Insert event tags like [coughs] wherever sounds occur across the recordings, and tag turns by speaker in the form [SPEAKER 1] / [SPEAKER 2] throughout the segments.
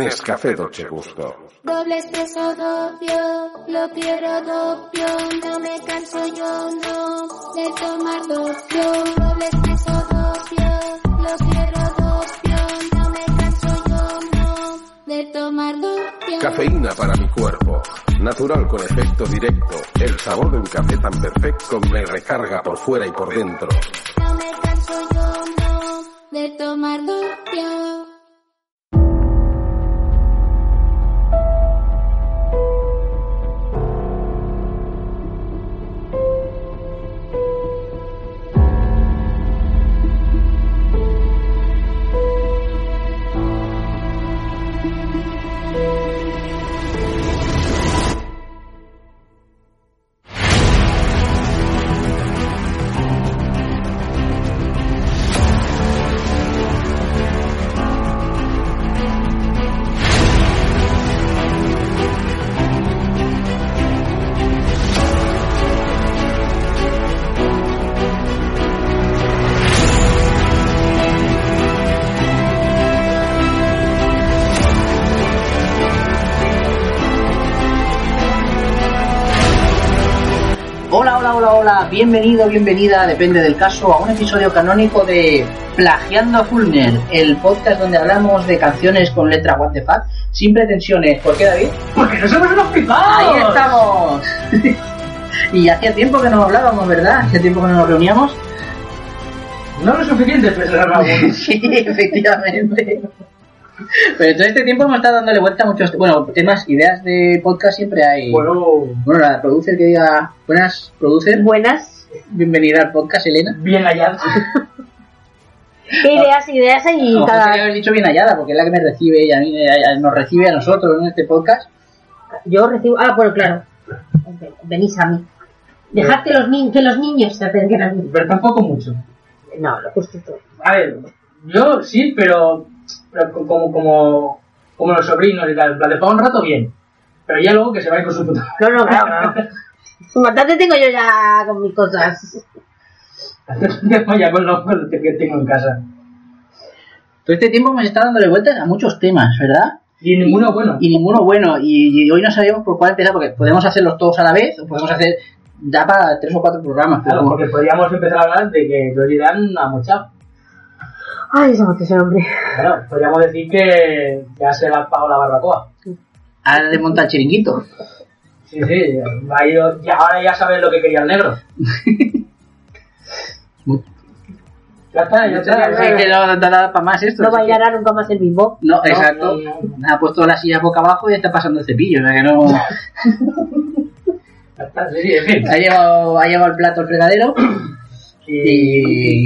[SPEAKER 1] Nescafé Dolce Gusto.
[SPEAKER 2] Doble espresso doppio, lo quiero doppio, no me canso yo no de tomar doppio. Doble espresso doppio, lo quiero doppio, no me canso yo no de tomar doppio.
[SPEAKER 1] Cafeína para mi cuerpo. Natural con efecto directo. El sabor de un café tan perfecto me recarga por fuera y por dentro.
[SPEAKER 2] No me canso yo no de tomar doppio.
[SPEAKER 3] Hola, hola, hola, hola, bienvenido, bienvenida, depende del caso, a un episodio canónico de Plagiando a Fulner, el podcast donde hablamos de canciones con letra What the fuck, sin pretensiones. ¿Por qué, David?
[SPEAKER 4] Porque no somos unos pipados.
[SPEAKER 3] ¡Ahí estamos! [laughs] y hacía tiempo que no hablábamos, ¿verdad? Hacía tiempo que no nos reuníamos.
[SPEAKER 4] No lo suficiente, pero vamos.
[SPEAKER 3] [laughs] sí, efectivamente. Pero todo este tiempo hemos estado dándole vuelta a muchos bueno, temas, ideas de podcast siempre hay.
[SPEAKER 4] Bueno,
[SPEAKER 3] Bueno, la producer que diga, buenas, producer,
[SPEAKER 5] Buenas
[SPEAKER 3] bienvenida al podcast, Elena.
[SPEAKER 4] bien hallado.
[SPEAKER 5] ¿Qué ideas, ideas
[SPEAKER 3] A lo
[SPEAKER 5] y
[SPEAKER 3] mejor sería
[SPEAKER 5] cada...
[SPEAKER 3] haber dicho bien hallada, porque es la que me recibe y a mí, a- a- nos recibe a nosotros en este podcast.
[SPEAKER 5] Yo recibo... Ah, bueno, claro. Venís a mí. Dejad que los, ni- que los niños se acerquen a mí.
[SPEAKER 4] Pero tampoco mucho.
[SPEAKER 5] No, lo justito.
[SPEAKER 4] A ver, yo sí, pero, pero co- como, como, como los sobrinos y tal, la de para un rato bien. Pero ya luego que se va con su puta.
[SPEAKER 5] No, [laughs] no, claro, no. Bastante tengo yo ya con mis cosas.
[SPEAKER 4] [laughs] ya con los con los que tengo en casa.
[SPEAKER 3] Todo este tiempo hemos estado dándole vueltas a muchos temas, ¿verdad?
[SPEAKER 4] Y ninguno bueno.
[SPEAKER 3] Y ninguno bueno, y, y hoy no sabemos por cuál empezar, porque podemos hacerlos todos a la vez, o podemos hacer ya para tres o cuatro programas. pero
[SPEAKER 4] Claro,
[SPEAKER 3] como-
[SPEAKER 4] porque podríamos empezar a hablar de que los dirán a mochar.
[SPEAKER 5] Ay, se mató ese hombre.
[SPEAKER 4] Claro, podríamos decir que ya se la ha pagado la barbacoa.
[SPEAKER 3] ahora de montar el chiringuito.
[SPEAKER 4] Sí, sí, ha ido, ya, ahora ya sabes lo que quería el negro. Ya está, ya está.
[SPEAKER 3] Es que no no dará para más esto.
[SPEAKER 5] No
[SPEAKER 3] así que-
[SPEAKER 5] bailará nunca más el bimbo.
[SPEAKER 3] No, exacto.
[SPEAKER 4] no,
[SPEAKER 3] Ha puesto la silla boca abajo y está pasando el cepillo, o sea que no. ha,
[SPEAKER 4] Ya está, sí, sí, en fin.
[SPEAKER 3] llevado, ha llevado el plato al fregadero
[SPEAKER 4] Y,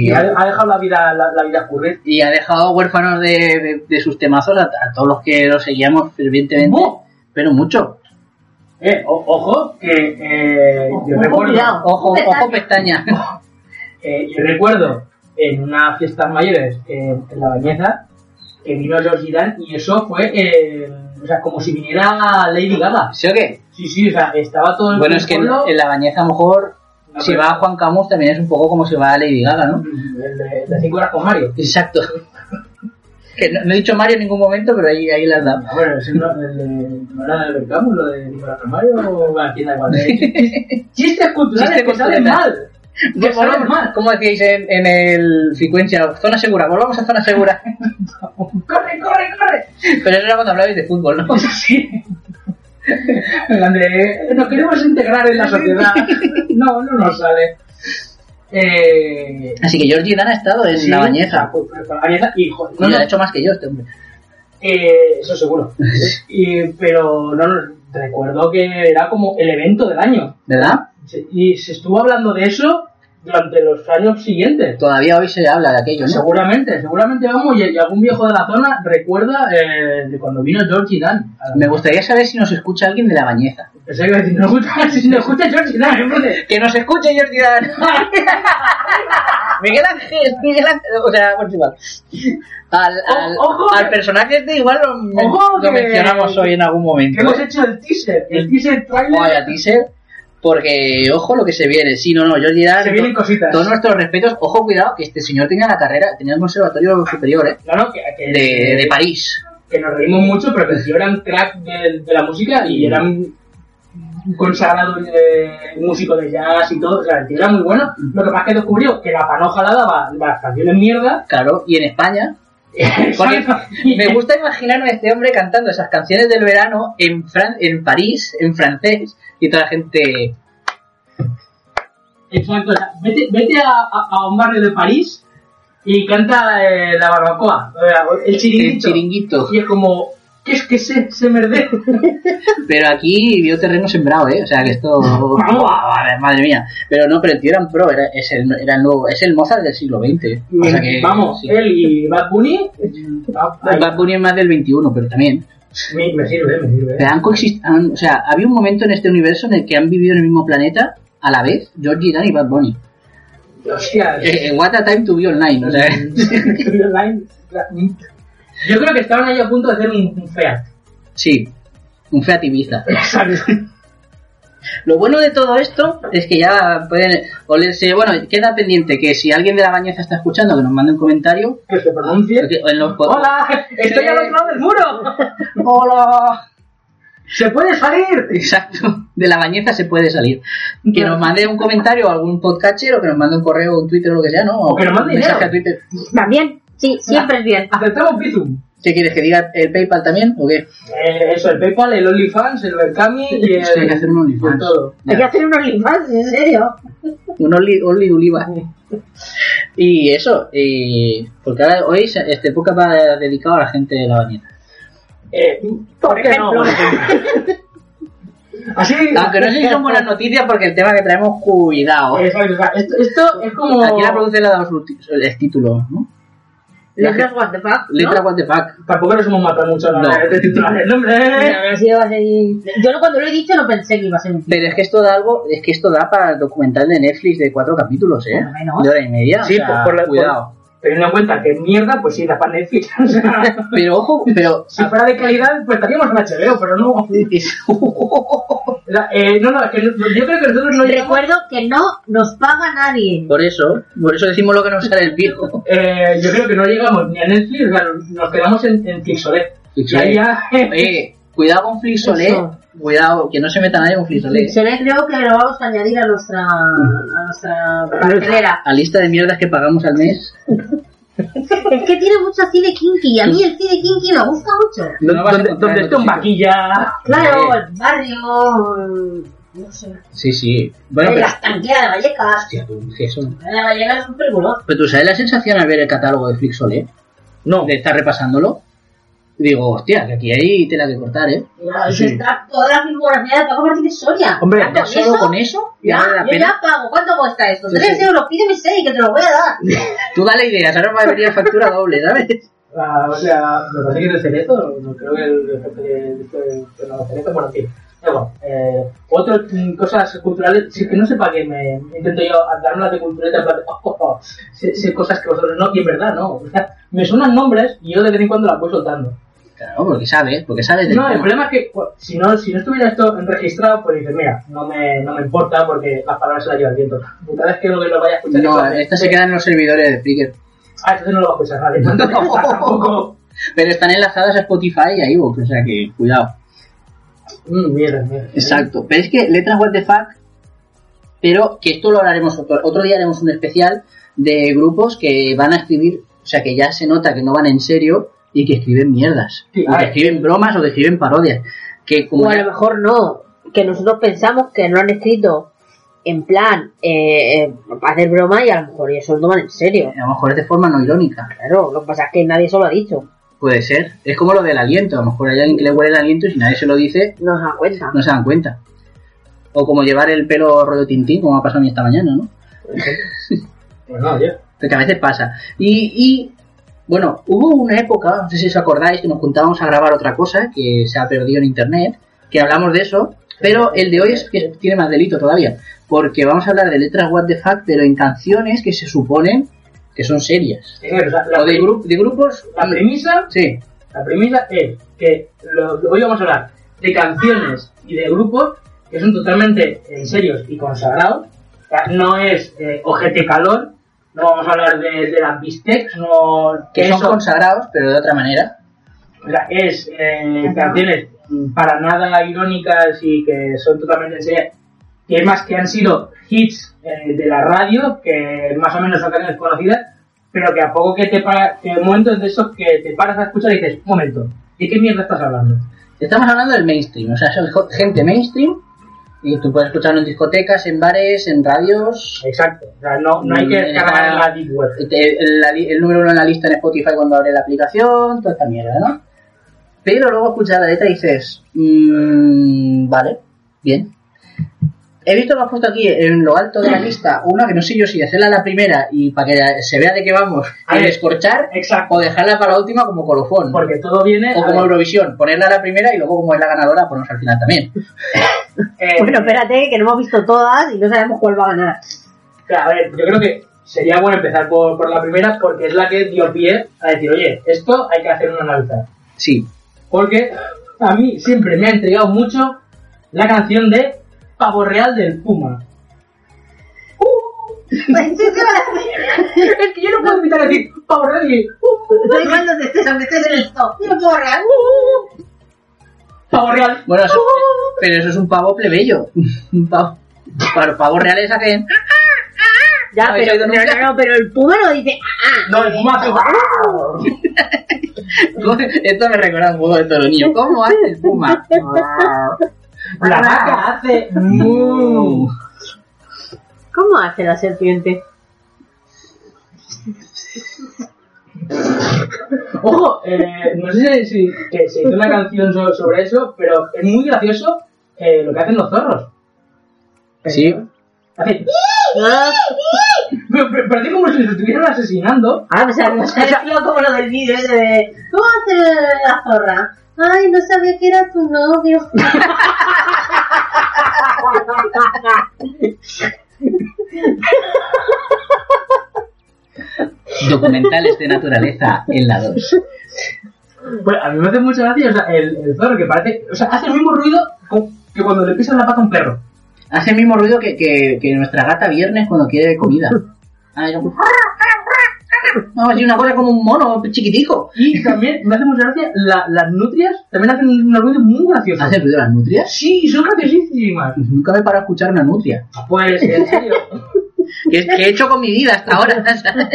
[SPEAKER 3] Y-
[SPEAKER 4] y ha, ha dejado la vida, la, la vida ocurrir.
[SPEAKER 3] y ha dejado huérfanos de, de- de sus temazos a, a todos los que lo seguíamos fervientemente.
[SPEAKER 4] ¡Oh!
[SPEAKER 3] Pero mucho.
[SPEAKER 4] Eh, o- ojo, que eh, yo
[SPEAKER 5] Ojo,
[SPEAKER 4] recuerdo,
[SPEAKER 5] cuidado.
[SPEAKER 3] Ojo,
[SPEAKER 5] Pestaña.
[SPEAKER 3] ojo [laughs] pestaña.
[SPEAKER 4] eh, yo recuerdo en una fiesta mayores eh, en, en la bañeza que vino George Irán y eso fue, eh, o sea, como si viniera Lady Gaga.
[SPEAKER 3] ¿Sí o qué?
[SPEAKER 4] Sí, sí, o sea, estaba todo el
[SPEAKER 3] Bueno, es que en,
[SPEAKER 4] pueblo-
[SPEAKER 3] en la bañeza a lo mejor
[SPEAKER 4] No,
[SPEAKER 3] si
[SPEAKER 4] pero-
[SPEAKER 3] va Juan Camus también es un poco como si va Lady Gaga, ¿no?
[SPEAKER 4] el de, el de cinco horas con Mario.
[SPEAKER 3] Exacto. que no, no he dicho Mario en ningún momento, pero ahí, ahí las da.
[SPEAKER 4] [laughs] Ah, Bueno, ese no, el de, ¿no era el del Camus, lo de Nicolás Mario o bueno, aquí da igual. Eh, Chistes culturales
[SPEAKER 3] Chistes
[SPEAKER 4] que salen
[SPEAKER 3] culturales.
[SPEAKER 4] mal. Que salen mal.
[SPEAKER 3] ¿Cómo decíais en, en el frecuencia? Zona segura, volvamos a zona segura.
[SPEAKER 4] Corre, corre, corre.
[SPEAKER 3] Pero eso era cuando hablabais de fútbol,
[SPEAKER 4] [laughs]
[SPEAKER 3] ¿no?
[SPEAKER 4] Sí. El André, nos queremos integrar en la sociedad. No, no nos sale. Eh,
[SPEAKER 3] Así que Georgie Dan ha estado en
[SPEAKER 4] sí,
[SPEAKER 3] la bañeza.
[SPEAKER 4] o sea, pues, con La bañeza y joder,
[SPEAKER 3] No,
[SPEAKER 4] no, no,
[SPEAKER 3] ha hecho más que yo este hombre.
[SPEAKER 4] eh, eso seguro. Y, pero no, no, recuerdo que era como el evento del año.
[SPEAKER 3] ¿Verdad?
[SPEAKER 4] Se- Y se estuvo hablando de eso durante los años siguientes.
[SPEAKER 3] Todavía hoy se habla de aquello, ¿no?
[SPEAKER 4] Seguramente, seguramente vamos, y, y algún viejo de la zona recuerda eh, de cuando vino George Dan. Ah,
[SPEAKER 3] Me gustaría saber si nos escucha alguien de la bañeza.
[SPEAKER 4] Pensé que iba a decir, no escucha, [laughs] si no escucha George Dan, ¿eh, hombre.
[SPEAKER 3] ¡Que nos escuche Georgie Dan! [laughs] Miguel Ángel, Miguel Ángel, o sea, bueno, igual. Al, al,
[SPEAKER 4] O- ojo,
[SPEAKER 3] al
[SPEAKER 4] que-
[SPEAKER 3] personaje este igual lo, men-
[SPEAKER 4] Ojo,
[SPEAKER 3] lo
[SPEAKER 4] que-
[SPEAKER 3] mencionamos hoy en algún
[SPEAKER 4] Que
[SPEAKER 3] momento.
[SPEAKER 4] hemos hecho el teaser, el teaser
[SPEAKER 3] Vaya
[SPEAKER 4] trailer.
[SPEAKER 3] teaser, porque ojo lo que se viene. Sí, no, no, Georgie Dan,
[SPEAKER 4] se vienen cositas.
[SPEAKER 3] todos nuestros respetos,
[SPEAKER 4] Ah,
[SPEAKER 3] ojo cuidado que este señor tenía la carrera, tenía el conservatorio superior, ¿eh?
[SPEAKER 4] No, no, que, que-
[SPEAKER 3] De, de París.
[SPEAKER 4] que nos reímos mucho, pero que el tío era un crack de, de la música y era un un consagrado eh, músico de jazz y todo, o sea, el tío era muy bueno.
[SPEAKER 3] Mm.
[SPEAKER 4] Lo que pasa es que descubrió que la panoja la daba las canciones mierda.
[SPEAKER 3] Claro, y en España. [laughs] Porque
[SPEAKER 4] Y-
[SPEAKER 3] me gusta imaginarme a este hombre cantando esas canciones del verano en, Fran en París, en francés, y toda la gente.
[SPEAKER 4] Exacto, o sea, vete, vete a, a- a un barrio de París y canta eh, la barbacoa, o sea, el
[SPEAKER 3] El
[SPEAKER 4] chiringuito.
[SPEAKER 3] chiringuito.
[SPEAKER 4] Y es como, ¿qué es que se,
[SPEAKER 3] [laughs]
[SPEAKER 4] se merde?
[SPEAKER 3] Pero aquí vio terreno sembrado, ¿eh? O sea, que esto. Madre- Madre mía. Pero no, pero el tío era un pro, era, es, el, era el nuevo, es el Mozart del siglo XX. O sea que,
[SPEAKER 4] Vamos,
[SPEAKER 3] sí. Mm.
[SPEAKER 4] él y Bad Bunny. ah, ay,
[SPEAKER 3] Bad Bunny es más del 21, pero también.
[SPEAKER 4] me, me sirve, me sirve.
[SPEAKER 3] Pero han coexist- han- o sea, había un momento en este universo en el que han vivido en el mismo planeta a la vez George Dan y Bad Bunny.
[SPEAKER 4] Hostia,
[SPEAKER 3] [laughs] Eh, eh, what a time to be online, o sea,
[SPEAKER 4] Online, Yo creo que estaban ahí a punto de hacer un, un feat.
[SPEAKER 3] sí, un feativista. Lo bueno de todo esto es que ya pueden olerse, bueno, queda pendiente que si alguien de la bañeza está escuchando, que nos mande un comentario.
[SPEAKER 4] que se pronuncie.
[SPEAKER 3] porque en los pod-
[SPEAKER 4] ¡Hola! ¡Estoy al otro lado del
[SPEAKER 3] [laughs]
[SPEAKER 4] muro! ¡Hola! ¡Se puede salir!
[SPEAKER 3] Exacto, de la bañeza se puede salir. Que nos mande un comentario a algún podcatcher o que nos mande un correo, un Twitter o lo que sea, ¿no?
[SPEAKER 4] O que nos
[SPEAKER 3] un
[SPEAKER 4] mande
[SPEAKER 3] mensaje
[SPEAKER 4] dinero.
[SPEAKER 3] a Twitter.
[SPEAKER 5] También, sí, siempre es bien.
[SPEAKER 4] Aceptamos Bizum.
[SPEAKER 3] ¿Qué quieres que diga el PayPal también o qué?
[SPEAKER 4] Eh, eso, el PayPal, el OnlyFans, el Berkami y el.
[SPEAKER 3] Sí, hay que hacer un OnlyFans.
[SPEAKER 4] y todo.
[SPEAKER 5] Hay que hacer unos limas, en serio.
[SPEAKER 3] Un Only, only de Oliva. Y eso, eh, porque ahora hoy se- este podcast va dedicado a la gente de la bañeza.
[SPEAKER 4] Eh, ¿Por qué no? [laughs] Así.
[SPEAKER 3] Aunque Ah, no sé si son buenas noticias porque el tema que traemos, cuidado.
[SPEAKER 4] Exacto, o sea, esto, esto es como.
[SPEAKER 3] Aquí la producción le ha dado su ti- el título, ¿no?
[SPEAKER 5] Letras what the fuck. ¿no?
[SPEAKER 3] Letra what the fuck.
[SPEAKER 4] Tampoco nos hemos matado mucho a la
[SPEAKER 3] No.
[SPEAKER 4] de titulares. No, hombre.
[SPEAKER 5] Mira, habrá sido así- Yo no- cuando lo he dicho no pensé que iba a ser un
[SPEAKER 3] Pero es que esto da algo, es que esto da para el documental de Netflix de cuatro capítulos, ¿eh?
[SPEAKER 5] Por lo menos.
[SPEAKER 3] De hora y media.
[SPEAKER 4] Sí,
[SPEAKER 3] o sea,
[SPEAKER 4] por- por la-
[SPEAKER 3] cuidado.
[SPEAKER 4] teniendo en cuenta que es mierda, pues sí, la para Netflix. O sea,
[SPEAKER 3] [laughs] Pero ojo, pero.
[SPEAKER 4] si fuera de calidad, pues estaríamos en HBO, pero no. O [laughs] sea, eh, no, no, es que no- yo creo que nosotros no llegamos.
[SPEAKER 5] Recuerdo que no nos paga nadie.
[SPEAKER 3] por eso, por eso decimos lo que nos sale el [laughs] viejo.
[SPEAKER 4] eh, yo creo que no llegamos ni a Netflix, o sea, nos quedamos en, en Flixolet. Y ahí ya. [laughs]
[SPEAKER 3] Eh, cuidado con Flixolé.
[SPEAKER 5] Eso.
[SPEAKER 3] Cuidado, que no se meta nadie con ¿eh? Flixolé.
[SPEAKER 5] Se ve, creo que lo vamos a añadir a nuestra, a
[SPEAKER 3] [laughs]
[SPEAKER 5] nuestra cartelera.
[SPEAKER 3] A lista de mierdas que pagamos al mes.
[SPEAKER 5] Es que tiene mucho así de kinky. A mí el cine kinky me gusta mucho.
[SPEAKER 3] No vas a
[SPEAKER 4] donde
[SPEAKER 3] encontrar
[SPEAKER 4] donde
[SPEAKER 3] en
[SPEAKER 4] esté un
[SPEAKER 3] otro
[SPEAKER 4] vaquilla.
[SPEAKER 5] Claro, el barrio. No sé.
[SPEAKER 3] Sí, sí. Bueno,
[SPEAKER 5] En
[SPEAKER 3] pero.
[SPEAKER 5] las tanqueras de Vallecas.
[SPEAKER 3] Hostia, tú, ¿qué son?
[SPEAKER 5] La Vallecas es un peliculón.
[SPEAKER 3] Pero tú sabes la sensación al ver el catálogo de Flixolé.
[SPEAKER 4] No.
[SPEAKER 3] de estar repasándolo, digo, hostia, que aquí hay tela que cortar, ¿eh?
[SPEAKER 5] Sí. Está toda la filmografía de Paco Martínez Soria.
[SPEAKER 4] Hombre,
[SPEAKER 5] Ya
[SPEAKER 3] Ya
[SPEAKER 5] con
[SPEAKER 3] solo
[SPEAKER 5] eso-
[SPEAKER 3] con eso, ya
[SPEAKER 5] Ya,
[SPEAKER 3] vale la
[SPEAKER 5] yo
[SPEAKER 3] pena.
[SPEAKER 5] ya pago. ¿Cuánto cuesta esto?
[SPEAKER 3] Sí,
[SPEAKER 5] 3
[SPEAKER 3] sí.
[SPEAKER 5] euros, pídeme 6 que te lo voy a dar.
[SPEAKER 3] Tú dale ideas, ahora va a venir a factura doble, ¿sabes?
[SPEAKER 4] Ah, o sea, me parece que es el cerezo, no creo que el efecto que no cerezo, bueno, en fin. Da igual. eh, otras mm, cosas culturales, si es que no sé para qué me intento yo darme las de cultureta, en plan de, oh, oh, oh, sé, sé cosas que vosotros no, y en verdad no. O sea, me suenan nombres y yo de vez en cuando las voy soltando.
[SPEAKER 3] Claro, porque sabes, porque sabes del
[SPEAKER 4] No, el
[SPEAKER 3] tema.
[SPEAKER 4] problema es que pues, si no, si no estuviera esto registrado, pues dices, mira, no me, no me importa porque las palabras se las lleva el viento. Cada vez que lo, que lo vaya a escuchar,
[SPEAKER 3] No,
[SPEAKER 4] entonces-
[SPEAKER 3] esta se queda en los servidores de Flickr.
[SPEAKER 4] Ah, entonces [laughs] no lo va a escuchar nadie.
[SPEAKER 3] [laughs]
[SPEAKER 4] Tampoco.
[SPEAKER 3] Pero están enlazadas a Spotify y a Evox, o sea que cuidado.
[SPEAKER 4] Mm, mierda, mierda.
[SPEAKER 3] Exacto. Pero es que letras what the fuck, pero que esto lo haremos otro, otro día haremos un especial de grupos que van a escribir, o sea que ya se nota que no van en serio y que escriben mierdas.
[SPEAKER 4] Sí,
[SPEAKER 3] o
[SPEAKER 4] a
[SPEAKER 3] que
[SPEAKER 4] ver.
[SPEAKER 3] escriben bromas o que escriben parodias. Que como
[SPEAKER 6] O a
[SPEAKER 3] ya-
[SPEAKER 6] lo mejor no, que nosotros pensamos que no han escrito en plan eh, eh, para hacer broma y a lo mejor ellos se lo toman en serio.
[SPEAKER 3] A lo mejor es de forma no irónica.
[SPEAKER 6] Claro, lo que pasa es que nadie se lo ha dicho,
[SPEAKER 3] Puede ser. Es como lo del aliento. A lo mejor hay alguien que le huele el aliento y si nadie se lo dice,
[SPEAKER 6] no se dan cuenta.
[SPEAKER 3] no se dan cuenta. O como llevar el pelo rollo tintín, como ha pasado a mí esta mañana, ¿no?
[SPEAKER 4] Pues no, yo.
[SPEAKER 3] Porque a veces pasa. Y, y, bueno, hubo una época, no sé si os acordáis, que nos juntábamos a grabar otra cosa que se ha perdido en internet, que hablamos de eso, pero el de hoy es que tiene más delito todavía, porque vamos a hablar de letras what the fuck, pero en canciones que se suponen que son serias.
[SPEAKER 4] Eh, o sea, la,
[SPEAKER 3] O de, gru- de grupos...
[SPEAKER 4] la premisa,
[SPEAKER 3] Sí,
[SPEAKER 4] la premisa es que lo- hoy vamos a hablar de canciones y de grupos que son totalmente en serios y consagrados. O sea, no es eh, ojete calor, no vamos a hablar de, de las bistecs, no
[SPEAKER 3] que son
[SPEAKER 4] queso.
[SPEAKER 3] consagrados, pero de otra manera.
[SPEAKER 4] O sea, es eh, canciones para nada irónicas y que son totalmente en serio. Que más que han sido hits eh, de la radio, que más o menos son canciones conocidas, pero que a poco que te para, que hay momentos de esos que te paras a escuchar y dices, un momento, ¿de qué mierda estás hablando?
[SPEAKER 3] Estamos hablando del mainstream, o sea, son jo- gente mainstream y tú puedes escucharlo en discotecas, en bares, en radios.
[SPEAKER 4] Exacto, o sea, no, no hay que
[SPEAKER 3] Mm,
[SPEAKER 4] descargar
[SPEAKER 3] está-
[SPEAKER 4] la deep web.
[SPEAKER 3] Y te- El, la li- el número uno en la lista en Spotify cuando abre la aplicación, toda esta mierda, ¿no? Pero luego escuchas la letra y dices, mm, vale, bien. He visto que has puesto aquí en lo alto de la lista una que no sé yo si hacerla la primera y para que se vea de qué vamos,
[SPEAKER 4] A
[SPEAKER 3] a
[SPEAKER 4] ver.
[SPEAKER 3] descorchar
[SPEAKER 4] Exacto,
[SPEAKER 3] o dejarla para la última como colofón.
[SPEAKER 4] porque todo viene.
[SPEAKER 3] O
[SPEAKER 4] a
[SPEAKER 3] como
[SPEAKER 4] ver,
[SPEAKER 3] Eurovisión, ponerla a la primera y luego como es la ganadora, ponemos al final también.
[SPEAKER 4] eh,
[SPEAKER 5] Bueno, espérate, que no hemos visto todas y no sabemos cuál va a
[SPEAKER 3] [laughs]
[SPEAKER 5] ganar.
[SPEAKER 4] O sea, a ver, yo creo que sería bueno empezar por, por la primera porque es la que dio pie a decir, oye, esto hay que hacer un análisis.
[SPEAKER 3] Sí.
[SPEAKER 4] Porque a mí siempre me ha entregado mucho la canción de Pavo Real del Puma. Es que yo no puedo evitar decir Pavo Real y uh,
[SPEAKER 7] Estoy hablando de César, que estés en el top.
[SPEAKER 6] Uh,
[SPEAKER 7] ¡Porra!
[SPEAKER 4] Pavo Real.
[SPEAKER 3] Bueno, eso- pero eso es un pavo plebeyo. [laughs] Un pavo. Para los pavos reales hacen.
[SPEAKER 5] Ya,
[SPEAKER 3] ¿Habéis
[SPEAKER 5] pero,
[SPEAKER 3] oído
[SPEAKER 5] pero
[SPEAKER 3] nunca?
[SPEAKER 5] no, no, pero el puma no dice. "Ah,
[SPEAKER 4] No, el Puma uh, hace "Guau".
[SPEAKER 3] [laughs] Esto me recuerda a un juego de todos los niños. ¿Cómo hace el puma? Ah.
[SPEAKER 4] La vaca hace "Mu".
[SPEAKER 5] ah". ¿Cómo hace la serpiente?
[SPEAKER 4] Ojo, eh, no sé si, si- que se hizo una canción so- sobre eso, pero es muy gracioso eh, lo que hacen los zorros.
[SPEAKER 3] Sí.
[SPEAKER 4] Hacen
[SPEAKER 3] Ah.
[SPEAKER 4] Pero, pero, pero es como si lo estuvieran asesinando.
[SPEAKER 5] Ah, o sea, [laughs] no sé, como lo del vídeo ese de. ¿Cómo hace la zorra?
[SPEAKER 7] Ay, no sabía que era tu novio.
[SPEAKER 3] Documentales de naturaleza en la 2.
[SPEAKER 4] Pues a mí me hace mucha gracia o sea, el, el zorro que parece. O sea, hace el mismo ruido co- que cuando le pisan la pata a un perro.
[SPEAKER 3] Hace el mismo ruido que, que, que nuestra gata viernes cuando quiere comida. Ah, es un- No, es una cosa como un mono chiquitico.
[SPEAKER 4] Y también me hace mucha gracia la- las nutrias también hacen unos ruidos muy graciosos.
[SPEAKER 3] ¿Hace ruido las nutrias?
[SPEAKER 4] Sí, son graciosísimas.
[SPEAKER 3] Nunca me paro a escuchar una nutria.
[SPEAKER 4] Pues, en serio.
[SPEAKER 3] Que, es- que he hecho con mi vida hasta ahora. [laughs] ¿sabes?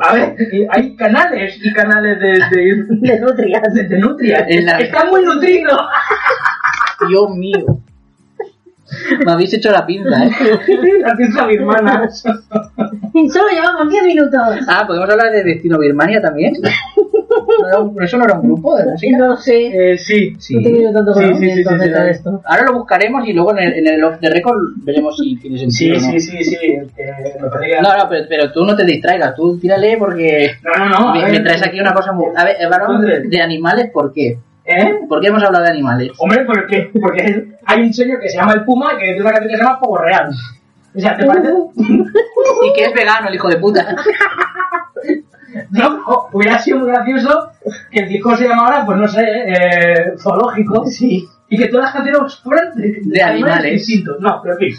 [SPEAKER 4] A ver, eh, hay canales y canales de, de,
[SPEAKER 5] De nutrias.
[SPEAKER 4] de- de nutrias.
[SPEAKER 3] En la-
[SPEAKER 4] Está muy
[SPEAKER 3] [laughs]
[SPEAKER 4] nutrido.
[SPEAKER 3] Dios mío. Me habéis hecho la pinza, ¿eh?
[SPEAKER 4] La piensa mi hermana.
[SPEAKER 5] [laughs] Y solo llevamos 10 minutos.
[SPEAKER 3] Ah, ¿podemos hablar de Destino Birmania
[SPEAKER 4] [laughs]
[SPEAKER 3] también? ¿No era un- ¿Eso no era un grupo de música?
[SPEAKER 5] No sé.
[SPEAKER 4] Eh, sí.
[SPEAKER 3] Sí.
[SPEAKER 5] No he tenido tanto
[SPEAKER 4] Sí, sí, sí,
[SPEAKER 5] conocimiento
[SPEAKER 4] sí, sí,
[SPEAKER 5] acerca
[SPEAKER 4] sí.
[SPEAKER 5] de esto.
[SPEAKER 3] Ahora lo buscaremos y luego en el, en el off the record veremos si tiene sentido.
[SPEAKER 4] Sí,
[SPEAKER 3] o no.
[SPEAKER 4] sí, sí, sí. eh, me parece que-
[SPEAKER 3] No, no, pero, pero tú no te distraigas, tú tírale porque
[SPEAKER 4] No, no, no. a
[SPEAKER 3] me,
[SPEAKER 4] ver.
[SPEAKER 3] me traes aquí una cosa muy... A ver, eh, varón,
[SPEAKER 4] Entonces-
[SPEAKER 3] de animales, ¿por qué?
[SPEAKER 4] ¿Eh?
[SPEAKER 3] ¿Por qué hemos hablado de animales?
[SPEAKER 4] Hombre, ¿por qué? Porque hay un sello que se llama El Puma que tiene una canción que se llama Pogo Real. O sea, ¿te parece?
[SPEAKER 3] Uh. Y que es vegano, el hijo de puta.
[SPEAKER 4] No, jo, hubiera sido muy gracioso que el disco se llamara, pues no sé, eh, zoológico. Sí. Y que todas las canciones fueran de, de
[SPEAKER 3] De animales.
[SPEAKER 4] distintos. No, pero en fin.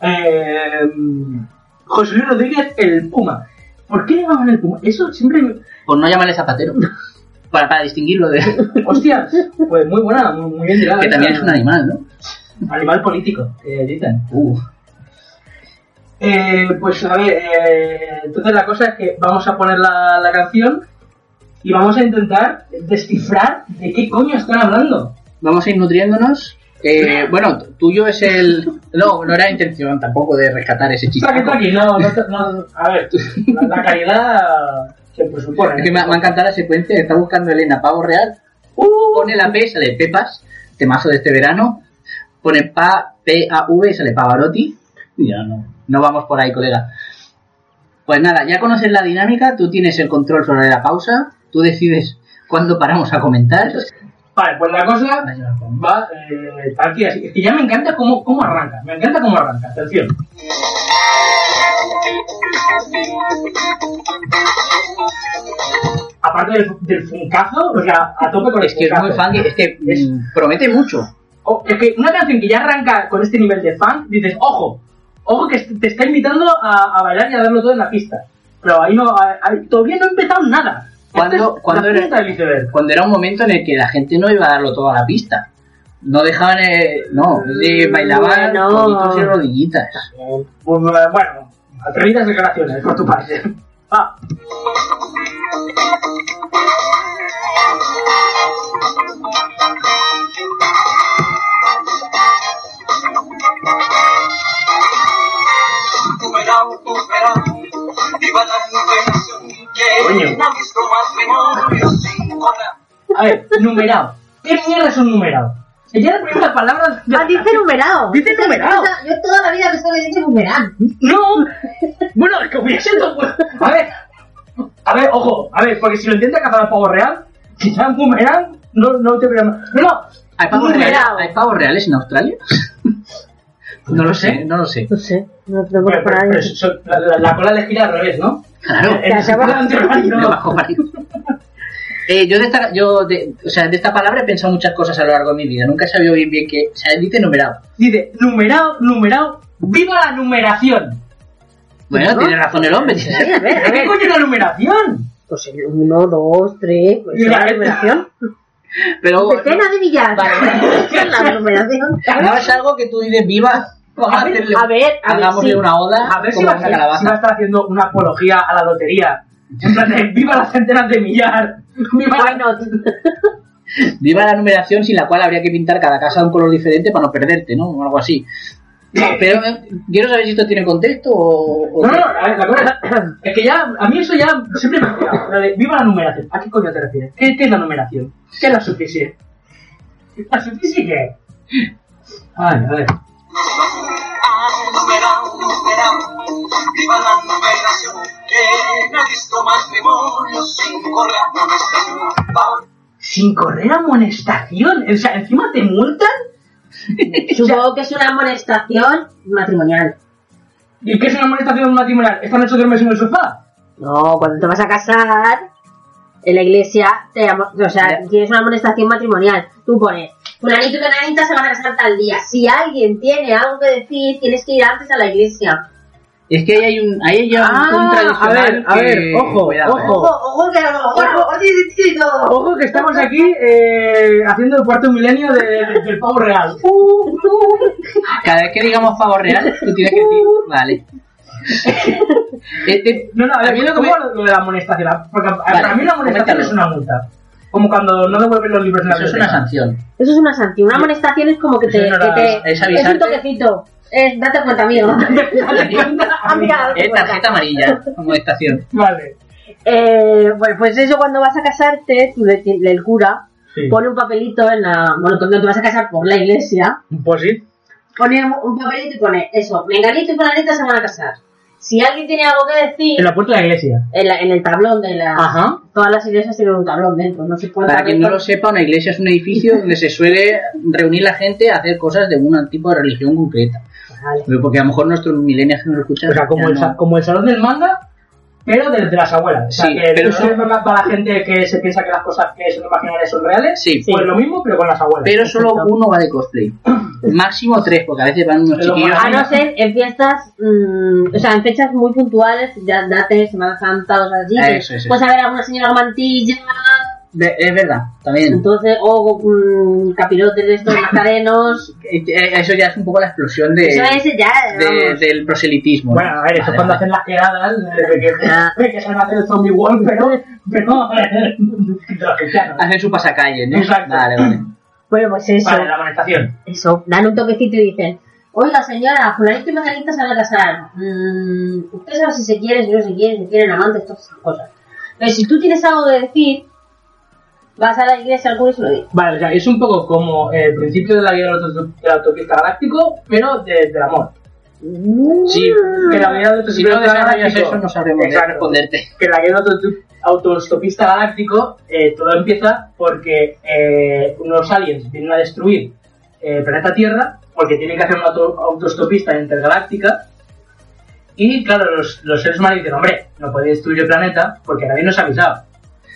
[SPEAKER 4] Eh, José Luis Rodríguez, el Puma. ¿Por qué le llamaban el Puma? Eso siempre... me-
[SPEAKER 3] Por Pues no llamarle zapatero. Para, para distinguirlo de...
[SPEAKER 4] Hostias, pues muy buena, muy, muy bien tirada. ¿eh?
[SPEAKER 3] Que también es un animal, ¿no?
[SPEAKER 4] Animal político, que dicen.
[SPEAKER 3] Uh,
[SPEAKER 4] Eh, pues a ver, eh, entonces la cosa es que vamos a poner la, la canción y vamos a intentar descifrar de qué coño están hablando.
[SPEAKER 3] vamos a ir nutriéndonos. Eh, bueno, t- tuyo es el... No, no era intención tampoco de rescatar ese chiste.
[SPEAKER 4] Traqui, traqui, no, no, te- no, a ver, la, la calidad se presupone. ¿eh?
[SPEAKER 3] Es que me, ha- me ha encantado la secuencia. Está buscando Elena Pavo Real.
[SPEAKER 4] Uh,
[SPEAKER 3] Pone la P y sale Pepas, temazo de este verano. Pone pa, P, A, V y sale Pavarotti. Y Ya no, no vamos por ahí, colega. Pues nada, ya conoces la dinámica. Tú tienes el control sobre la pausa. Tú decides cuándo paramos a comentar.
[SPEAKER 4] Vale, pues la cosa va eh, tal que así. Es que ya me encanta cómo, cómo arranca, me encanta cómo arranca, atención. Aparte del, del funcazo, o sea, a tope con el
[SPEAKER 3] Es que es muy
[SPEAKER 4] funkazo.
[SPEAKER 3] funky, es que mm,
[SPEAKER 4] Es-
[SPEAKER 3] promete mucho.
[SPEAKER 4] O- es que una canción que ya arranca con este nivel de funk, dices, ojo, ojo que te está invitando a, a bailar y a darlo todo en la pista. Pero ahí no, ahí- ahí todavía no ha empezado nada.
[SPEAKER 3] cuando, cuando,
[SPEAKER 4] la punta
[SPEAKER 3] era,
[SPEAKER 4] del iceberg.
[SPEAKER 3] cuando era un momento en el que la gente no iba a darlo todo a la pista. No dejaban, eh, no,
[SPEAKER 4] Mm,
[SPEAKER 3] eh, bailaban
[SPEAKER 5] Bueno.
[SPEAKER 3] coditos y rodillitas.
[SPEAKER 4] Eh, pues, eh, bueno, atrevidas declaraciones por tu parte. Ah, Coño. a ver, numerado. ¿Qué mierda es un numerado? Es ya la primera palabra. de-
[SPEAKER 5] Ah, dice numerado.
[SPEAKER 4] Dice numerado.
[SPEAKER 8] Yo toda la vida pensaba que dice numerán.
[SPEAKER 4] No. Bueno, es que hubiera sido. bueno. A ver. A ver, ojo. A ver, porque si lo intenta cazar al pavo real, quizás un boomerang no, no te verá. No, no.
[SPEAKER 3] ¿Hay pavos, reales,
[SPEAKER 5] Numerado.
[SPEAKER 3] ¿Hay pavos reales en Australia? [laughs] no lo sé, no lo sé.
[SPEAKER 5] No sé, no tenemos
[SPEAKER 4] Pero-
[SPEAKER 5] para
[SPEAKER 4] pero- pero eso- la, la- la cola le gira al revés, ¿no?
[SPEAKER 3] Claro.
[SPEAKER 4] En el
[SPEAKER 5] se va-
[SPEAKER 4] sentido
[SPEAKER 3] Me
[SPEAKER 4] antihorario.
[SPEAKER 3] bajó para ir. Eh, yo de esta, yo de- o sea, de esta palabra he pensado muchas cosas a lo largo de mi vida. Nunca he sabido bien bien que, o sea, dice numerado.
[SPEAKER 4] Dice, numerado, numerado, viva la numeración.
[SPEAKER 3] Bueno,
[SPEAKER 5] Pues ¿No?
[SPEAKER 3] tiene razón el hombre.
[SPEAKER 5] A ver, a
[SPEAKER 4] ¿Qué
[SPEAKER 5] ver.
[SPEAKER 4] coño es la numeración?
[SPEAKER 5] Pues el 1, 2, 3, pues
[SPEAKER 4] Mira,
[SPEAKER 5] la
[SPEAKER 4] esta-
[SPEAKER 5] numeración.
[SPEAKER 3] [laughs] Pero
[SPEAKER 5] Decena de millar.
[SPEAKER 3] Vale.
[SPEAKER 5] [laughs] la numeración.
[SPEAKER 3] no es algo que tú dices viva. Vamos a, hacerle,
[SPEAKER 5] a ver, a ver,
[SPEAKER 3] hagámosle
[SPEAKER 5] sí.
[SPEAKER 3] una oda.
[SPEAKER 4] A ver si
[SPEAKER 3] como
[SPEAKER 4] va
[SPEAKER 3] a
[SPEAKER 4] a,
[SPEAKER 3] esa
[SPEAKER 4] ser- si va a
[SPEAKER 3] calabaza.
[SPEAKER 4] estar haciendo una apología a la lotería. En plan de, viva las centenas de millar. Viva
[SPEAKER 5] Why
[SPEAKER 4] la...
[SPEAKER 5] not?
[SPEAKER 3] Viva la numeración sin la cual habría que pintar cada casa de un color diferente para no perderte, ¿no? O algo así. Pero eh, quiero saber si esto tiene contexto o. o
[SPEAKER 4] No, no,
[SPEAKER 3] qué.
[SPEAKER 4] no, a ver, la cosa es que ya, a mí eso ya siempre me ha quedado. Lo de Viva la numeración. ¿A qué coño te refieres? ¿Qué, qué es la numeración? ¿Qué es la superficie? ¿La superficie qué? Ay, a ver. Sin correr a amonestación. O sea, encima te multan.
[SPEAKER 5] Supongo que es una amonestación matrimonial.
[SPEAKER 4] ¿Y qué es una amonestación matrimonial? ¿Están ocho meses en el sofá?
[SPEAKER 5] No, cuando te vas a casar, en la iglesia, te amo- o sea,
[SPEAKER 3] Ya.
[SPEAKER 5] tienes una amonestación matrimonial. Tú pones, fulanito y fulanita se van a casar tal día. Si alguien tiene algo que decir, tienes que ir antes a la iglesia.
[SPEAKER 3] Es que ahí hay un. Ahí hay ya un,
[SPEAKER 4] Ah,
[SPEAKER 3] un tradicional.
[SPEAKER 4] a ver, a
[SPEAKER 3] que-
[SPEAKER 4] ver, ojo,
[SPEAKER 3] Cuidado, ¿eh?
[SPEAKER 4] ojo.
[SPEAKER 5] ojo, que a lo mejor no tiene sentido y todo.
[SPEAKER 4] Ojo que estamos aquí eh, haciendo el cuarto milenio de- de- del pavo real.
[SPEAKER 3] Uh. Cada vez que digamos pavo real, tú tienes que
[SPEAKER 4] [laughs]
[SPEAKER 3] decir. Vale. Este-
[SPEAKER 4] No, no, a
[SPEAKER 3] a mí
[SPEAKER 4] ver,
[SPEAKER 3] lo que me-
[SPEAKER 4] ¿cómo lo, lo de la amonestación? Porque a-
[SPEAKER 3] Vale,
[SPEAKER 4] para mí la amonestación
[SPEAKER 3] coméntalo.
[SPEAKER 4] es una multa. Como cuando no devuelven los libros en la
[SPEAKER 3] Eso es una
[SPEAKER 4] biblioteca. [laughs]
[SPEAKER 3] sanción.
[SPEAKER 5] Eso es una sanción. Una amonestación es como que te.
[SPEAKER 4] Eso no era-
[SPEAKER 5] que te-
[SPEAKER 3] es avisarte.
[SPEAKER 5] un toquecito. Es, date cuenta, amigo. Ah, mira, date
[SPEAKER 3] Es
[SPEAKER 5] cuenta.
[SPEAKER 3] tarjeta amarilla, como estación.
[SPEAKER 4] Vale.
[SPEAKER 5] Eh, bueno, pues eso cuando vas a casarte, tú le- le- el cura
[SPEAKER 4] Sí.
[SPEAKER 5] pone un papelito en la. Bueno, cuando te vas a casar por la iglesia,
[SPEAKER 4] Pues sí.
[SPEAKER 5] pone un, un papelito y pone eso: Menganito y Fulanita se van a casar. Si alguien tiene algo que decir,
[SPEAKER 4] En la puerta de la iglesia.
[SPEAKER 5] en, la- en el tablón de la.
[SPEAKER 4] Ajá.
[SPEAKER 5] Todas las iglesias tienen un tablón dentro, no sé cuántas.
[SPEAKER 3] Ah. Para quien no lo sepa, una iglesia es un edificio donde se suele reunir la gente a hacer cosas de un tipo de religión concreta.
[SPEAKER 5] Vale.
[SPEAKER 3] Porque a lo mejor nuestros milenios que nos escuchan.
[SPEAKER 4] O sea, como,
[SPEAKER 3] ya
[SPEAKER 4] el,
[SPEAKER 3] no-
[SPEAKER 4] sa- como el salón del manga, pero desde las abuelas. O sea,
[SPEAKER 3] Sí,
[SPEAKER 4] que
[SPEAKER 3] pero
[SPEAKER 4] pero
[SPEAKER 3] son-
[SPEAKER 4] para la gente que se piensa que las cosas que son imaginarias son reales.
[SPEAKER 3] Sí.
[SPEAKER 4] Pues lo mismo, pero con las abuelas.
[SPEAKER 3] Pero solo uno va de cosplay. Máximo tres, porque a veces van unos
[SPEAKER 4] Pero
[SPEAKER 3] chiquillos.
[SPEAKER 5] A no ser en fiestas, mm, o sea, en fechas muy puntuales, ya date Semana Santa, cosas así.
[SPEAKER 3] Eso, eso,
[SPEAKER 5] Puedes haber alguna señora con mantilla,
[SPEAKER 3] Ve- Es verdad, también.
[SPEAKER 5] entonces, o mm, capirotes
[SPEAKER 3] [laughs]
[SPEAKER 5] de estos macarenos.
[SPEAKER 3] Eh, eh, Eso ya es un poco la explosión de,
[SPEAKER 5] Eso es ya,
[SPEAKER 3] de-
[SPEAKER 5] vamos.
[SPEAKER 3] del proselitismo. ¿no?
[SPEAKER 4] Bueno, a ver, eso es
[SPEAKER 3] Vale,
[SPEAKER 4] cuando
[SPEAKER 3] vale.
[SPEAKER 4] hacen las quedadas, eh,
[SPEAKER 5] Ah.
[SPEAKER 4] [laughs] que, que se van a hacer el zombie wall, pero, pero [laughs] a ver, de los cristianos.
[SPEAKER 3] Hacen su pasacalle, ¿no?
[SPEAKER 4] Exacto.
[SPEAKER 3] Vale, vale.
[SPEAKER 5] Bueno, pues eso,
[SPEAKER 4] Vale, la amonestación.
[SPEAKER 5] eso, dan un toquecito y dicen, oiga señora, fulanito y macarita se van a casar. Mm, usted sabe si se quiere, si no se quiere, si tienen amantes, todas esas cosas. Pero si tú tienes algo que decir, vas a la iglesia al cura y se lo dices.
[SPEAKER 4] Vale, o sea, es un poco como el principio de la guía del auto- del autopista galáctico, pero de- del amor.
[SPEAKER 3] Sí,
[SPEAKER 4] Que la guía del
[SPEAKER 3] si no
[SPEAKER 4] autopista
[SPEAKER 3] desarrollas
[SPEAKER 4] galáctico...
[SPEAKER 3] eso, no sabremos de
[SPEAKER 4] Exacto.
[SPEAKER 3] responderte.
[SPEAKER 4] Que la guía del auto- autostopista galáctico, eh, todo empieza porque eh, unos aliens vienen a destruir eh, el planeta Tierra porque tienen que hacer una auto- autostopista intergaláctica. Y claro, los, los seres humanos dicen, hombre, no podéis destruir el planeta porque nadie nos ha avisado.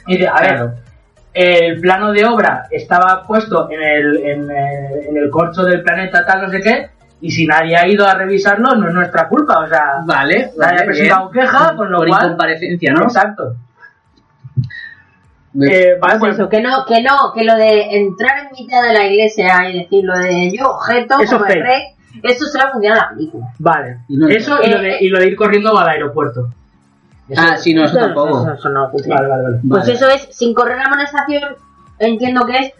[SPEAKER 4] Y dice, a ver, el plano de obra estaba puesto en el, en, el- en el corcho del planeta tal, no sé qué, y si nadie ha ido a revisarlo, no es nuestra culpa, o sea,
[SPEAKER 3] Vale,
[SPEAKER 4] nadie ha
[SPEAKER 3] vale, bien.
[SPEAKER 4] presentado queja, con lo
[SPEAKER 3] Por
[SPEAKER 4] cual...
[SPEAKER 3] incomparecencia, ¿no?
[SPEAKER 4] Exacto. Eh, vale,
[SPEAKER 5] Pues
[SPEAKER 4] pues,
[SPEAKER 5] eso, que no, que no, que lo de entrar en mitad de la iglesia y decir lo de yo objeto
[SPEAKER 4] Eso
[SPEAKER 5] como
[SPEAKER 4] es
[SPEAKER 5] el
[SPEAKER 4] fake.
[SPEAKER 5] rey, eso se va a funcionar en la película.
[SPEAKER 4] vale.
[SPEAKER 3] Y no-
[SPEAKER 4] eso y, lo de, y lo de ir corriendo al aeropuerto.
[SPEAKER 3] Ah, sí, no, eso tampoco.
[SPEAKER 5] Eso, eso no funciona.
[SPEAKER 4] Vale, vale, vale.
[SPEAKER 5] Pues
[SPEAKER 3] Vale.
[SPEAKER 5] eso es, sin correr la amonestación, entiendo que es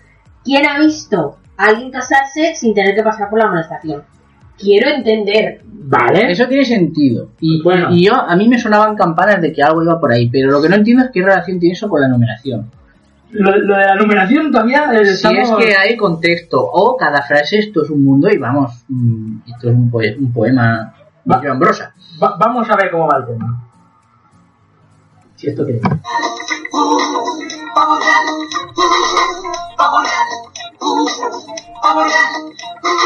[SPEAKER 5] quién ha visto a alguien casarse sin tener que pasar por la amonestación. Quiero entender.
[SPEAKER 4] Vale.
[SPEAKER 3] Eso tiene sentido. Y,
[SPEAKER 4] eh, Bueno.
[SPEAKER 3] y yo, a mí me sonaban campanas de que algo iba por ahí, pero lo que no entiendo es qué relación tiene eso con la numeración.
[SPEAKER 4] Lo, lo de la numeración todavía eh,
[SPEAKER 3] Si
[SPEAKER 4] estamos...
[SPEAKER 3] es que hay contexto, o cada frase esto es un mundo y vamos, mm, esto es un, poe- un poema de
[SPEAKER 4] Va.
[SPEAKER 3] Joan Brosa.
[SPEAKER 4] Va- vamos a ver cómo va el tema. Si esto quiere.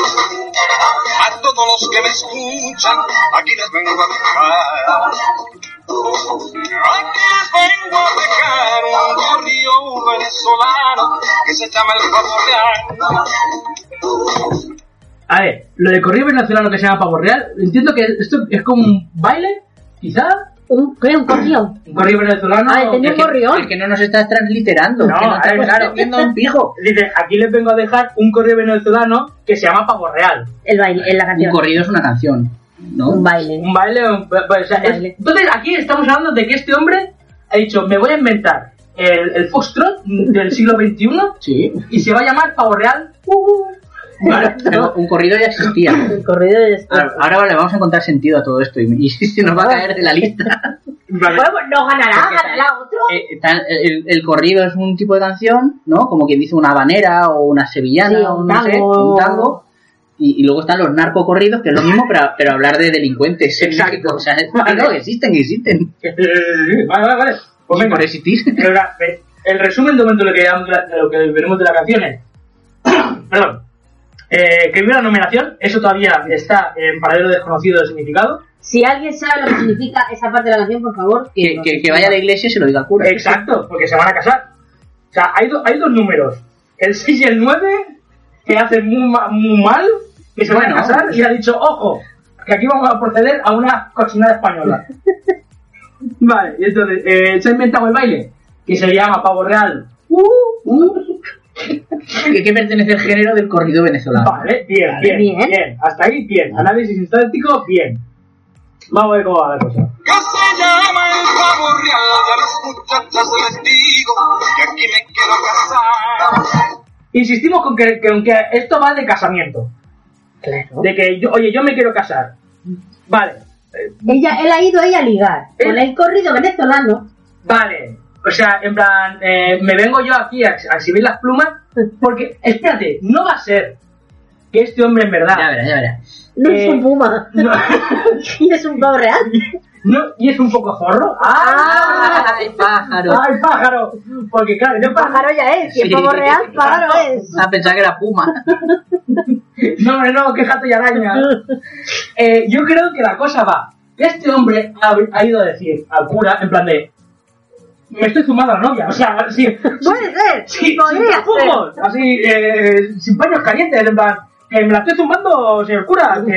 [SPEAKER 9] A todos los que me escuchan, aquí les vengo a dejar. Aquí les vengo a dejar un corrido venezolano que se llama el Faboreano.
[SPEAKER 4] A ver, lo de corrido venezolano que se llama pavo real, entiendo que esto es como un baile, quizá.
[SPEAKER 5] ¿Un, ¿Qué? ¿Un corrión?
[SPEAKER 4] Un corrido venezolano.
[SPEAKER 5] Ah, entendí
[SPEAKER 4] que-
[SPEAKER 5] un corrión.
[SPEAKER 3] Es que no nos estás transliterando,
[SPEAKER 4] No,
[SPEAKER 3] que no
[SPEAKER 4] a
[SPEAKER 3] estamos
[SPEAKER 4] ver, claro.
[SPEAKER 3] entendiendo un pijo.
[SPEAKER 4] Dice, aquí les vengo a dejar un corrido venezolano que se llama pavo real.
[SPEAKER 5] El baile, en la
[SPEAKER 3] Un
[SPEAKER 5] canción.
[SPEAKER 3] corrido es una canción, ¿no?
[SPEAKER 5] Un baile. ¿eh?
[SPEAKER 4] Un baile, un, o sea, es-
[SPEAKER 5] Baile.
[SPEAKER 4] entonces aquí estamos hablando de que este hombre ha dicho, me voy a inventar el, el foxtrot del siglo XXI
[SPEAKER 3] Sí.
[SPEAKER 4] y se va a llamar pavo real. Uh, uh. Vale.
[SPEAKER 3] [laughs] Pero un corrido ya existía.
[SPEAKER 5] El corrido es...
[SPEAKER 3] Ahora, ahora vale, vamos a encontrar sentido a todo esto y, [laughs] y se nos va a caer de la lista.
[SPEAKER 4] Vale.
[SPEAKER 5] Bueno, pues no ganará,
[SPEAKER 3] Porque-
[SPEAKER 5] ganará otro.
[SPEAKER 3] Eh, tan- el, el corrido es un tipo de canción, ¿no? Como quien dice una habanera o una sevillana
[SPEAKER 5] Sí,
[SPEAKER 3] o
[SPEAKER 5] un
[SPEAKER 3] no sé,
[SPEAKER 5] tango.
[SPEAKER 3] un tango. Y, y luego están los narcocorridos, que es lo mismo, pero, pero hablar de delincuentes. en
[SPEAKER 4] Exacto.
[SPEAKER 3] México. O sea, es- ah, no, existen, existen.
[SPEAKER 4] Eh, vale, vale, vale. Pues
[SPEAKER 3] Y
[SPEAKER 4] venga.
[SPEAKER 3] por existir.
[SPEAKER 4] Pero ahora, ve- el resumen de momento de lo que, llevamos de la- de lo que veremos de la canción es. [coughs] Perdón. Eh, que vive la nominación, eso todavía está en paradero desconocido de significado.
[SPEAKER 5] Si alguien sabe lo que significa esa parte de la canción, por favor,
[SPEAKER 3] Que, que- que vaya a la iglesia y se lo diga al
[SPEAKER 4] Pues
[SPEAKER 3] cura. [laughs]
[SPEAKER 4] Exacto, porque se van a casar. O sea, hay, do- hay dos números: el 6 y el 9, que hacen muy, ma- muy mal, que se van a
[SPEAKER 3] Bueno.
[SPEAKER 4] casar, y ha dicho, ojo, que aquí vamos a proceder a una cochinada española. [laughs] vale, y entonces, eh, se ha inventado el baile, que se llama pavo real. Uh,
[SPEAKER 3] [laughs]
[SPEAKER 4] uh,
[SPEAKER 3] Que, que pertenece al género del corrido venezolano.
[SPEAKER 4] Vale, bien,
[SPEAKER 5] Vale,
[SPEAKER 4] bien, bien,
[SPEAKER 5] bien.
[SPEAKER 4] Hasta ahí, bien. Análisis estático, bien. Vamos a ver cómo va la cosa.
[SPEAKER 9] Que se llama el Faboreal. Y a las muchachas les digo que aquí me quiero casar.
[SPEAKER 4] Insistimos con que, que aunque esto va de casamiento.
[SPEAKER 5] Claro.
[SPEAKER 4] De que, yo, oye, yo me quiero casar. Vale,
[SPEAKER 5] Ella, él ha ido ahí a ligar.
[SPEAKER 4] Eh.
[SPEAKER 5] Con el corrido venezolano.
[SPEAKER 4] vale. O sea, en plan, eh, me vengo yo aquí a, a exhibir las plumas. Porque, espérate, no va a ser que este hombre en
[SPEAKER 3] Ya
[SPEAKER 4] verdad.
[SPEAKER 3] verás, ya verás.
[SPEAKER 5] No
[SPEAKER 4] Eh,
[SPEAKER 5] es un puma. [laughs]
[SPEAKER 4] No, [laughs]
[SPEAKER 5] es un pavo real.
[SPEAKER 4] no, y es un poco zorro. ¡Ah!
[SPEAKER 3] ¡Ay, pájaro!
[SPEAKER 4] ¡Ay, pájaro! Porque, claro, yo pájaro.
[SPEAKER 5] Pájaro ya es. Y el
[SPEAKER 3] Sí.
[SPEAKER 5] pavo real, pájaro es.
[SPEAKER 3] A pensar que era puma.
[SPEAKER 5] [laughs]
[SPEAKER 4] No, hombre, no, qué gato y araña. Eh, yo creo que la cosa va. Este hombre ha, ha ido a decir al cura, en plan de. Me estoy fumando a la novia, o sea, sí.
[SPEAKER 5] Puede ser.
[SPEAKER 4] Sí, sin
[SPEAKER 5] podría ser.
[SPEAKER 4] tapujos, así, eh, sin paños calientes, en plan, que me la estoy zumbando, señor cura, que,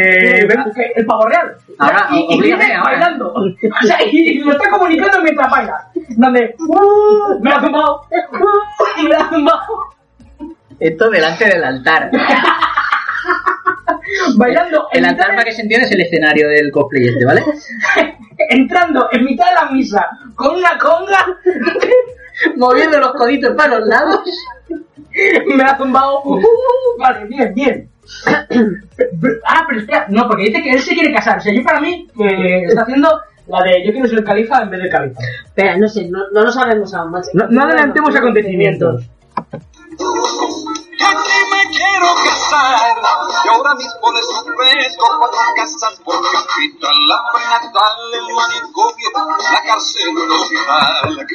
[SPEAKER 4] ven- que el pavo real.
[SPEAKER 3] Ahora,
[SPEAKER 4] y, y
[SPEAKER 3] oblígame
[SPEAKER 4] viene
[SPEAKER 3] ahora.
[SPEAKER 4] bailando. O sea, y, y lo está comunicando mientras baila. Donde, "Uh, me la ha zumbado, uh, me la ha zumbado.
[SPEAKER 3] Esto delante del altar.
[SPEAKER 4] Bailando. en
[SPEAKER 3] El
[SPEAKER 4] mitad
[SPEAKER 3] altar,
[SPEAKER 4] de-
[SPEAKER 3] para que se entienda, es el escenario del cosplay este,
[SPEAKER 5] [laughs]
[SPEAKER 3] ¿vale?
[SPEAKER 4] [laughs] entrando en mitad de la misa con una conga,
[SPEAKER 3] Moviendo los coditos para los lados.
[SPEAKER 4] me ha zumbado. Uh, vale, bien, bien. [clears throat] ah, pero espera, no, porque dice que él se quiere casar. O sea, yo para mí eh, está haciendo la de yo quiero ser califa en vez de califa.
[SPEAKER 5] Espera, no sé, no, no lo sabemos aún, macho.
[SPEAKER 4] No, no adelantemos acontecimientos.
[SPEAKER 9] Que aquí me quiero casar. Y ahora mismo les ofrezco cuatro casas por capital, la prenatal, el manicomio, la cárcel, el hospital.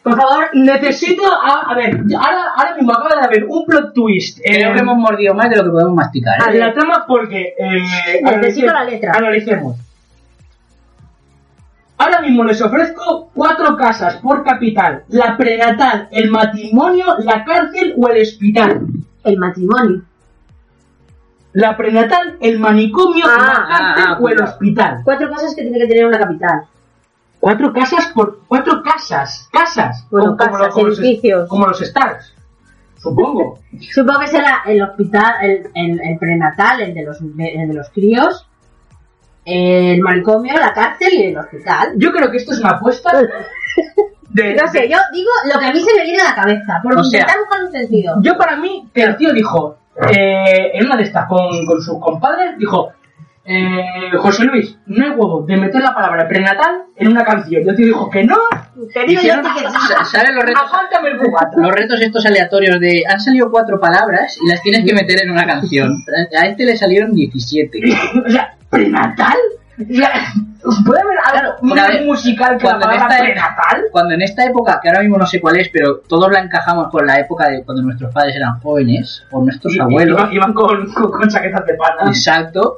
[SPEAKER 4] Por favor, necesito. A, a ver, ahora, ahora mismo acaba de haber un plot twist. eh,
[SPEAKER 3] Creo que hemos mordido más de lo que podemos masticar.
[SPEAKER 5] Ah,
[SPEAKER 4] a
[SPEAKER 3] ¿eh?
[SPEAKER 4] la trama porque. Eh, analicemos-
[SPEAKER 5] la letra.
[SPEAKER 4] Analicemos. Ahora mismo les ofrezco cuatro casas por capital: la prenatal, el matrimonio, la cárcel o el hospital.
[SPEAKER 5] El matrimonio.
[SPEAKER 4] La prenatal, el manicomio,
[SPEAKER 5] Ah,
[SPEAKER 4] la cárcel
[SPEAKER 3] ah, ah,
[SPEAKER 4] o el
[SPEAKER 3] cuidado.
[SPEAKER 4] hospital.
[SPEAKER 5] Cuatro cosas que tiene que tener una capital.
[SPEAKER 4] Cuatro casas por. Cuatro casas. Casas.
[SPEAKER 5] Bueno,
[SPEAKER 4] Como- como
[SPEAKER 5] casas,
[SPEAKER 4] los- como los-
[SPEAKER 5] edificios.
[SPEAKER 4] Como los Stars. Supongo.
[SPEAKER 5] Supongo que será el hospital, el, el- el prenatal, el de, los, el de los críos, el manicomio, la cárcel y el hospital.
[SPEAKER 4] Yo creo que esto es una apuesta. De,
[SPEAKER 5] [laughs] No sé, yo digo lo que a mí se me viene a la cabeza, por
[SPEAKER 4] O sea,
[SPEAKER 5] intentar buscar un sentido.
[SPEAKER 4] Yo para mí, que el tío dijo, eh, en una de estas con, con sus compadres, dijo, eh, José Luis, no hay huevo de meter la palabra prenatal en una canción. Y el tío dijo que no,
[SPEAKER 5] Te digo yo
[SPEAKER 3] Hicieron-
[SPEAKER 5] que Ah.
[SPEAKER 3] ¿Sabes los retos?
[SPEAKER 4] aguántame el cubata.
[SPEAKER 3] Los retos estos aleatorios de han salido cuatro palabras y las tienes que meter en una canción. A este le salieron 17.
[SPEAKER 4] o sea, ¿prenatal? O sea, ¿Puede haber
[SPEAKER 3] Claro,
[SPEAKER 4] algo
[SPEAKER 3] porque a ver,
[SPEAKER 4] más musical que la
[SPEAKER 3] cuando en
[SPEAKER 4] palabra
[SPEAKER 3] esta- e-
[SPEAKER 4] prenatal?
[SPEAKER 3] Cuando en esta época, que ahora mismo no sé cuál es, pero todos la encajamos con la época de cuando nuestros padres eran jóvenes o nuestros
[SPEAKER 4] Y- y-
[SPEAKER 3] abuelos.
[SPEAKER 4] Iban, iban con, con, con chaquetas de pana.
[SPEAKER 3] Exacto.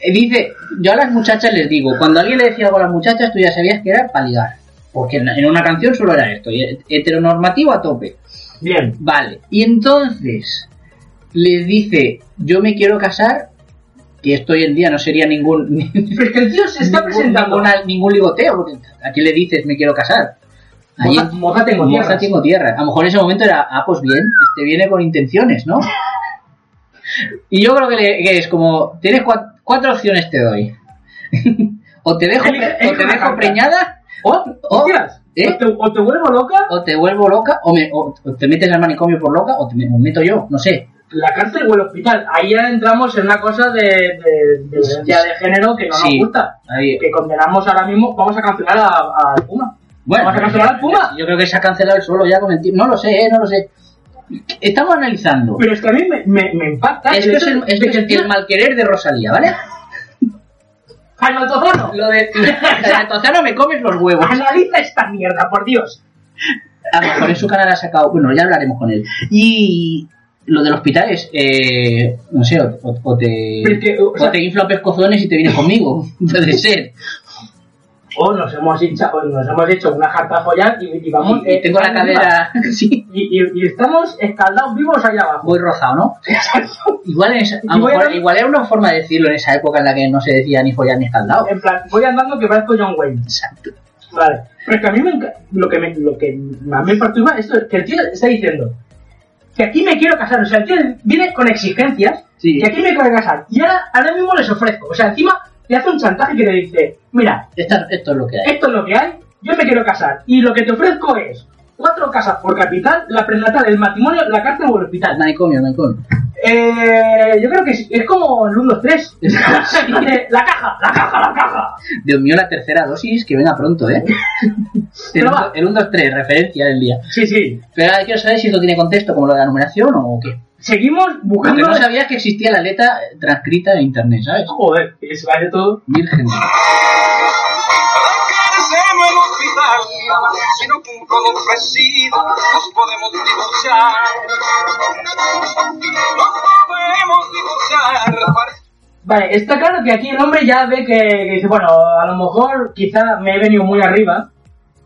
[SPEAKER 3] Eh, Dice, yo a las muchachas les digo, cuando alguien le decía algo a las muchachas, tú ya sabías que era para ligar. Porque en- en una canción solo era esto, y heteronormativo a tope.
[SPEAKER 4] Bien.
[SPEAKER 3] Vale, y entonces les dice, yo me quiero casar, que esto hoy en día no sería ningún... [laughs]
[SPEAKER 4] Pero es que el tío se está
[SPEAKER 3] ningún-
[SPEAKER 4] presentando una...
[SPEAKER 3] ninguna- ningún ligoteo, porque aquí le dices, me quiero casar. Ahí-
[SPEAKER 4] Moza, moza tengo
[SPEAKER 3] Moza
[SPEAKER 4] tierras.
[SPEAKER 3] tengo tierra. A lo mejor en ese momento era, ah, pues bien, este viene con intenciones, ¿no? Y yo creo que, le- que es como, tienes cua- cuatro, opciones te doy. [laughs] o te dejo,
[SPEAKER 4] Elige-
[SPEAKER 3] pre- o
[SPEAKER 4] elige
[SPEAKER 3] te
[SPEAKER 4] una
[SPEAKER 3] dejo
[SPEAKER 4] carta.
[SPEAKER 3] preñada,
[SPEAKER 4] Oh, hostias,
[SPEAKER 3] ¿eh?
[SPEAKER 4] o, te, o te vuelvo loca,
[SPEAKER 3] o te vuelvo loca, o, me- o- o te metes al manicomio por loca, o te me- o meto yo, no sé.
[SPEAKER 4] la cárcel o el hospital. Ahí ya entramos en una cosa de, de, de violencia de género que no
[SPEAKER 3] Sí.
[SPEAKER 4] nos gusta.
[SPEAKER 3] Ahí-
[SPEAKER 4] Que condenamos ahora mismo, vamos a cancelar a, a Puma.
[SPEAKER 3] Bueno,
[SPEAKER 4] ¿Vamos a cancelar al Puma?
[SPEAKER 3] yo creo que se ha cancelado el solo ya con el tiempo. No lo sé, eh, no lo sé. Estamos analizando.
[SPEAKER 4] Pero es que a mí me, me, me impacta.
[SPEAKER 3] Esto
[SPEAKER 4] el
[SPEAKER 3] es
[SPEAKER 4] hecho
[SPEAKER 3] el,
[SPEAKER 4] de
[SPEAKER 3] esto
[SPEAKER 4] que
[SPEAKER 3] es el,
[SPEAKER 4] tío-
[SPEAKER 3] el malquerer de Rosalía,
[SPEAKER 4] [laughs]
[SPEAKER 3] ¿vale?
[SPEAKER 4] ¡Jaime Altozano!
[SPEAKER 3] Lo de... [laughs] Entonces no me comes los huevos. Ah,
[SPEAKER 4] Analiza esta mierda, por Dios.
[SPEAKER 3] A lo mejor en su canal ha sacado. Bueno, ya hablaremos con él. Y lo del hospital es. Eh, no sé, o, o- o te.
[SPEAKER 4] Pero es que, o
[SPEAKER 3] o
[SPEAKER 4] sea-
[SPEAKER 3] te infla pescozones y te vienes conmigo. [laughs] Puede ser.
[SPEAKER 4] O nos hemos hecho, o nos hemos hecho una jarta follar y, y vamos.
[SPEAKER 3] Y
[SPEAKER 4] eh,
[SPEAKER 3] tengo la
[SPEAKER 4] arriba.
[SPEAKER 3] cadera. [laughs] Sí.
[SPEAKER 4] Y, y- y estamos escaldados vivos allá abajo.
[SPEAKER 3] Muy rozado, ¿no? Igual, en esa- a lo
[SPEAKER 4] Y voy
[SPEAKER 3] mejor-
[SPEAKER 4] a-
[SPEAKER 3] igual era una forma de decirlo en esa época en la que no se decía ni follar ni escaldado.
[SPEAKER 4] En plan, voy andando que parezco John Wayne.
[SPEAKER 3] Exacto.
[SPEAKER 4] Vale. Pero es que a mí me enca- lo que me, lo que a mí me perturba esto es que el tío está diciendo que aquí me quiero casar. O sea, el tío viene con exigencias
[SPEAKER 3] Sí.
[SPEAKER 4] que aquí me quiero casar. Y ahora, ahora mismo les ofrezco. O sea, encima le hace un chantaje que le dice, mira,
[SPEAKER 3] Esta- esto es lo que hay.
[SPEAKER 4] esto es lo que hay, yo me quiero casar. Y lo que te ofrezco es cuatro casas por capital, la prenatal, el matrimonio, la cárcel o el
[SPEAKER 3] El
[SPEAKER 4] hospital.
[SPEAKER 3] manicomio, el manicomio.
[SPEAKER 4] Eh, yo creo que es, es como el 1, 2, 3. [laughs] la caja, la caja, la caja.
[SPEAKER 3] Dios mío, la tercera dosis, que venga pronto,
[SPEAKER 4] [laughs]
[SPEAKER 3] ¿eh? el,
[SPEAKER 4] Pero va.
[SPEAKER 3] 1, 2, 3, referencia del día.
[SPEAKER 4] Sí, sí.
[SPEAKER 3] Pero ahora quiero saber si esto tiene contexto, como lo de la numeración o qué.
[SPEAKER 4] Seguimos
[SPEAKER 3] Porque
[SPEAKER 4] buscando...
[SPEAKER 3] no sabías que existía la letra transcrita en internet, ¿sabes?
[SPEAKER 4] Joder, que se vaya todo.
[SPEAKER 3] Virgen.
[SPEAKER 9] Arrancarse no el hospital, sino que un codo ofrecido nos podemos divorciar. Nos podemos divorciar. Para
[SPEAKER 4] Vale, está claro que aquí el hombre ya ve que, que dice, bueno, a lo mejor quizá me he venido muy arriba,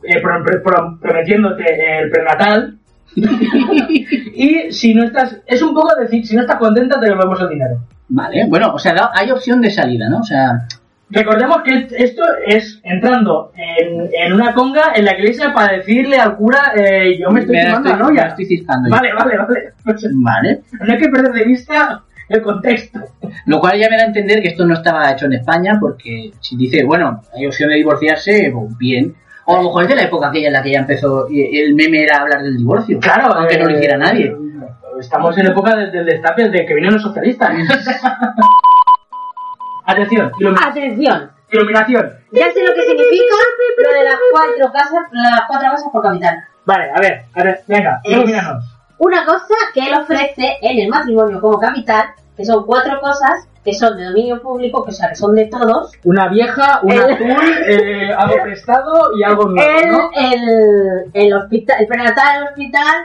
[SPEAKER 4] eh, pro- pro- pro- prometiéndote el prenatal. y si no estás, es un poco decir, si no estás contenta te devolvemos el dinero.
[SPEAKER 3] Vale, bueno, o sea, da- hay opción de salida, ¿no? O sea,
[SPEAKER 4] Recordemos que esto es entrando en, en una conga en la iglesia para decirle al cura, eh, yo me estoy
[SPEAKER 3] la
[SPEAKER 4] fumando la
[SPEAKER 3] estoy, me la
[SPEAKER 4] novia.
[SPEAKER 3] estoy ciscando.
[SPEAKER 4] Vale, vale, vale. [laughs]
[SPEAKER 3] Vale.
[SPEAKER 4] No hay que perder de vista el contexto.
[SPEAKER 3] Lo cual ya me da a entender que esto no estaba hecho en España, porque si dice, bueno, hay opción de divorciarse, pues bien. O a lo mejor es de la época aquella en la que ya empezó, y el meme era hablar del divorcio.
[SPEAKER 4] Claro,
[SPEAKER 3] aunque no lo
[SPEAKER 4] eh,
[SPEAKER 3] hiciera nadie.
[SPEAKER 4] Estamos en época del del destape de que vienen
[SPEAKER 3] [laughs]
[SPEAKER 4] los socialistas. Atención, ilumi-
[SPEAKER 5] Ah. Atención,
[SPEAKER 4] iluminación.
[SPEAKER 5] ya sé lo que significa lo de las cuatro casas, las cuatro casas por capital.
[SPEAKER 4] Vale, a ver, a ver, venga,
[SPEAKER 5] Es-
[SPEAKER 4] ilumínanos.
[SPEAKER 5] Una cosa que él ofrece en el matrimonio como capital, que son cuatro cosas que son de dominio público, que, o sea, que son de todos.
[SPEAKER 4] Una vieja, un
[SPEAKER 5] El-
[SPEAKER 4] azul, eh, algo
[SPEAKER 5] [laughs]
[SPEAKER 4] prestado y algo nuevo,
[SPEAKER 5] El,
[SPEAKER 4] ¿no?
[SPEAKER 5] el, el hospital, el prenatal, el hospital,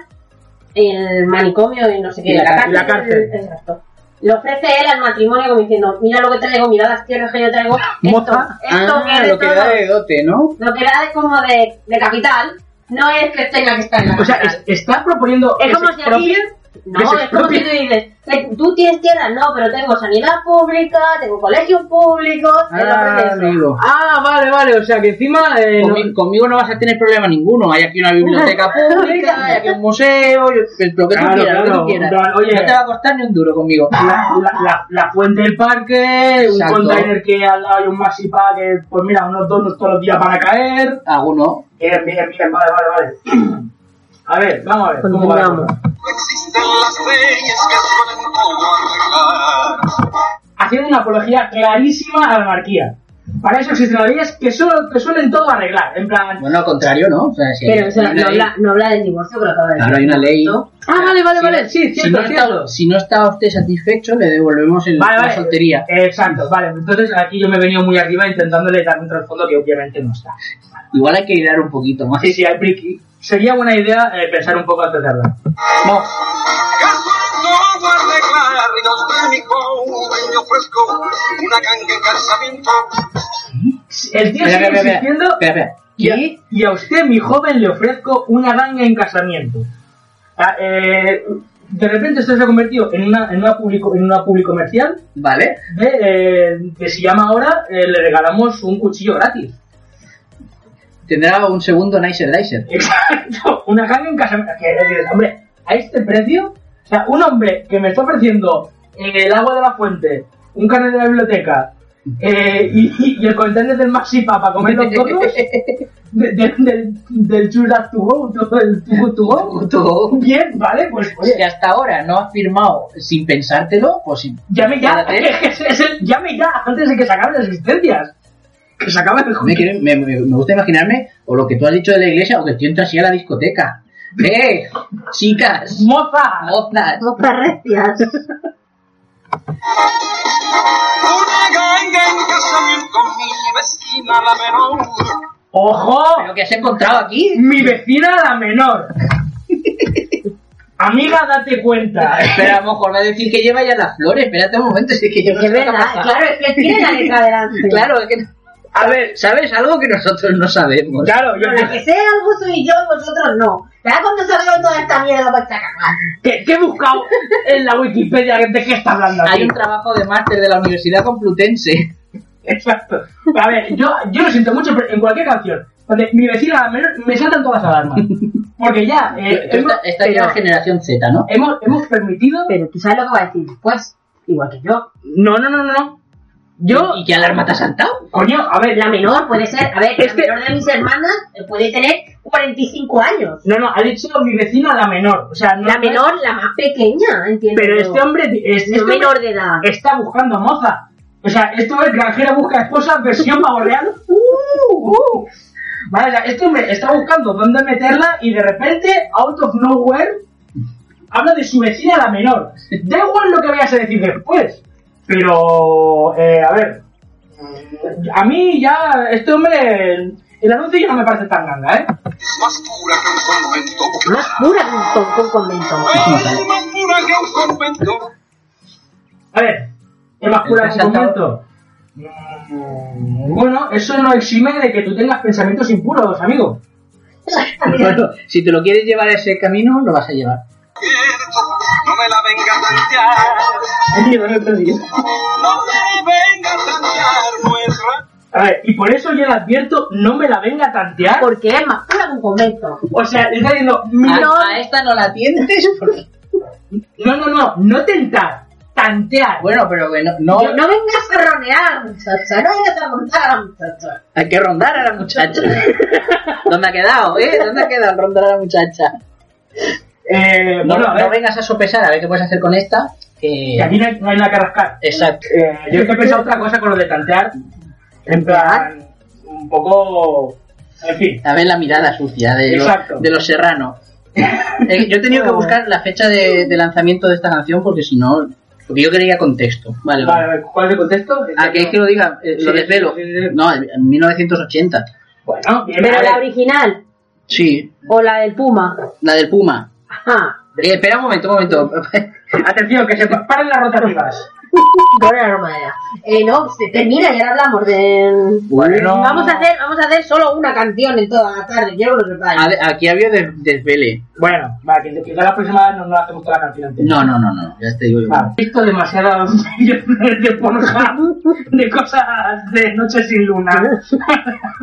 [SPEAKER 5] el manicomio y no sé qué.
[SPEAKER 3] Y la
[SPEAKER 4] ca- y la cárcel.
[SPEAKER 5] Exacto. Lo ofrece él al matrimonio como diciendo, mira lo que traigo, mira las tierras que yo traigo. Esto,
[SPEAKER 4] Moza.
[SPEAKER 5] esto
[SPEAKER 3] Ah,
[SPEAKER 5] que es de
[SPEAKER 3] lo que da
[SPEAKER 5] todos".
[SPEAKER 3] de dote, ¿no?
[SPEAKER 5] lo que da es como de, de capital, no es que tenga que estar en la
[SPEAKER 4] O sea,
[SPEAKER 5] capital.
[SPEAKER 4] es- está proponiendo
[SPEAKER 5] Es
[SPEAKER 4] que
[SPEAKER 5] como
[SPEAKER 4] se
[SPEAKER 5] si aquí-
[SPEAKER 4] expropien
[SPEAKER 5] No,
[SPEAKER 4] Que se
[SPEAKER 5] es como si tú
[SPEAKER 4] propie-
[SPEAKER 5] dices, eh, tú tienes tierra, no, pero tengo sanidad pública, tengo colegios públicos, es lo que
[SPEAKER 3] Ah,
[SPEAKER 5] te digo.
[SPEAKER 3] amigo.
[SPEAKER 4] Ah, vale, vale, o sea que encima... eh, no-
[SPEAKER 3] Conmi- conmigo no vas a tener problema ninguno. Hay aquí una biblioteca pública, hay aquí un museo, yo- lo que tú quieras,
[SPEAKER 4] Claro,
[SPEAKER 3] lo que
[SPEAKER 4] claro.
[SPEAKER 3] tú quieras.
[SPEAKER 4] Claro, oye.
[SPEAKER 3] No te va a costar ni un duro conmigo.
[SPEAKER 4] la, la- la- la fuente del parque, un
[SPEAKER 3] Exacto.
[SPEAKER 4] container que al lado hay un masipa que, pues mira, unos donuts todos los días van a caer.
[SPEAKER 3] Alguno.
[SPEAKER 4] Bien, bien, bien, vale, vale, vale. [clears throat] A ver, vamos a ver. ¿cómo va la
[SPEAKER 5] Continuamos.
[SPEAKER 4] cosa?
[SPEAKER 9] No existen las leyes que suelen todo arreglar.
[SPEAKER 4] Haciendo una apología clarísima a la anarquía. Para eso existen las leyes que, solo, que suelen todo arreglar. En plan,
[SPEAKER 3] Bueno, al contrario, ¿no? O sea, si hay-
[SPEAKER 5] Pero eso
[SPEAKER 3] hay
[SPEAKER 5] no,
[SPEAKER 3] una ley-
[SPEAKER 5] habla, no habla del divorcio, que lo acaba de decir.
[SPEAKER 3] Claro, hay una ley.
[SPEAKER 4] Ah, vale, vale, vale,
[SPEAKER 3] si,
[SPEAKER 4] sí, cierto,
[SPEAKER 3] no
[SPEAKER 4] cierto.
[SPEAKER 3] está, si no está usted satisfecho, le devolvemos el,
[SPEAKER 4] Vale, Eh,
[SPEAKER 3] la
[SPEAKER 4] vale.
[SPEAKER 3] soltería.
[SPEAKER 4] Exacto, vale. Entonces aquí yo me he venido muy arriba intentándole dar un trasfondo que obviamente no está.
[SPEAKER 3] Igual hay que hilar un poquito más.
[SPEAKER 4] Sí, sí, hay friki. sería buena idea eh, pensar un poco antes de hablar.
[SPEAKER 3] No,
[SPEAKER 9] Caso de todo arreglar, yo soy mi joven, yo ofrezco una ganga en casamiento.
[SPEAKER 4] El
[SPEAKER 3] espera,
[SPEAKER 4] tío sigue
[SPEAKER 3] espera, espera,
[SPEAKER 4] insistiendo
[SPEAKER 3] espera, espera.
[SPEAKER 4] Y, a, y a usted, mi joven, le ofrezco una ganga en casamiento. Ah, eh, de repente esto se ha convertido en una, en una, publico, en una publicomercial
[SPEAKER 3] Vale,
[SPEAKER 4] de, eh, que se llama ahora eh, le regalamos un cuchillo gratis. [laughs]
[SPEAKER 3] tendrá un segundo Nicer Dicer.
[SPEAKER 4] Exacto, una ganga en casamiento. Que dices, hombre, a este precio, o sea, un hombre que me está ofreciendo eh, el agua de la fuente, un carnet de la biblioteca eh, y, y el contenedor del Maxipa para comer
[SPEAKER 3] [laughs]
[SPEAKER 4] los tocos, de- de- del, del Churras to go, todo el Too Good to go.
[SPEAKER 3] Puto.
[SPEAKER 4] Bien, vale, pues
[SPEAKER 3] Si
[SPEAKER 4] oye,
[SPEAKER 3] hasta ahora no has firmado sin pensártelo, pues ¿eh? sin-
[SPEAKER 4] llame ya,
[SPEAKER 3] espérate.
[SPEAKER 4] es, es el, llame ya, antes de que se acaben las existencias. Que se acabe el
[SPEAKER 3] Me,
[SPEAKER 4] juego.
[SPEAKER 3] quiero- me- me- me gusta imaginarme o lo que tú has dicho de la iglesia o que tú entras así a la discoteca. ¡Eh! Chicas,
[SPEAKER 4] ¡Moza!
[SPEAKER 3] mozas.
[SPEAKER 5] Dos perrecias. [laughs]
[SPEAKER 9] Una ganga en casamiento, mi vecina la menor.
[SPEAKER 4] ¡Ojo!
[SPEAKER 3] ¿Pero que has encontrado aquí?
[SPEAKER 4] Mi vecina
[SPEAKER 3] [laughs]
[SPEAKER 4] la menor. Amiga, date
[SPEAKER 3] [laughs]
[SPEAKER 4] cuenta.
[SPEAKER 3] Espera, a lo mejor va a decir que lleva ya las flores. Espérate un momento, si es que yo no sé
[SPEAKER 5] Es
[SPEAKER 3] lo que ha
[SPEAKER 5] verdad,
[SPEAKER 3] pasado.
[SPEAKER 5] claro, es que tiene la letra [laughs] delante.
[SPEAKER 3] Claro, es que... A ver, ¿sabes algo que nosotros no sabemos?
[SPEAKER 4] Claro,
[SPEAKER 5] Pero la que
[SPEAKER 4] yo
[SPEAKER 5] sé algo soy yo y vosotros no. Ya cuando salió toda esta mierda pues, vuestra cagada.
[SPEAKER 4] ¿Qué, qué he buscado en la Wikipedia de qué está hablando
[SPEAKER 3] Hay
[SPEAKER 4] aquí.
[SPEAKER 3] un trabajo de máster de la Universidad Complutense.
[SPEAKER 4] Exacto. A ver, yo, yo lo siento mucho, pero en cualquier canción, donde mi vecina la menor, me saltan todas las alarmas. Porque ya, eh,
[SPEAKER 3] Tú
[SPEAKER 4] hemos,
[SPEAKER 3] esta- Esta es la generación Z, ¿no?
[SPEAKER 4] hemos, hemos permitido
[SPEAKER 5] Pero tú sabes lo que va a decir después. Igual que yo.
[SPEAKER 4] No, no, no, no, no. Yo,
[SPEAKER 3] ¿Y qué alarma te ha saltado?
[SPEAKER 4] coño, a ver,
[SPEAKER 5] La menor puede ser, a ver,
[SPEAKER 4] Es
[SPEAKER 5] la
[SPEAKER 4] que-
[SPEAKER 5] menor de mis hermanas eh, puede tener 45 años.
[SPEAKER 4] no, no, ha dicho mi vecina la menor. O sea, no,
[SPEAKER 5] La menor, la más pequeña, entiendo.
[SPEAKER 4] Pero
[SPEAKER 5] yo.
[SPEAKER 4] este hombre, es
[SPEAKER 5] No menor de edad.
[SPEAKER 4] está buscando moza. O sea, esto es granjera busca esposa versión pavo
[SPEAKER 5] [laughs]
[SPEAKER 4] real. Uh, uh. Vale, o sea, este hombre está buscando dónde meterla y de repente, out of nowhere, habla de su vecina la menor. Da igual lo que vayas a decir después. Pero, eh, a ver, a mí ya, este hombre, el anuncio ya no me parece tan ganga, ¿eh?
[SPEAKER 9] Es más pura que un convento.
[SPEAKER 5] Más pura que un, con- que un convento.
[SPEAKER 9] Es más pura que un convento.
[SPEAKER 4] A ver, ¿qué más
[SPEAKER 3] El
[SPEAKER 4] cura
[SPEAKER 3] que
[SPEAKER 4] que
[SPEAKER 3] ha
[SPEAKER 4] un
[SPEAKER 3] saltado.
[SPEAKER 4] convento? Mm, Bueno, eso no exime de que tú tengas pensamientos impuros, amigo.
[SPEAKER 3] Bueno, si te lo quieres llevar a ese camino, lo vas a llevar.
[SPEAKER 9] Cierto, No me la venga a tantear. No me venga a tantear, no es ra-
[SPEAKER 4] A ver, y por eso yo le advierto, no me la venga a tantear.
[SPEAKER 5] Porque es más pura que un convento.
[SPEAKER 4] O sea, le está diciendo,
[SPEAKER 3] A,
[SPEAKER 4] no,
[SPEAKER 3] a esta no la tientes porque...
[SPEAKER 4] no, no, no, no tentar, tantear.
[SPEAKER 3] Bueno, pero que no, no-
[SPEAKER 5] No, no vengas a ronear, muchacha. No vengas a montar, muchacha.
[SPEAKER 3] hay que rondar a la muchacha. ¿Dónde ha quedado, eh? ¿Dónde ha quedado el rondar a la muchacha?
[SPEAKER 4] Eh,
[SPEAKER 3] No,
[SPEAKER 4] bueno, a ver,
[SPEAKER 3] no vengas a sopesar a ver qué puedes hacer con esta. Que...
[SPEAKER 4] que aquí no hay, no hay nada que rascar.
[SPEAKER 3] Exacto.
[SPEAKER 4] Eh, yo es que he pensado otra cosa con lo de tantear. En plan,
[SPEAKER 3] ¿Ah?
[SPEAKER 4] un poco... En fin.
[SPEAKER 3] A ver la mirada sucia de, los,
[SPEAKER 4] Exacto.
[SPEAKER 3] de los
[SPEAKER 4] [laughs]
[SPEAKER 3] serranos. Eh, yo he tenido que buscar la fecha de, de lanzamiento de esta canción porque si no... Porque yo quería contexto. Vale,
[SPEAKER 4] Vale, a ver, ¿cuál es el contexto?
[SPEAKER 3] Ah, ¿queréis que lo diga? Eh,
[SPEAKER 4] Sí,
[SPEAKER 3] lo desvelo.
[SPEAKER 4] sí, sí, sí.
[SPEAKER 3] No, en 1980.
[SPEAKER 4] Bueno, bien,
[SPEAKER 5] Pero
[SPEAKER 4] a
[SPEAKER 5] la
[SPEAKER 4] ver.
[SPEAKER 5] original
[SPEAKER 3] Sí,
[SPEAKER 5] o la del Puma.
[SPEAKER 3] la del Puma.
[SPEAKER 5] Ajá.
[SPEAKER 3] [laughs] Eh, espera un momento, un momento.
[SPEAKER 4] Atención, que se pa- paren las rotativas.
[SPEAKER 5] Gloria Romadera. Eh, no, se termina y ahora hablamos de...
[SPEAKER 10] Bueno.
[SPEAKER 5] Vamos a hacer, vamos a hacer solo una canción en toda la tarde, quiero que lo sepáis.
[SPEAKER 3] A- Aquí había des- desvele.
[SPEAKER 4] Bueno, vale, que quizá la próxima vez no, no hacemos toda la canción entera.
[SPEAKER 3] No, no, no, no. Ya te digo yo.
[SPEAKER 4] Vale. He visto demasiados vídeos [laughs] de Pornhub, de cosas de Noche sin
[SPEAKER 11] [laughs]
[SPEAKER 4] Luna.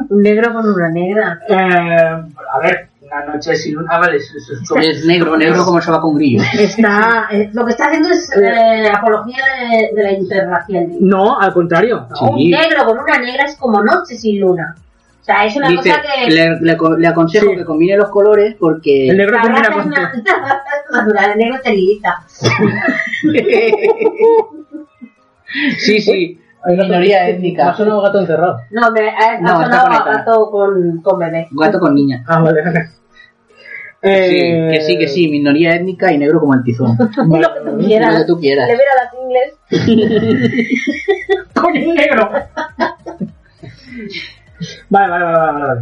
[SPEAKER 5] Un negro con una negra.
[SPEAKER 4] Eh, a ver, una Noche sin Luna, vale, eso es es como-
[SPEAKER 3] Es negro, negro como se va con
[SPEAKER 4] [laughs]
[SPEAKER 3] grillo.
[SPEAKER 5] Está, eh, lo que está haciendo es eh, apología de, de la interracial.
[SPEAKER 11] No, al contrario.
[SPEAKER 5] Un negro con una negra es como noche sin luna. O sea, es una
[SPEAKER 3] Dice,
[SPEAKER 5] cosa que...
[SPEAKER 3] le, le co- le aconsejo
[SPEAKER 11] Sí.
[SPEAKER 3] que combine los colores porque...
[SPEAKER 11] El negro
[SPEAKER 5] la
[SPEAKER 11] combina
[SPEAKER 5] raza es
[SPEAKER 11] con
[SPEAKER 5] una- la raza es [laughs] natural, el negro es telita.
[SPEAKER 3] sí, sí.
[SPEAKER 4] [laughs]
[SPEAKER 3] Minoría étnica.
[SPEAKER 11] Ha sonado gato encerrado.
[SPEAKER 5] No, me ha, ha
[SPEAKER 3] No, está
[SPEAKER 5] sonado a
[SPEAKER 3] conectada.
[SPEAKER 5] gato con, con bebé.
[SPEAKER 3] Gato con niña.
[SPEAKER 11] Ah, vale. Eh,
[SPEAKER 3] Sí, que sí, que
[SPEAKER 11] [laughs]
[SPEAKER 3] sí. Minoría étnica y negro como el tizón.
[SPEAKER 5] Eh, [laughs] Lo que tú quieras.
[SPEAKER 3] Lo que tú quieras.
[SPEAKER 5] Le ver a las ingles.
[SPEAKER 4] con el negro. Vale, vale, vale, vale, vale.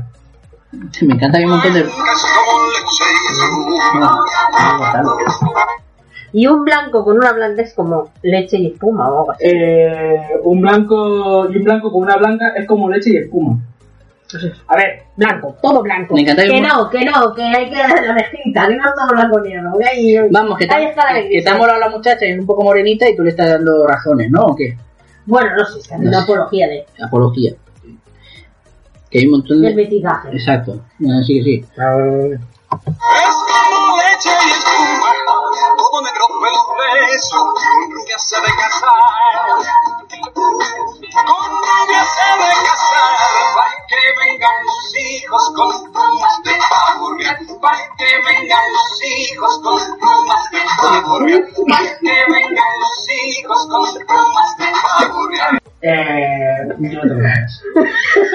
[SPEAKER 3] Me encanta que hay un montón de...
[SPEAKER 9] Cascón, leche y espuma.
[SPEAKER 3] No, no, no, no.
[SPEAKER 5] Y un blanco con una blanca es como leche y espuma o algo así.
[SPEAKER 4] Eh, un blanco y un blanco con una blanca es como leche y espuma. A ver,
[SPEAKER 5] Blanco, todo blanco.
[SPEAKER 3] Me encanta que-
[SPEAKER 5] que no, que no, que hay que dar la mezquita. No todo blanco ni negro. ¿ok? Y-
[SPEAKER 3] Vamos, que
[SPEAKER 5] Ahí
[SPEAKER 3] está,
[SPEAKER 5] está la
[SPEAKER 3] que
[SPEAKER 5] negrita.
[SPEAKER 3] está morada la muchacha y es un poco morenita y tú le estás dando razones, ¿no? ¿O qué?
[SPEAKER 5] Bueno, no sé, es una apología de,
[SPEAKER 3] Apología. Que hay un montón
[SPEAKER 5] del
[SPEAKER 3] de...
[SPEAKER 5] metigaje.
[SPEAKER 3] Exacto. Así que sí.
[SPEAKER 9] Es como leche y espuma, todo negro pelo preso, con rubia se de casar. Con rubia se de casar, para que vengan los hijos con plumas de pavorreal, para que vengan los hijos con plumas de pavorreal, para que vengan los hijos con plumas de pavorreal.
[SPEAKER 4] eh, yo no tengo nada más.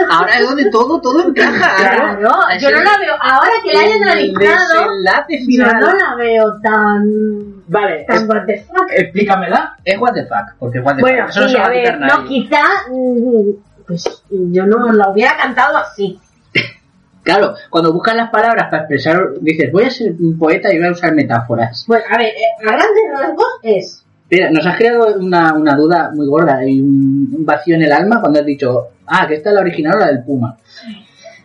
[SPEAKER 3] Ahora es donde todo, todo encaja.
[SPEAKER 5] Claro, yo no la veo. Ahora que la hayan analizado,
[SPEAKER 3] desenlace
[SPEAKER 5] yo
[SPEAKER 3] final.
[SPEAKER 5] no la veo tan.
[SPEAKER 4] Vale,
[SPEAKER 5] tan what the fuck.
[SPEAKER 4] explícamela.
[SPEAKER 3] Es what the fuck, porque what the
[SPEAKER 5] Bueno,
[SPEAKER 3] fuck. Eso no
[SPEAKER 5] sí,
[SPEAKER 3] se va
[SPEAKER 5] a
[SPEAKER 3] a quitar
[SPEAKER 5] ver, no,
[SPEAKER 3] nadie.
[SPEAKER 5] quizá. mm, Pues yo no la hubiera cantado así.
[SPEAKER 3] Claro, cuando buscas las palabras para expresar, dices, voy a ser un poeta y voy a usar metáforas.
[SPEAKER 5] Bueno, a ver, eh, a grandes rasgos es.
[SPEAKER 3] Mira, nos has creado una, una duda muy gorda y un un vacío en el alma cuando has dicho, ah, que esta es la original o la del Puma.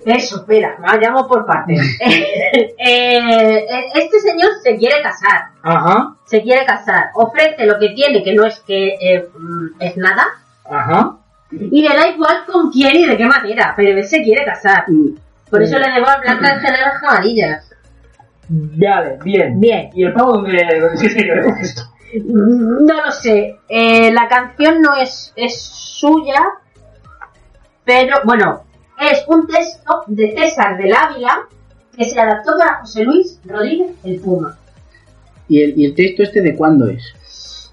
[SPEAKER 5] Eso, espera, vayamos por partes. Eh, eh, este señor se quiere casar.
[SPEAKER 4] Ajá,
[SPEAKER 5] se quiere casar, ofrece lo que tiene, que no es que eh, mm, es nada,
[SPEAKER 4] ajá.
[SPEAKER 5] y le da igual con quién y de qué manera, pero él se quiere casar. Por eso le llevó a blanca en general amarillas.
[SPEAKER 4] Vale, bien.
[SPEAKER 5] Bien,
[SPEAKER 4] ¿Y el pavo dónde dónde [laughs] se lleva esto?
[SPEAKER 5] mm, no lo sé, eh, la canción no es, es suya, pero bueno, es un texto de César del Ávila que se adaptó para José Luis Rodríguez el Puma.
[SPEAKER 3] ¿Y el, y el texto este de cuándo es?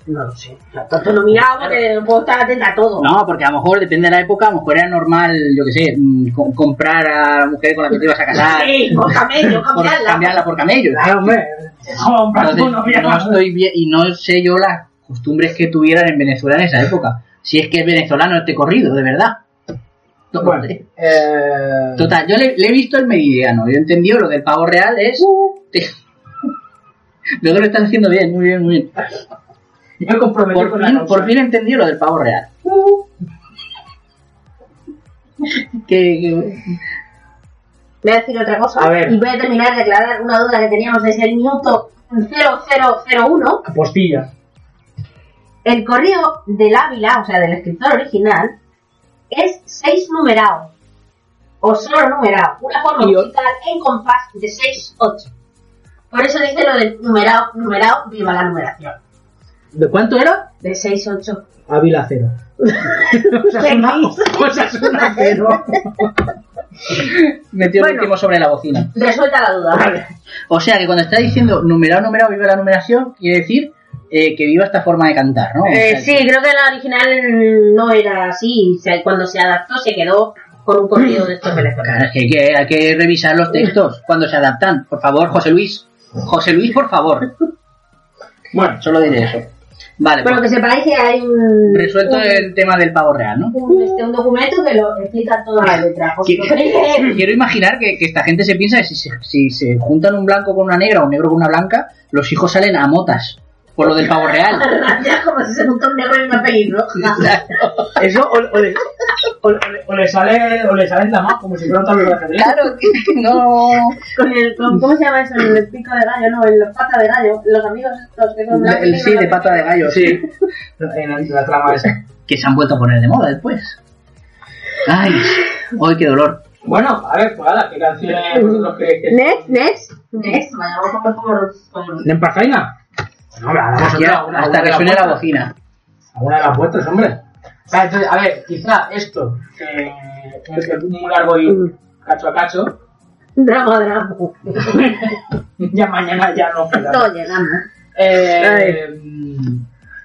[SPEAKER 5] No lo sé, o sea, tanto lo miraba porque puedo estar atenta a todo.
[SPEAKER 3] No, porque a lo mejor, depende de la época, a lo mejor era normal, yo qué sé, mm, co- comprar a la mujer con la que te ibas a
[SPEAKER 5] [laughs]
[SPEAKER 3] casar.
[SPEAKER 5] Sí, por camello,
[SPEAKER 3] por,
[SPEAKER 5] cambiarla.
[SPEAKER 3] cambiarla por camello.
[SPEAKER 4] Claro, hombre. No, un plato,
[SPEAKER 3] Entonces,
[SPEAKER 4] una novia.
[SPEAKER 3] no estoy bien y no sé yo las costumbres que tuvieran en Venezuela en esa época. Si es que es venezolano este corrido, de verdad. To-
[SPEAKER 4] Bueno, eh,
[SPEAKER 3] Total, yo le, le he visto el meridiano, yo he entendido lo del pavo real es...
[SPEAKER 4] Uh.
[SPEAKER 3] [laughs] Lo que lo están haciendo bien, muy bien, muy bien.
[SPEAKER 4] yo me comprometí
[SPEAKER 3] Por
[SPEAKER 4] con la
[SPEAKER 3] fin,
[SPEAKER 4] causa.
[SPEAKER 3] por fin he entendido lo del pavo real.
[SPEAKER 5] Uh,
[SPEAKER 3] que, que-
[SPEAKER 5] Voy a decir otra cosa.
[SPEAKER 4] A ver.
[SPEAKER 5] Y voy a terminar de aclarar una duda que teníamos desde el minuto 0001.
[SPEAKER 4] Postilla.
[SPEAKER 5] El correo del Ávila, o sea, del escritor original, es 6 numerado. O solo numerado. Una forma
[SPEAKER 11] Y o-
[SPEAKER 5] musical en compás de 6-8. Por eso dice lo del numerado, numerado, viva la numeración.
[SPEAKER 11] ¿De cuánto era?
[SPEAKER 5] De 6-8.
[SPEAKER 11] Ávila cero.
[SPEAKER 4] Pues
[SPEAKER 3] [laughs] Pues
[SPEAKER 4] Cosas una cero. [laughs]
[SPEAKER 3] metió el
[SPEAKER 5] Bueno.
[SPEAKER 3] último sobre la bocina.
[SPEAKER 5] Resuelta la duda.
[SPEAKER 3] O sea que cuando está diciendo numerado, numerado, viva la numeración, quiere decir eh, que viva esta forma de cantar, ¿no? O
[SPEAKER 5] Eh,
[SPEAKER 3] sea,
[SPEAKER 5] sí, creo que la original no era así. O sea, cuando se adaptó se quedó con un corrido de estos venezolanos.
[SPEAKER 3] Claro, es que hay, que hay que revisar los textos cuando se adaptan. Por favor, José Luis. José Luis, por favor.
[SPEAKER 4] Bueno,
[SPEAKER 3] Solo diré eso. Vale,
[SPEAKER 5] Bueno, que
[SPEAKER 3] pues,
[SPEAKER 5] sepáis que hay un,
[SPEAKER 3] resuelto
[SPEAKER 5] un,
[SPEAKER 3] el tema del pavo real, ¿no?
[SPEAKER 5] un, este, un documento que lo explica toda la [laughs] letra. ¿Os
[SPEAKER 3] ¿Qué?
[SPEAKER 5] lo
[SPEAKER 12] [laughs]
[SPEAKER 3] [laughs]
[SPEAKER 5] creéis?
[SPEAKER 3] Quiero imaginar que, que esta gente se piensa que si, se- si se juntan un blanco con una negra o un negro con una blanca, los hijos salen a motas. por lo del pavo real.
[SPEAKER 5] [laughs]
[SPEAKER 12] Rayas como si se montó un negro en una pelirroja.
[SPEAKER 4] Eso o, o le, o- o le- o le sale, o le sale en la mano, como si fuera un tablero de ajedrez.
[SPEAKER 3] Claro, que, que no.
[SPEAKER 12] Con el, con, ¿cómo se llama eso? El pico de gallo, no, el pata de gallo. Los amigos estos que son blancos.
[SPEAKER 3] El sí de pata de gallo, sí.
[SPEAKER 4] [laughs] En la, en la trama esa.
[SPEAKER 3] Que se han vuelto a poner de moda después. Ay, hoy qué dolor.
[SPEAKER 4] Bueno, a ver, pues nada, ¿qué canciones vosotros creéis que
[SPEAKER 5] Next, next.
[SPEAKER 12] Next, vaya, vamos a comer como como-
[SPEAKER 11] ¿De empacaina? No, me la damos
[SPEAKER 3] Aquí,
[SPEAKER 4] otra, una-
[SPEAKER 3] hasta
[SPEAKER 4] una de
[SPEAKER 3] que
[SPEAKER 4] la
[SPEAKER 3] suene la
[SPEAKER 4] puerta.
[SPEAKER 3] bocina.
[SPEAKER 4] Alguna de las vuestras, hombre. O sea, entonces, a ver, quizá esto, que es muy largo
[SPEAKER 5] Mm.
[SPEAKER 4] y cacho a cacho, [laughs]
[SPEAKER 5] Drama, drama.
[SPEAKER 4] ya mañana ya no queda.
[SPEAKER 5] Todo llegamos.
[SPEAKER 4] Eh,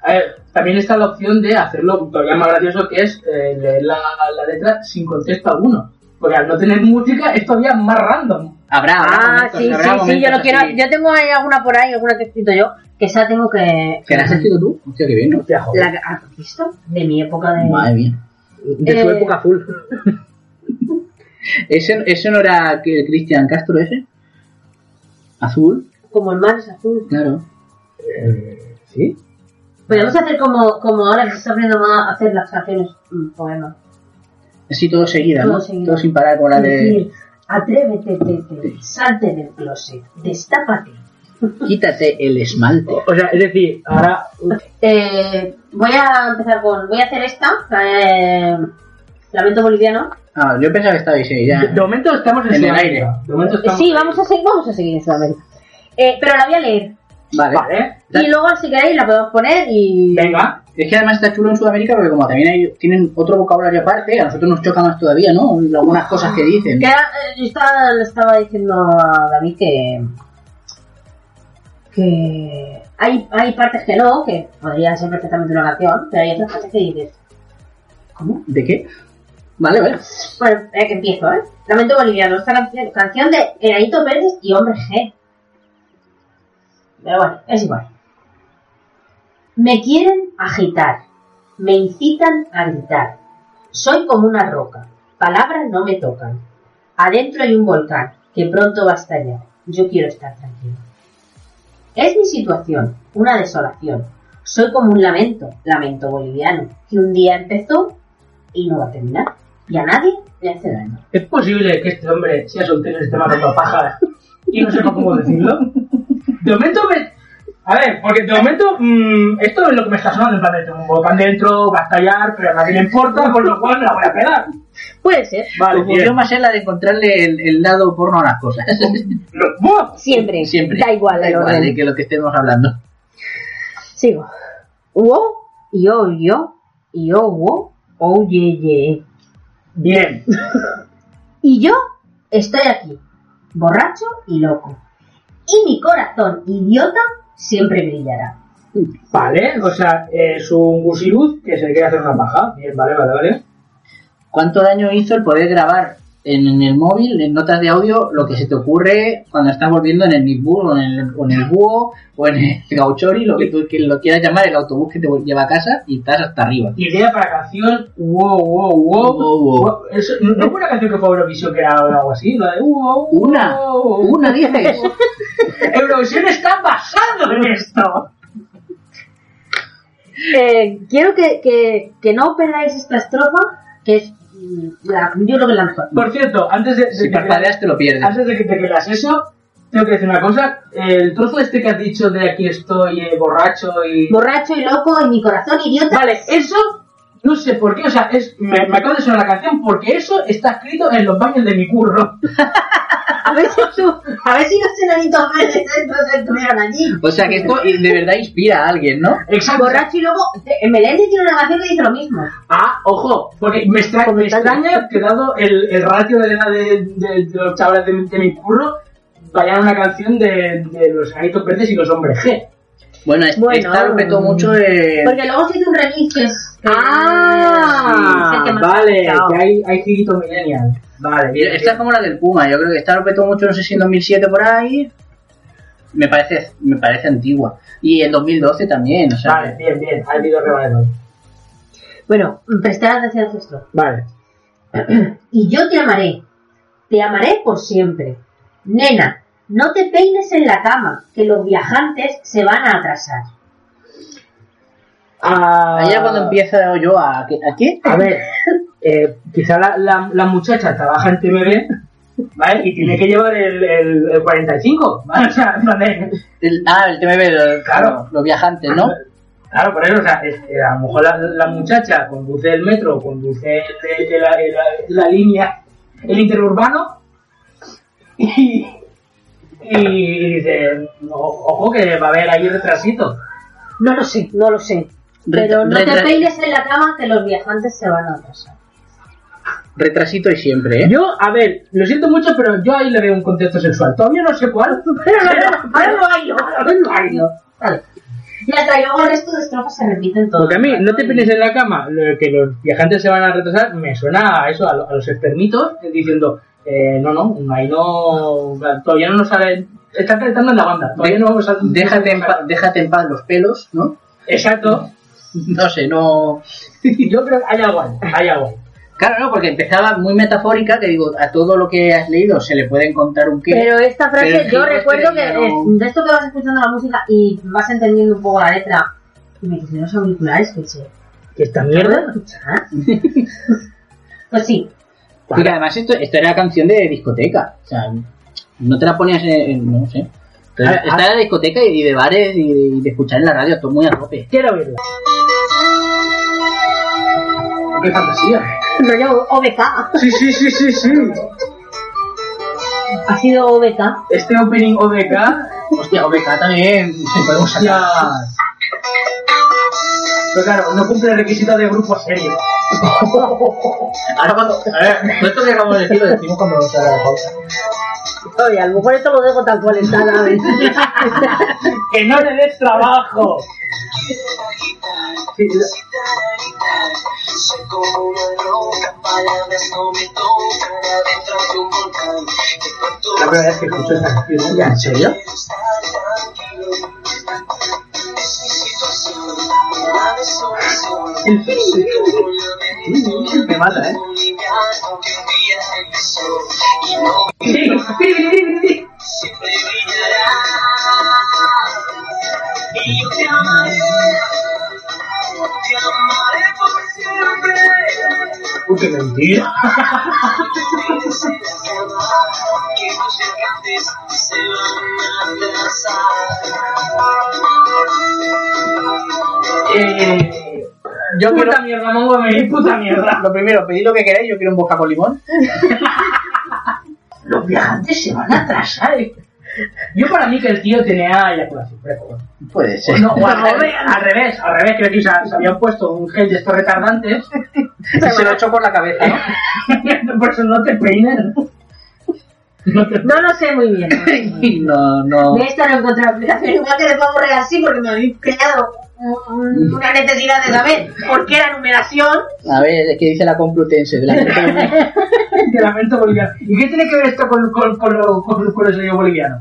[SPEAKER 4] a ver, también está la opción de hacerlo todavía más gracioso que es eh, leer la, la letra sin contexto alguno. Porque al no tener música es todavía más random.
[SPEAKER 3] Habrá, habrá
[SPEAKER 5] Ah,
[SPEAKER 3] momentos,
[SPEAKER 5] sí,
[SPEAKER 3] habrá
[SPEAKER 5] sí, sí, yo
[SPEAKER 3] momentos
[SPEAKER 5] lo quiero.
[SPEAKER 3] así.
[SPEAKER 5] Yo tengo ahí alguna por ahí, alguna que he escrito yo, que esa tengo que.
[SPEAKER 3] ¿Que la has escrito tú? Hostia, qué bien, ¿no?
[SPEAKER 4] Hostia, joder.
[SPEAKER 5] La que ah, ¿visto? De mi época de.
[SPEAKER 3] Madre mía.
[SPEAKER 11] De su
[SPEAKER 5] Eh.
[SPEAKER 11] época full.
[SPEAKER 3] ¿Ese, ese no era que- Cristian Castro ese? Azul,
[SPEAKER 5] Como el mar es azul.
[SPEAKER 3] claro.
[SPEAKER 11] Eh, ¿Sí?
[SPEAKER 5] Podemos hacer como, como ahora que se está aprendiendo más a hacer las canciones mm, poemas.
[SPEAKER 3] Así todo seguida, ¿no?
[SPEAKER 5] Todo seguido.
[SPEAKER 3] Todo sin parar con la
[SPEAKER 5] Es
[SPEAKER 3] de
[SPEAKER 5] decir, atrévete, te, te, salte del closet, destápate.
[SPEAKER 3] quítate el esmalte.
[SPEAKER 11] O sea, es decir, ahora.
[SPEAKER 5] Eh, voy a empezar con. Voy a hacer esta, la de Lamento Boliviano.
[SPEAKER 3] Ah, yo pensaba que estaba ahí, sí, ya.
[SPEAKER 11] De momento estamos en,
[SPEAKER 3] En el
[SPEAKER 11] Sudamérica.
[SPEAKER 3] aire.
[SPEAKER 4] De momento
[SPEAKER 5] Eh,
[SPEAKER 4] estamos...
[SPEAKER 5] Sí, vamos a seguir, vamos a seguir en Sudamérica. Eh, pero la voy a leer.
[SPEAKER 3] Vale.
[SPEAKER 4] Vale,
[SPEAKER 3] Dale.
[SPEAKER 5] Y luego, si queréis, la podemos poner y.
[SPEAKER 4] venga.
[SPEAKER 3] Es que además está chulo en Sudamérica porque como también hay, tienen otro vocabulario aparte, a nosotros nos choca más todavía, ¿no? Algunas cosas que dicen.
[SPEAKER 5] Que era- eh, yo estaba, le estaba diciendo a David que. que. Hay, hay partes que no, que podría ser perfectamente una canción, pero hay otras partes que dices. ¿Cómo?
[SPEAKER 3] ¿De qué? Vale, vale.
[SPEAKER 5] Bueno, eh, que empiezo, ¿eh? Lamento boliviano, esta canción, canción de Enanito Pérez y Hombre G. Pero bueno, es igual. Me quieren agitar, me incitan a gritar. Soy como una roca, palabras no me tocan. Adentro hay un volcán que pronto va a estallar. Yo quiero estar tranquilo. Es mi situación, una desolación. Soy como un lamento, lamento boliviano, que un día empezó y no va a terminar. Y a nadie le hace daño.
[SPEAKER 4] ¿Es posible que este hombre sea soltero y esté matando pájaras y no sepa cómo decirlo? De momento me... A ver, porque de momento mm, esto es lo que me está sonando, en plan de tengo un volcán dentro, va a estallar, pero a nadie le importa, con lo cual me la voy a quedar.
[SPEAKER 5] Puede ser.
[SPEAKER 3] Tu función va a ser la de encontrarle el, el lado porno a las cosas.
[SPEAKER 4] Lo- ¡buah!
[SPEAKER 3] [laughs]
[SPEAKER 5] Siempre.
[SPEAKER 3] Siempre.
[SPEAKER 5] Da igual
[SPEAKER 3] Da
[SPEAKER 5] el
[SPEAKER 3] igual
[SPEAKER 5] orden.
[SPEAKER 3] de que lo que estemos hablando.
[SPEAKER 5] Sigo. Wo, yo, yo, yo, wo, oh, ye, ye.
[SPEAKER 4] Bien.
[SPEAKER 5] Y yo estoy aquí, borracho y loco. Y mi corazón idiota siempre brillará.
[SPEAKER 4] Vale, o sea, es un gusiluz que se quiere hacer una paja. Bien, vale, vale, vale.
[SPEAKER 3] ¿Cuánto daño hizo el poder grabar en, en el móvil, en notas de audio, lo que se te ocurre cuando estás volviendo en el Midbus o en el, o en el Búho o en el [laughs] Gauchori, lo que tú que lo quieras llamar, el autobús que te lleva a casa y estás hasta arriba?
[SPEAKER 4] Idea para canción, wow, wow,
[SPEAKER 3] Wow,
[SPEAKER 4] wow.
[SPEAKER 3] wow.
[SPEAKER 4] Wow, eso- ¿No no fue una canción que fue a Eurovisión que era algo así? La de wow, wow,
[SPEAKER 3] Una,
[SPEAKER 4] wow.
[SPEAKER 3] una dices.
[SPEAKER 4] [laughs] Eurovisión está basado en esto.
[SPEAKER 5] Eh, quiero que, que, que no perdáis esta estrofa, que es mm, la, yo creo que es la mejor.
[SPEAKER 4] Por cierto, antes de, de
[SPEAKER 3] [laughs] Si
[SPEAKER 4] que-
[SPEAKER 3] parpadeas te lo pierdes.
[SPEAKER 4] antes de que te creas eso, tengo que decir una cosa. El trozo este que has dicho de aquí estoy eh, borracho y...
[SPEAKER 5] Borracho y loco y mi corazón idiota.
[SPEAKER 4] Vale, eso no sé por qué, o sea, es, me, me acaba de sonar la canción porque eso está escrito en los baños de mi curro. [laughs]
[SPEAKER 5] A ver si tú, a ver si los enanitos verdes entonces estuvieran allí.
[SPEAKER 4] Pues,
[SPEAKER 3] O sea que esto de verdad inspira a alguien, ¿no?
[SPEAKER 4] Exacto.
[SPEAKER 5] Borracho y loco. eh, Meléndez tiene una canción que dice lo mismo.
[SPEAKER 4] Ah, ojo, porque me, extra- me extraña que dado el, el ratio de la edad de, de- de los chavales de, mi- de mi curro, vayan una canción de, de los anitos verdes y los hombres G.
[SPEAKER 3] Bueno, es-
[SPEAKER 5] Bueno.
[SPEAKER 3] esta lo petó mucho de...
[SPEAKER 5] Porque luego se hizo un remix que es. que- Ah,
[SPEAKER 3] Ah,
[SPEAKER 5] es el que más-
[SPEAKER 4] Ah, vale,
[SPEAKER 5] Chao.
[SPEAKER 4] que hay, hay girito millennial. Vale, bien.
[SPEAKER 3] Esta es como la del Puma, yo creo que esta lo petó mucho, no sé si en 2007 por ahí. Me parece, me parece antigua. Y en 2012 también, o sea.
[SPEAKER 4] Vale, bien, bien, ha habido revival.
[SPEAKER 5] Bueno, prestar atención a esto.
[SPEAKER 4] Vale.
[SPEAKER 5] Y yo te amaré. Te amaré por siempre. Nena, no te peines en la cama, que los viajantes se van a atrasar.
[SPEAKER 4] a...
[SPEAKER 3] Ahí es cuando empieza yo a... ¿A qué?
[SPEAKER 4] Ah, A ver, eh, quizá la, la, la muchacha trabaja en TMB, ¿vale? Y tiene que llevar el, el, el 45, ¿vale? O sea, [laughs] en plan de-
[SPEAKER 3] El- ah, el TMB, el-
[SPEAKER 4] Claro.
[SPEAKER 3] los viajantes, ¿no?
[SPEAKER 4] Claro, por eso, o sea, es- eh, a lo mejor la, la muchacha conduce el metro, conduce el- el- la, la- la línea, el interurbano, y, y dice, "No, ojo que va a haber ahí retrasito.
[SPEAKER 5] No lo sé, no lo sé. Pero
[SPEAKER 3] Retra-
[SPEAKER 5] no te
[SPEAKER 3] retra-
[SPEAKER 5] peines en la cama que los viajantes se van a atrasar.
[SPEAKER 3] Retrasito y siempre, ¿eh?
[SPEAKER 4] Yo, a ver, lo siento mucho, pero yo ahí le veo un contexto sexual. Todavía no sé cuál, [laughs] pero
[SPEAKER 5] Pero- pero lo hay, no, pero lo hay, no. Vale. Y hasta luego el resto de estrofas se repiten todas.
[SPEAKER 4] Porque a mí, no te pines en la cama, lo que los viajantes se van a retrasar, me suena a eso, a, lo- a los externitos, eh, diciendo, eh, no, no, ahí no, todavía no nos sale, están calentando en la banda, todavía no vamos a...
[SPEAKER 3] Déjate en, pa- déjate en paz los pelos, ¿no?
[SPEAKER 4] Exacto,
[SPEAKER 3] No sé, no...
[SPEAKER 4] yo creo que hay algo ahí, hay algo ahí.
[SPEAKER 3] Claro, no, porque empezaba muy metafórica, que digo, a todo lo que has leído se le puede encontrar un qué.
[SPEAKER 5] Pero esta frase,
[SPEAKER 3] Pero el
[SPEAKER 5] yo
[SPEAKER 3] giro
[SPEAKER 5] recuerdo que
[SPEAKER 3] este
[SPEAKER 5] eh,
[SPEAKER 3] no-
[SPEAKER 5] de esto que vas escuchando la música y vas entendiendo un poco la letra, y me quité los auriculares, que che,
[SPEAKER 4] ¿Que esta
[SPEAKER 5] ¿no lo
[SPEAKER 4] mierda?
[SPEAKER 5] escuchas?
[SPEAKER 4] [laughs]
[SPEAKER 5] pues sí,
[SPEAKER 3] Porque además esto, esto era canción de discoteca. O sea, no te la ponías en... en- no sé.
[SPEAKER 4] A
[SPEAKER 3] Esta
[SPEAKER 4] ver,
[SPEAKER 3] era de discoteca y de bares y de, y de escuchar en la radio, todo muy a tope.
[SPEAKER 4] Quiero oírla. ¡Qué fantasía!
[SPEAKER 5] rollo OBK,
[SPEAKER 4] Sí, sí, sí, sí, sí.
[SPEAKER 5] ha sido OBK.
[SPEAKER 4] Este opening ODK,
[SPEAKER 3] Hostia, OBK también, se podemos
[SPEAKER 4] ya...
[SPEAKER 3] sacar.
[SPEAKER 4] Pero claro, no cumple el requisito de grupo [laughs] serio.
[SPEAKER 3] Ahora cuando... A ver, no esto que acabamos de decir lo decimos cuando nos haga la pausa.
[SPEAKER 5] Oye, a lo mejor esto lo dejo tan ¿eh? cuarentada,
[SPEAKER 4] ¡Que no le des trabajo! Sí, la-
[SPEAKER 9] Soy como una loca, palabras no me tocan, adentro de un volcán. Que cuanto
[SPEAKER 4] La primera vez que escucho esta canción. ¿En serio?
[SPEAKER 9] quiero estar tranquilo. Es mi situación, una desolación.
[SPEAKER 4] El
[SPEAKER 9] Soy como la bendición
[SPEAKER 4] Me mata, ¿eh?
[SPEAKER 9] de un liviano que un día regresó y no siempre brillará. Y yo te amaré, te amaré por siempre.
[SPEAKER 4] Uy, qué mentira.
[SPEAKER 9] Tienes en la cama, que los gigantes se van a atrasar.
[SPEAKER 4] Eh, yo puta mierda, mongo, me puta mierda.
[SPEAKER 3] Lo primero, pedid lo que queráis, yo quiero un boca con limón.
[SPEAKER 4] Los viajantes se van a atrasar. eh. Yo para mí que el tío tenía eyaculación precoz.
[SPEAKER 3] Puede
[SPEAKER 4] O
[SPEAKER 3] ser.
[SPEAKER 4] No, o al revés, al revés, al revés, creo que o sea, se habían puesto un gel de estos retardantes. [laughs]
[SPEAKER 3] se lo echó por la cabeza, [laughs] ¿no?
[SPEAKER 4] Por eso no te peinen. No te
[SPEAKER 5] [laughs] [laughs] No lo sé muy bien.
[SPEAKER 3] No, no.
[SPEAKER 5] De esta no encontré aplicación, igual que les voy a borrar así porque me habéis creado un- una necesidad de saber por qué la numeración.
[SPEAKER 3] A ver, es que dice la Complutense. De la Complutense.
[SPEAKER 4] [laughs] de lamento boliviano. ¿Y qué tiene que ver esto con, con, con, lo- con, con el sello boliviano?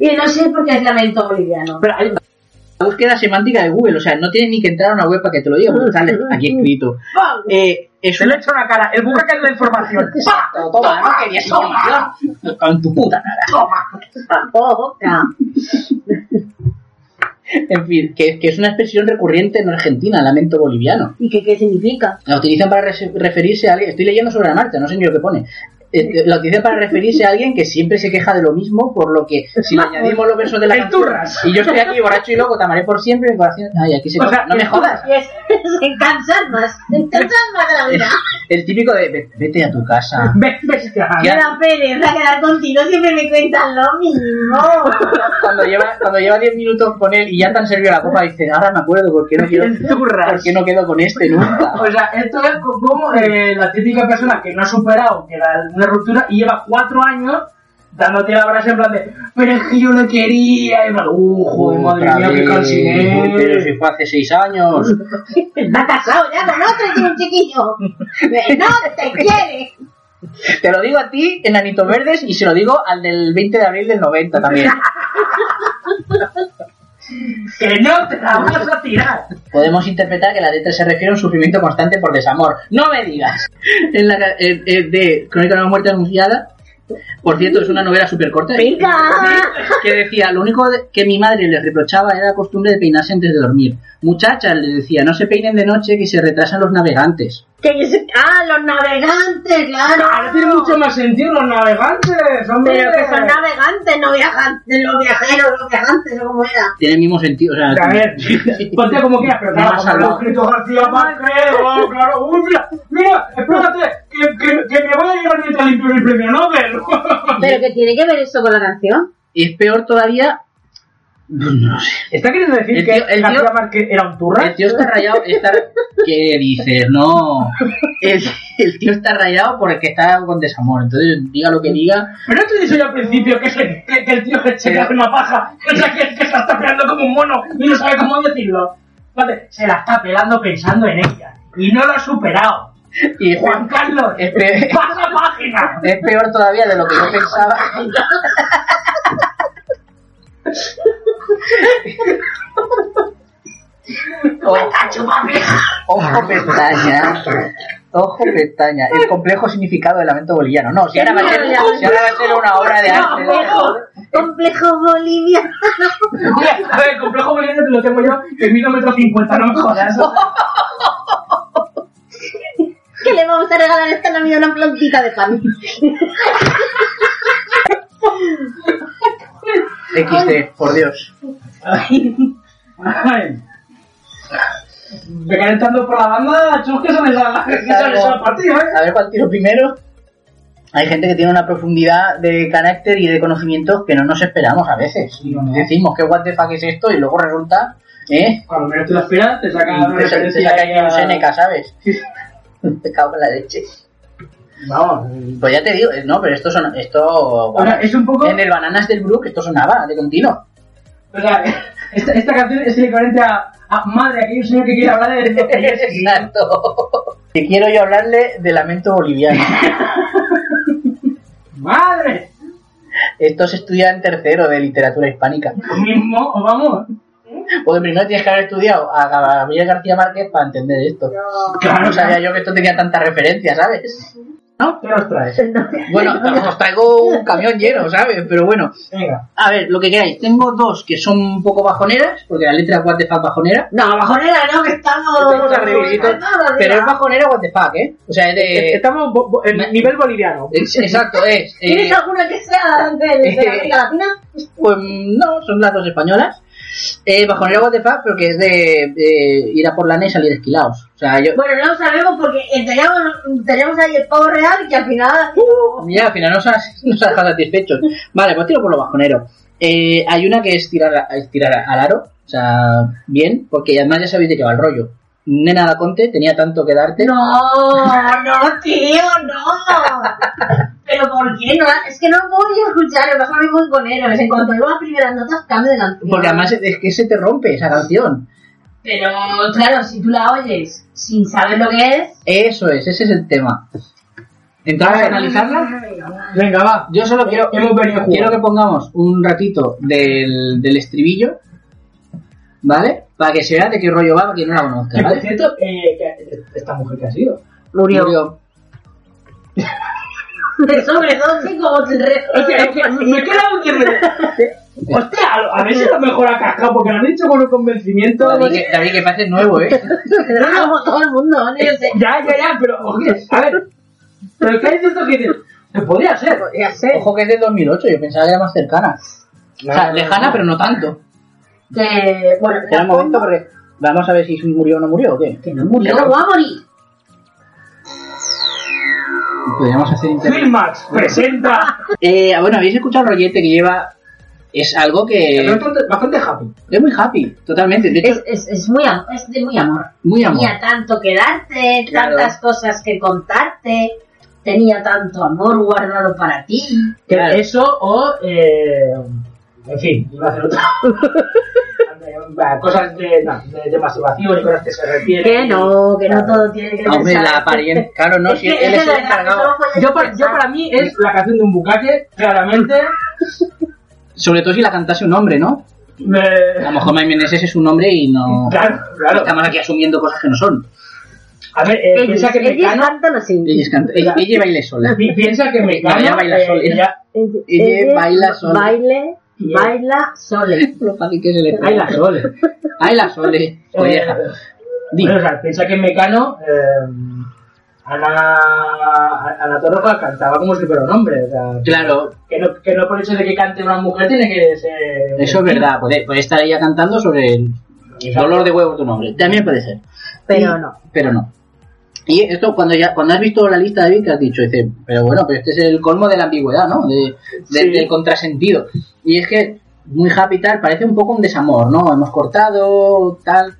[SPEAKER 5] Y no sé por qué es lamento boliviano.
[SPEAKER 3] Pero hay la búsqueda semántica de Google, o sea, no tienes ni que entrar a una web para que te lo diga,
[SPEAKER 4] [laughs]
[SPEAKER 3] porque sale aquí escrito. Eh, es
[SPEAKER 4] Se
[SPEAKER 3] un...
[SPEAKER 4] le echa una cara, el bucaca es la [laughs] información.
[SPEAKER 3] Exacto, toma, no querías información. Con tu puta cara.
[SPEAKER 5] Ojo, ah,
[SPEAKER 3] En fin, que, que es una expresión recurrente en Argentina, lamento boliviano.
[SPEAKER 5] ¿Y qué, qué significa?
[SPEAKER 3] La utilizan para res- referirse a alguien. Estoy leyendo sobre la marcha, no sé ni lo que pone. Este, La utilizan para referirse a alguien que siempre se queja de lo mismo, por lo que si le añadimos los versos de la
[SPEAKER 4] El
[SPEAKER 3] canción,
[SPEAKER 4] turras.
[SPEAKER 3] y yo estoy aquí borracho y loco, te amaré por siempre, mi corazón. Ay, aquí se
[SPEAKER 4] O sea,
[SPEAKER 3] no me
[SPEAKER 4] el
[SPEAKER 3] jodas.
[SPEAKER 5] Y [laughs] es, es cansar más, es cansar más de la vida.
[SPEAKER 3] El típico de "Ve- vete a tu casa.
[SPEAKER 4] Ve- Bestia.
[SPEAKER 3] Ya.
[SPEAKER 5] Me da pereza quedar contigo, siempre me cuentan lo mismo. [laughs]
[SPEAKER 3] Cuando lleva, cuando lleva 10 minutos con él y ya te han servido la copa, dice, ahora me acuerdo porque no
[SPEAKER 4] [laughs]
[SPEAKER 3] quiero,
[SPEAKER 4] El turras.
[SPEAKER 3] porque no quedo con este nunca.
[SPEAKER 4] O sea, esto es co- como eh, la típica persona que no ha superado que la- una ruptura y lleva cuatro años dándote la brasa en plan de pero es que yo lo quería y me uh, joder, madre
[SPEAKER 3] Otra
[SPEAKER 4] mía, que
[SPEAKER 3] vez, Pero si
[SPEAKER 4] cansiné.
[SPEAKER 3] fue hace 6 años.
[SPEAKER 5] Está casado ya con otro y tiene un chiquillo. No te quiere.
[SPEAKER 3] Te lo digo a ti, enanitos verdes, y se lo digo al del 20 de abril del 90 también.
[SPEAKER 4] Que no te la vas a tirar.
[SPEAKER 3] Podemos interpretar que la letra se refiere a un sufrimiento [laughs] constante por desamor. ¡No me digas! En la ca- eh, eh, de Crónica de una muerte anunciada, Por cierto, es una novela súper corta.
[SPEAKER 5] ¡Venga!
[SPEAKER 3] [laughs] que decía, lo único de- que mi madre les reprochaba era la costumbre de peinarse antes de dormir. Muchachas, les decía, no se peinen de noche que se retrasan los navegantes.
[SPEAKER 5] Que yo sé- ¡Ah, los navegantes, claro!
[SPEAKER 4] Ahora tiene mucho más sentido los navegantes, hombre.
[SPEAKER 5] Pero que son navegantes, no viajantes, los viajeros, los viajantes, o como era.
[SPEAKER 3] Tiene el mismo sentido, o sea, [laughs]
[SPEAKER 4] A ver, ponte como quieras, pero claro,
[SPEAKER 3] Me has
[SPEAKER 4] como lo ha
[SPEAKER 3] hablado.
[SPEAKER 4] escrito García Márquez, oh, claro, uy, mira, mira, espérate, que, que, que me voy a llevar mientras limpio mi premio Nobel.
[SPEAKER 5] Pero que tiene que ver esto con la canción.
[SPEAKER 3] y es peor todavía. No sé.
[SPEAKER 4] ¿Está queriendo decir
[SPEAKER 3] El
[SPEAKER 4] que
[SPEAKER 3] tío- el
[SPEAKER 4] García
[SPEAKER 3] tío-
[SPEAKER 4] Márquez era un turra?
[SPEAKER 3] El tío está rayado. Está... ¿Qué dices? No. El, el tío está rayado porque está con desamor. Entonces, diga lo que diga.
[SPEAKER 4] Pero no te dije yo al principio que, se- que, que el tío se checa una paja, o sea, que, que se la está pelando como un mono y no sabe cómo decirlo. Vale, se la está pelando pensando en ella y no lo ha superado.
[SPEAKER 3] Y es
[SPEAKER 4] Juan
[SPEAKER 3] peor,
[SPEAKER 4] Carlos,
[SPEAKER 3] Este-
[SPEAKER 4] pasa
[SPEAKER 3] [laughs]
[SPEAKER 4] página.
[SPEAKER 3] es peor todavía de lo que yo pensaba. Oh. Ojo, ojo pestaña. Ojo pestaña. El complejo significado del lamento boliviano. No, si ahora va a ser, si ahora va a ser una obra de arte.
[SPEAKER 5] Complejo Bolivia.
[SPEAKER 4] Mira, a ver, el complejo boliviano te lo tengo yo de 1,50 metros cincuenta, no me jodas.
[SPEAKER 5] que le vamos a regalar esta Navidad una plantita de pan.
[SPEAKER 3] XD, por Dios.
[SPEAKER 4] Ay. Me calentando por la banda, chus, que son esas, que son esas partidas, ¿eh?
[SPEAKER 3] A ver cuál tiro primero. Hay gente que tiene una profundidad de carácter y de conocimientos que no nos esperamos a veces. Y nos decimos, ¿qué what the fuck es esto? Y luego resulta, ¿eh?
[SPEAKER 4] Cuando menos te lo esperas, te saca una
[SPEAKER 3] Te sa- te
[SPEAKER 4] referencia
[SPEAKER 3] saca
[SPEAKER 4] ahí
[SPEAKER 3] ahí
[SPEAKER 4] a-
[SPEAKER 3] un Seneca,
[SPEAKER 4] [laughs]
[SPEAKER 3] ¿sabes? Te cago en la leche.
[SPEAKER 4] Vamos.
[SPEAKER 3] Pues ya te digo, eh, no, pero esto son, esto
[SPEAKER 4] Ahora, es un poco...
[SPEAKER 3] en el Bananas del Brook esto sonaba de
[SPEAKER 4] [laughs]
[SPEAKER 3] continuo. [laughs]
[SPEAKER 4] O sea, esta, esta canción es el equivalente a, a madre, aquí hay un señor que quiere hablar de lo que yo escribí.
[SPEAKER 3] Exacto. Que quiero yo hablarle de lamento
[SPEAKER 4] [laughs]
[SPEAKER 3] boliviano.
[SPEAKER 4] ¡Madre!
[SPEAKER 3] Esto se estudia en tercero de literatura hispánica.
[SPEAKER 4] Lo mismo, vamos.
[SPEAKER 3] Porque primero Pues tienes que haber estudiado a Gabriel García Márquez para entender esto.
[SPEAKER 4] Claro,
[SPEAKER 3] No sabía yo que esto tenía tanta referencia, ¿sabes?
[SPEAKER 4] ¿Qué nos traes?
[SPEAKER 3] Bueno, os traigo un camión lleno, ¿sabes? Pero bueno,
[SPEAKER 4] Venga.
[SPEAKER 3] a ver, lo que queráis. Tengo dos que son un poco bajoneras, porque la letra es what the fuck bajonera.
[SPEAKER 5] No, bajonera, no, que estamos.
[SPEAKER 3] Estamos arribisitos, pero es bajonera what the fuck, ¿eh? O sea, es de...
[SPEAKER 11] Estamos bo- bo- en
[SPEAKER 3] Me-
[SPEAKER 11] nivel boliviano.
[SPEAKER 3] es- exacto, es... eh,
[SPEAKER 5] ¿Tienes alguna que sea de, de América Latina?
[SPEAKER 3] pues no, son las dos españolas. Eh, bajonera what the fuck, pero que es de, de ir a por lana y salir esquilados. O sea, yo...
[SPEAKER 5] Bueno, no lo sabemos porque eh, tenemos, tenemos ahí el pavo real que al final.
[SPEAKER 3] Mira, al final nos has, [laughs] nos has dejado satisfechos. Vale, pues tiro por lo bajonero. Eh, hay una que es tirar, a- es tirar al aro, o sea, bien, porque además ya sabéis de qué va el rollo. Nena da Conte tenía tanto que darte.
[SPEAKER 5] No, no, tío, no. Pero ¿por qué no? Es que no voy a escuchar, lo pasa muy botoneros. En cuanto digo las primeras notas, cambio de canción.
[SPEAKER 3] Porque además es que se te rompe esa canción.
[SPEAKER 5] Pero claro, si tú la oyes sin saber lo que es.
[SPEAKER 3] Eso es, ese es el tema. Entonces, analizarla.
[SPEAKER 4] Venga, va.
[SPEAKER 3] Yo solo quiero,
[SPEAKER 4] Hemos venido a jugar.
[SPEAKER 3] quiero que pongamos un ratito del, del estribillo, ¿vale? Para que se vea de qué rollo va, para quien no la conozca,
[SPEAKER 4] Que por
[SPEAKER 3] ¿vale?
[SPEAKER 4] cierto, eh, que- esta mujer que ha sido.
[SPEAKER 3] Murió.
[SPEAKER 5] Sobre todo, sí, como te re- [laughs]
[SPEAKER 4] Hostia, es que me queda un que- Hostia, a, a ver si a lo mejor ha cascado, porque lo han dicho con un convencimiento.
[SPEAKER 3] David, que, David, que parece nuevo,
[SPEAKER 5] [laughs]
[SPEAKER 3] ¿eh?
[SPEAKER 5] como todo el mundo, ¿no? Yo sé.
[SPEAKER 4] Ya, ya, ya, pero, oye, a ver. Pero ¿qué dices tú que dices? Que podría ser.
[SPEAKER 5] Ya sé.
[SPEAKER 3] Ojo que es del 2008, yo pensaba que era más cercana. o sea, lejana, pero no tanto.
[SPEAKER 5] Que, bueno,
[SPEAKER 3] Espera un momento, porque vamos a ver si murió o no murió o qué. Que no
[SPEAKER 5] yo no voy a morir.
[SPEAKER 3] Podríamos hacer internet.
[SPEAKER 4] Filmax presenta.
[SPEAKER 5] [laughs]
[SPEAKER 3] Eh, bueno, habéis escuchado el rollete que lleva. Es algo que.
[SPEAKER 4] Bastante, bastante happy.
[SPEAKER 3] Es muy happy, totalmente. De
[SPEAKER 5] Es,
[SPEAKER 3] hecho,
[SPEAKER 5] es, es, muy, am- es de muy amor.
[SPEAKER 3] muy
[SPEAKER 5] Tenía
[SPEAKER 3] amor.
[SPEAKER 5] tanto que darte,
[SPEAKER 3] Claro.
[SPEAKER 5] tantas cosas que contarte, tenía tanto amor guardado para ti.
[SPEAKER 4] Que
[SPEAKER 3] Claro.
[SPEAKER 4] Eso o. Eh, en fin, iba a hacer
[SPEAKER 5] [laughs]
[SPEAKER 4] otra. Va, cosas de, no, de, de masturbación y cosas que se refieren.
[SPEAKER 5] Que no, que no todo tiene que ver.
[SPEAKER 3] Hombre,
[SPEAKER 5] ¿sabes?
[SPEAKER 3] la apariencia. Claro, no,
[SPEAKER 5] Es
[SPEAKER 3] si
[SPEAKER 5] que- es
[SPEAKER 3] él es
[SPEAKER 5] que de
[SPEAKER 3] el
[SPEAKER 5] verdad,
[SPEAKER 3] encargado.
[SPEAKER 5] no puedes
[SPEAKER 4] Yo, para, yo
[SPEAKER 5] pensar.
[SPEAKER 4] para mí es la canción de un bucaque,
[SPEAKER 5] [laughs]
[SPEAKER 4] claramente.
[SPEAKER 3] Sobre todo si la cantase un hombre, ¿no?
[SPEAKER 4] Me-
[SPEAKER 3] A lo mejor Maimeneses es un hombre y no.
[SPEAKER 4] Claro, claro.
[SPEAKER 3] Estamos aquí asumiendo cosas que no son.
[SPEAKER 4] A ver, eh,
[SPEAKER 5] Ellos,
[SPEAKER 4] piensa que
[SPEAKER 5] ellos
[SPEAKER 4] Mecano.
[SPEAKER 5] cantan así.
[SPEAKER 3] Ella, es canta- ella- ella baila sola.
[SPEAKER 4] pi- Piensa
[SPEAKER 3] [laughs]
[SPEAKER 4] que Mecano.
[SPEAKER 3] ella baila
[SPEAKER 4] eh,
[SPEAKER 3] sola.
[SPEAKER 4] ella
[SPEAKER 5] Ellos-
[SPEAKER 3] Ella
[SPEAKER 5] ellos
[SPEAKER 3] baila sola.
[SPEAKER 5] Baile, baila sole.
[SPEAKER 3] Lo fácil que se le pega.
[SPEAKER 4] baila sola.
[SPEAKER 3] Baila sole. Colleja.
[SPEAKER 4] Eh,
[SPEAKER 3] Di.
[SPEAKER 4] Bueno, o sea, piensa que Mecano, eh, Ana, Ana Torroja cantaba como si fuera un hombre. O sea,
[SPEAKER 3] Claro,
[SPEAKER 4] que, no, que no por eso de que cante una mujer tiene que ser.
[SPEAKER 3] eso es verdad. Puede, puede estar ella cantando sobre el dolor de huevo tu nombre. También puede ser.
[SPEAKER 5] Pero no.
[SPEAKER 3] Pero no. Y esto, cuando ya cuando has visto la lista de que has dicho, dices, pero bueno, pero este es el colmo de la ambigüedad, ¿no? De, de-
[SPEAKER 4] Sí.
[SPEAKER 3] Del contrasentido. Y es que muy happy tal, parece un poco un desamor, ¿no? Hemos cortado, tal.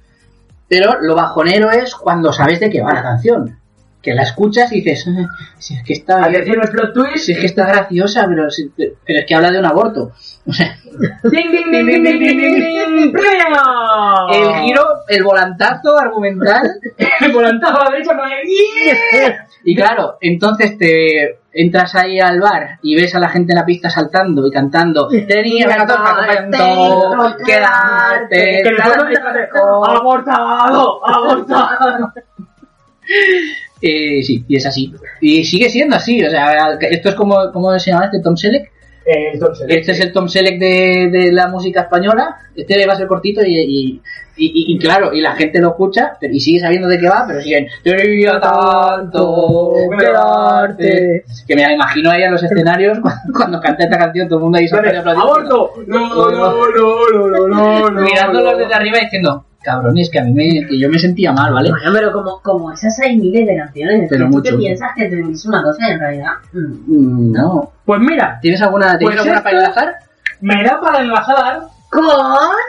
[SPEAKER 3] Pero lo bajonero es cuando sabes de qué va la canción. Que la escuchas y dices, "Ah, si es que está,
[SPEAKER 4] Atención el plot twist.
[SPEAKER 3] si es que está graciosa, pero, si- pero es que habla de un aborto. O sea,
[SPEAKER 4] ¡Ding, ding, ding, ding, ding, ding, ding, ding! ¡Premio! Ah.
[SPEAKER 3] el giro, el volantazo argumental
[SPEAKER 4] El volantazo a la derecha con el-
[SPEAKER 3] [laughs]
[SPEAKER 4] ¡Yeah!
[SPEAKER 3] Y claro, entonces te entras ahí al bar y ves a la gente en la pista saltando y cantando. Tenía que tanto que darte.
[SPEAKER 4] Que el fondo está de,
[SPEAKER 3] tanto".
[SPEAKER 4] ¡Abortado! ¡Abortado!
[SPEAKER 3] Eh, sí, y es así. Y sigue siendo así. O sea, esto es como, ¿cómo se llama este Tom Selleck?
[SPEAKER 4] Eh, Entonces,
[SPEAKER 3] Este es el Tom Selleck de, de la música española. Este va a ser cortito y, y, y- y- y claro, y la gente lo escucha pero- y sigue sabiendo de qué va, pero siguen. Tenía tanto que darte. Que me la imagino ahí en los escenarios [laughs] cuando, cuando canta esta canción, todo el mundo ahí saltando y aplaudiendo.
[SPEAKER 4] ¡Aborto! ¡No, no, no, no, no, no, no!
[SPEAKER 3] Mirándolos desde arriba y diciendo, cabrones, que a mí me, que yo me sentía mal, ¿vale?
[SPEAKER 5] Bueno, pero como, como esas hay miles de canciones,
[SPEAKER 3] Pero
[SPEAKER 5] ¿tú
[SPEAKER 3] mucho.
[SPEAKER 5] te piensas que te dices una cosa y en realidad? mm.
[SPEAKER 3] Mm, No.
[SPEAKER 4] Pues mira,
[SPEAKER 3] ¿Tienes alguna, ¿tienes
[SPEAKER 4] Pues
[SPEAKER 3] alguna
[SPEAKER 4] esto-
[SPEAKER 3] para enlazar?
[SPEAKER 4] me da para enlazar
[SPEAKER 5] Con...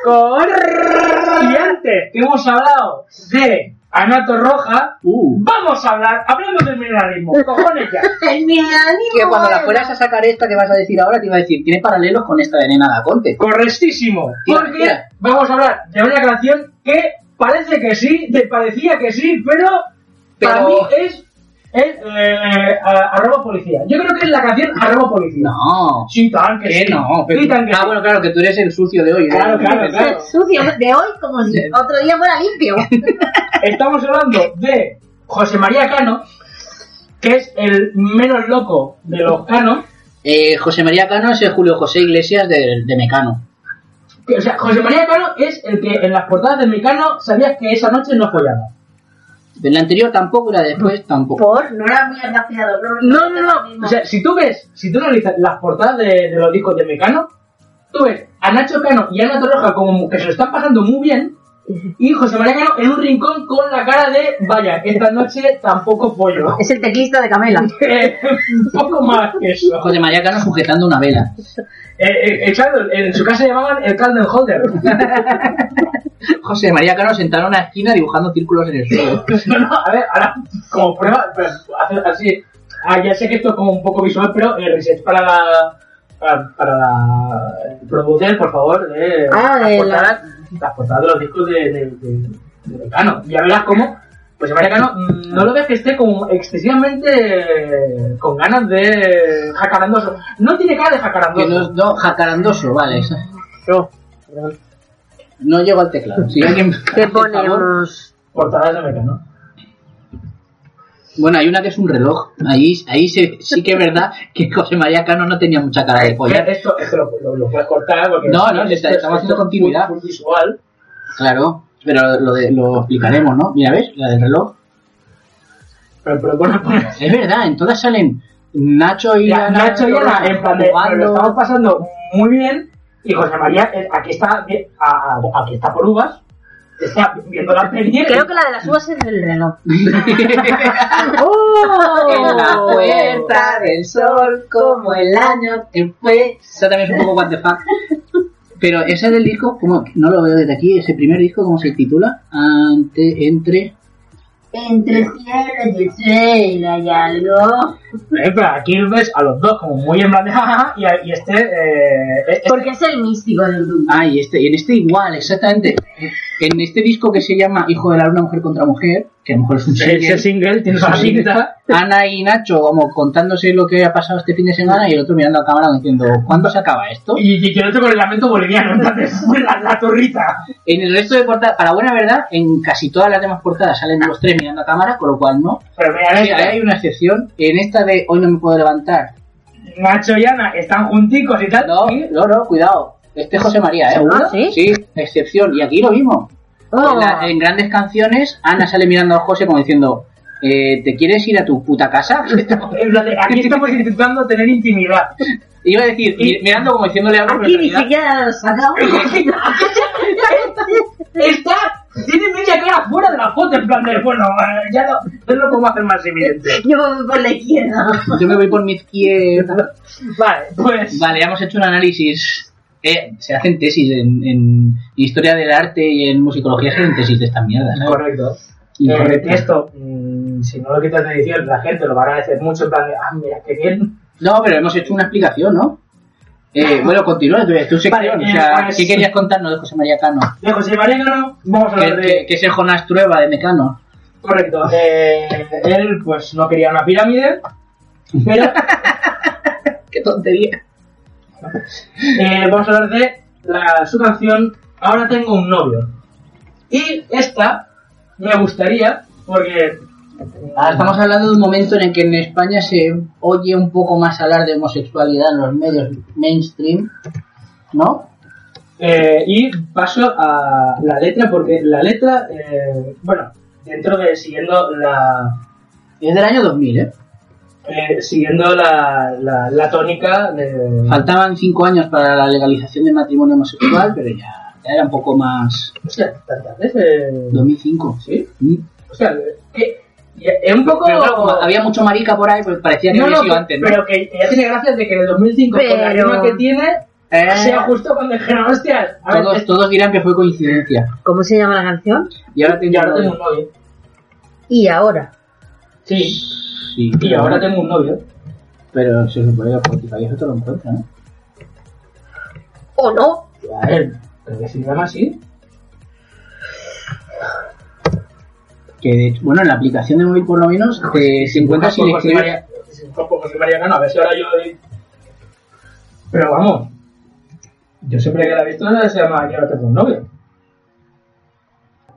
[SPEAKER 4] con... Y antes que hemos hablado de Anato Roja,
[SPEAKER 3] Uh.
[SPEAKER 4] vamos a hablar, hablemos del
[SPEAKER 3] [laughs]
[SPEAKER 4] mineralismo, cojones ya.
[SPEAKER 5] El milanismo
[SPEAKER 3] Que cuando la
[SPEAKER 5] es-
[SPEAKER 3] fueras a sacar esta que vas a decir ahora, te iba a decir, tiene paralelos con esta de Nena da Conte.
[SPEAKER 4] Correctísimo,
[SPEAKER 3] Tira,
[SPEAKER 4] porque
[SPEAKER 3] tira.
[SPEAKER 4] vamos a hablar de una canción que parece que sí, te parecía que sí, pero, para
[SPEAKER 3] Pero-
[SPEAKER 4] mí es, es eh, a- arroba policía. Yo creo que es la canción arroba policía.
[SPEAKER 3] No.
[SPEAKER 4] Sí, tan que
[SPEAKER 3] ¿Qué
[SPEAKER 4] sí.
[SPEAKER 3] no? Pero-
[SPEAKER 4] Sí, tan que
[SPEAKER 3] ah,
[SPEAKER 4] sí.
[SPEAKER 3] bueno, claro, que tú eres el sucio de hoy. ¿eh?
[SPEAKER 4] Claro,
[SPEAKER 3] ¿no?
[SPEAKER 4] claro, claro.
[SPEAKER 5] sucio de hoy como si
[SPEAKER 3] Sí.
[SPEAKER 5] otro día fuera limpio.
[SPEAKER 4] Estamos hablando de José María Cano, que es el menos loco de los Cano.
[SPEAKER 3] Eh, José María Cano es el Julio José Iglesias de, de Mecano.
[SPEAKER 4] Que, O sea, José María Cano es el que en las portadas de Mecano sabías que esa noche no follaba.
[SPEAKER 3] De la anterior tampoco, la de después tampoco.
[SPEAKER 5] Por no era muy agraciado.
[SPEAKER 4] No, no, no. O sea, si tú ves, si tú analizas las portadas de, de los discos de Mecano, tú ves a Nacho Cano y a Ana Torroja como que se lo están pasando muy bien. Y José María Cano en un rincón con la cara de, vaya, esta noche tampoco [laughs] pollo.
[SPEAKER 5] Es el teclista de Camela.
[SPEAKER 4] un poco más que eso.
[SPEAKER 3] José María Cano sujetando una vela.
[SPEAKER 4] Eh, eh, eh, claro, en su casa llamaban el Calden Holder.
[SPEAKER 3] José María Cano sentado en una esquina dibujando círculos en el suelo.
[SPEAKER 4] no, no, a ver, ahora, como prueba, pero hacer así. Ah, ya sé que esto es como un poco visual, pero el reset para la. Para, para la. el Producer, por favor, eh,
[SPEAKER 5] Ah,
[SPEAKER 4] las,
[SPEAKER 5] de
[SPEAKER 4] portadas, las portadas de los discos de. de, de, de Mecano. Ya verás cómo. Pues María Cano, mm, no lo ves que esté como excesivamente eh, con ganas de jacarandoso. No tiene cara de
[SPEAKER 3] Que no,
[SPEAKER 4] jacarandoso.
[SPEAKER 3] no, jacarandoso, vale. eso. No llego al teclado. Si [laughs] alguien me hace
[SPEAKER 5] Que
[SPEAKER 3] el favor.
[SPEAKER 5] ponemos?
[SPEAKER 4] Portadas de Mecano.
[SPEAKER 3] Bueno, hay una que es un reloj. Ahí, ahí se- sí que es verdad que José María Cano no tenía mucha cara de
[SPEAKER 4] Mira,
[SPEAKER 3] pollo.
[SPEAKER 4] Esto, esto lo, lo- lo puedes cortar porque
[SPEAKER 3] No, no,
[SPEAKER 4] esto
[SPEAKER 3] está-
[SPEAKER 4] es-
[SPEAKER 3] estamos haciendo
[SPEAKER 4] esto es
[SPEAKER 3] continuidad.
[SPEAKER 4] full- full visual.
[SPEAKER 3] Claro, pero lo, de, lo explicaremos, ¿no? Mira, ¿ves? La del reloj.
[SPEAKER 4] Pero, pero bueno, pues,
[SPEAKER 3] [laughs] Es verdad, en todas salen Nacho y
[SPEAKER 4] ya,
[SPEAKER 3] Ana
[SPEAKER 4] Nacho y Ana,
[SPEAKER 3] Torroja
[SPEAKER 4] en plan de, "Nos lo estamos
[SPEAKER 3] jugando.
[SPEAKER 4] pasando muy bien y José María eh, aquí está eh, a- a- aquí está por uvas está viendo la peli
[SPEAKER 5] Creo que la de las uvas es el [laughs] reloj.
[SPEAKER 3] [laughs] En la
[SPEAKER 5] Oh.
[SPEAKER 3] puerta del sol, como el año que fue. Esa también es un poco what the fuck. Pero ese del disco, como no lo veo desde aquí, ese primer disco, ¿cómo se titula? Ante, entre.
[SPEAKER 5] Entre tierra y el cielo hay algo.
[SPEAKER 4] Eh, pero aquí ves a los dos como muy en plan de jajaja y, a- y este eh, eh, eh,
[SPEAKER 5] Porque es el místico del grupo.
[SPEAKER 3] Ah, y este, y en este igual, exactamente. En este disco que se llama Hijo de la Luna, Mujer contra Mujer, que a lo mejor es un
[SPEAKER 11] Ese
[SPEAKER 3] single.
[SPEAKER 11] single tiene su
[SPEAKER 4] Facilita.
[SPEAKER 3] Ana y Nacho, como contándose lo que había pasado este fin de semana y el otro mirando a cámara diciendo, ¿cuándo se acaba esto?
[SPEAKER 4] Y, y que lo he hecho con el lamento boliviano, entonces, la, la torrita.
[SPEAKER 3] En el resto de portadas, para buena verdad, en casi todas las demás portadas salen los tres mirando a cámara, con lo cual no.
[SPEAKER 4] Pero mira, este,
[SPEAKER 3] Sí,
[SPEAKER 4] esta,
[SPEAKER 3] ahí hay una excepción. En esta de hoy no me puedo levantar.
[SPEAKER 4] Nacho y Ana están junticos y tal.
[SPEAKER 3] No,
[SPEAKER 4] y-
[SPEAKER 3] no, no, cuidado. Este es José María, ¿eh?
[SPEAKER 5] ¿Seguro? ¿Sí?
[SPEAKER 3] excepción. Y aquí lo mismo.
[SPEAKER 5] Oh.
[SPEAKER 3] En, la- en grandes canciones, Ana sale mirando a José como diciendo, eh, ¿te quieres ir a tu puta
[SPEAKER 5] [laughs]
[SPEAKER 3] casa?
[SPEAKER 4] en plan de, Aquí estamos intentando tener intimidad.
[SPEAKER 3] Iba a decir, mi- mirando como diciéndole algo, pero
[SPEAKER 5] Aquí
[SPEAKER 3] en
[SPEAKER 5] ni
[SPEAKER 3] realidad-
[SPEAKER 5] siquiera lo sacamos. [laughs]
[SPEAKER 4] Está, tiene media cara fuera de la foto, en plan de, bueno, eh, ya no, no lo podemos hacer más evidente.
[SPEAKER 5] Yo me voy por la izquierda.
[SPEAKER 3] yo me voy por mi izquierda.
[SPEAKER 4] Vale, pues.
[SPEAKER 3] Vale, ya hemos hecho un análisis. Eh, se hacen tesis en, en historia del arte y en musicología, se hacen tesis de esta mierda. ¿sabes?
[SPEAKER 4] Correcto. Eh,
[SPEAKER 3] Incorrecto.
[SPEAKER 4] esto, mm, si no lo quitas de edición, la gente lo va a agradecer mucho, en plan de, ah, mira, qué bien.
[SPEAKER 3] No, pero hemos hecho una explicación, ¿no? Eh, bueno, continúa tu, tu sección.
[SPEAKER 4] Ah. Vale,
[SPEAKER 3] o sea,
[SPEAKER 4] eh, pues-
[SPEAKER 3] ¿qué querías contarnos de José María Cano?
[SPEAKER 4] De José Mariano, vamos a
[SPEAKER 3] Que,
[SPEAKER 4] hablar de...
[SPEAKER 3] que- que es el Jonás Trueba de Mecano.
[SPEAKER 4] Correcto. Eh, él, pues, no quería una pirámide, pero
[SPEAKER 3] Qué tontería.
[SPEAKER 4] eh, vamos a hablar de la- su canción Ahora tengo un novio. Y esta me gustaría, porque...
[SPEAKER 3] Ahora Ah, estamos hablando de un momento en el que en España se oye un poco más hablar de homosexualidad en los medios mainstream, ¿no?
[SPEAKER 4] Eh, y paso a la letra, porque la letra, eh, bueno, dentro de siguiendo la,
[SPEAKER 3] Es del año 2000, ¿eh?
[SPEAKER 4] eh, siguiendo la, la, la tónica de...
[SPEAKER 3] Faltaban cinco años para la legalización del matrimonio homosexual, pero ya, ya era un poco más...
[SPEAKER 4] Hostia, tantas veces...
[SPEAKER 3] 2005.
[SPEAKER 4] ¿Sí?
[SPEAKER 3] Mm.
[SPEAKER 4] Hostia, que... y Es un poco...
[SPEAKER 3] Pero claro, como había mucho marica por ahí, pues parecía que
[SPEAKER 4] No,
[SPEAKER 3] había
[SPEAKER 4] no,
[SPEAKER 3] sido antes, ¿no?
[SPEAKER 4] pero que ya tiene gracias de que en el 2005 con la
[SPEAKER 5] Pero-
[SPEAKER 4] rima que tiene
[SPEAKER 3] Eh,
[SPEAKER 4] sea justo cuando dijeron, hostia, a ver,
[SPEAKER 3] todos,
[SPEAKER 4] es-
[SPEAKER 3] todos dirán que fue coincidencia.
[SPEAKER 5] ¿Cómo se llama la canción?
[SPEAKER 3] Y ahora tengo...
[SPEAKER 4] y ahora
[SPEAKER 3] un
[SPEAKER 4] tengo un
[SPEAKER 3] novio.
[SPEAKER 4] novio.
[SPEAKER 5] Y ahora.
[SPEAKER 4] Sí,
[SPEAKER 3] Sí,
[SPEAKER 4] y ahora tengo un novio.
[SPEAKER 3] Pero se supone que Spotify eso te lo encuentra, ¿no?
[SPEAKER 5] ¿O no?
[SPEAKER 4] A ver, pero que se llama así.
[SPEAKER 3] Que de hecho, bueno, en la aplicación de móvil por lo menos te, se encuentra si
[SPEAKER 4] Por
[SPEAKER 3] le
[SPEAKER 4] José
[SPEAKER 3] escribes...
[SPEAKER 4] pues, María- por José María Cano, a ver si ahora yo... le- Pero vamos, yo siempre que la he visto se llama Yo ahora tengo un novio.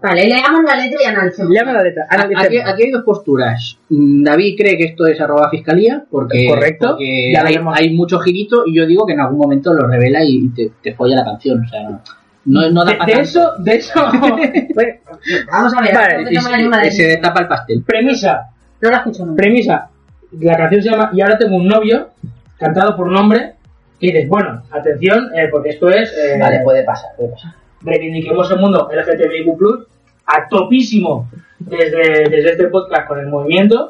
[SPEAKER 5] Vale, leamos la letra y analicemos.
[SPEAKER 11] Llama la letra.
[SPEAKER 4] Ah,
[SPEAKER 11] Ana, dice,
[SPEAKER 4] Este-
[SPEAKER 3] Aquí, aquí hay dos posturas. Mm, David cree que esto es arroba fiscalía porque,
[SPEAKER 11] Correcto.
[SPEAKER 3] porque
[SPEAKER 11] Ya lo
[SPEAKER 3] hay,
[SPEAKER 11] hemos-
[SPEAKER 3] hay mucho girito y yo digo que en algún momento lo revela y te, te folla la canción. O sea, no, no da
[SPEAKER 4] De,
[SPEAKER 3] para
[SPEAKER 4] de
[SPEAKER 3] tanto.
[SPEAKER 4] eso,
[SPEAKER 3] [laughs]
[SPEAKER 4] de eso...
[SPEAKER 11] bueno,
[SPEAKER 5] Vamos a ver.
[SPEAKER 11] Vale,
[SPEAKER 5] no
[SPEAKER 3] Y-
[SPEAKER 5] tenemos la misma
[SPEAKER 3] y se
[SPEAKER 5] decisión.
[SPEAKER 3] destapa el pastel.
[SPEAKER 4] premisa,
[SPEAKER 5] No la escucho nunca.
[SPEAKER 4] premisa. La canción se llama Y ahora tengo un novio, cantado por un hombre, que dices, bueno, atención, eh, porque esto es eh,
[SPEAKER 3] Vale, pues puede pasar, puede pasar.
[SPEAKER 4] reivindiquemos el mundo LGTBIQ+, a topísimo desde, desde este podcast con el movimiento.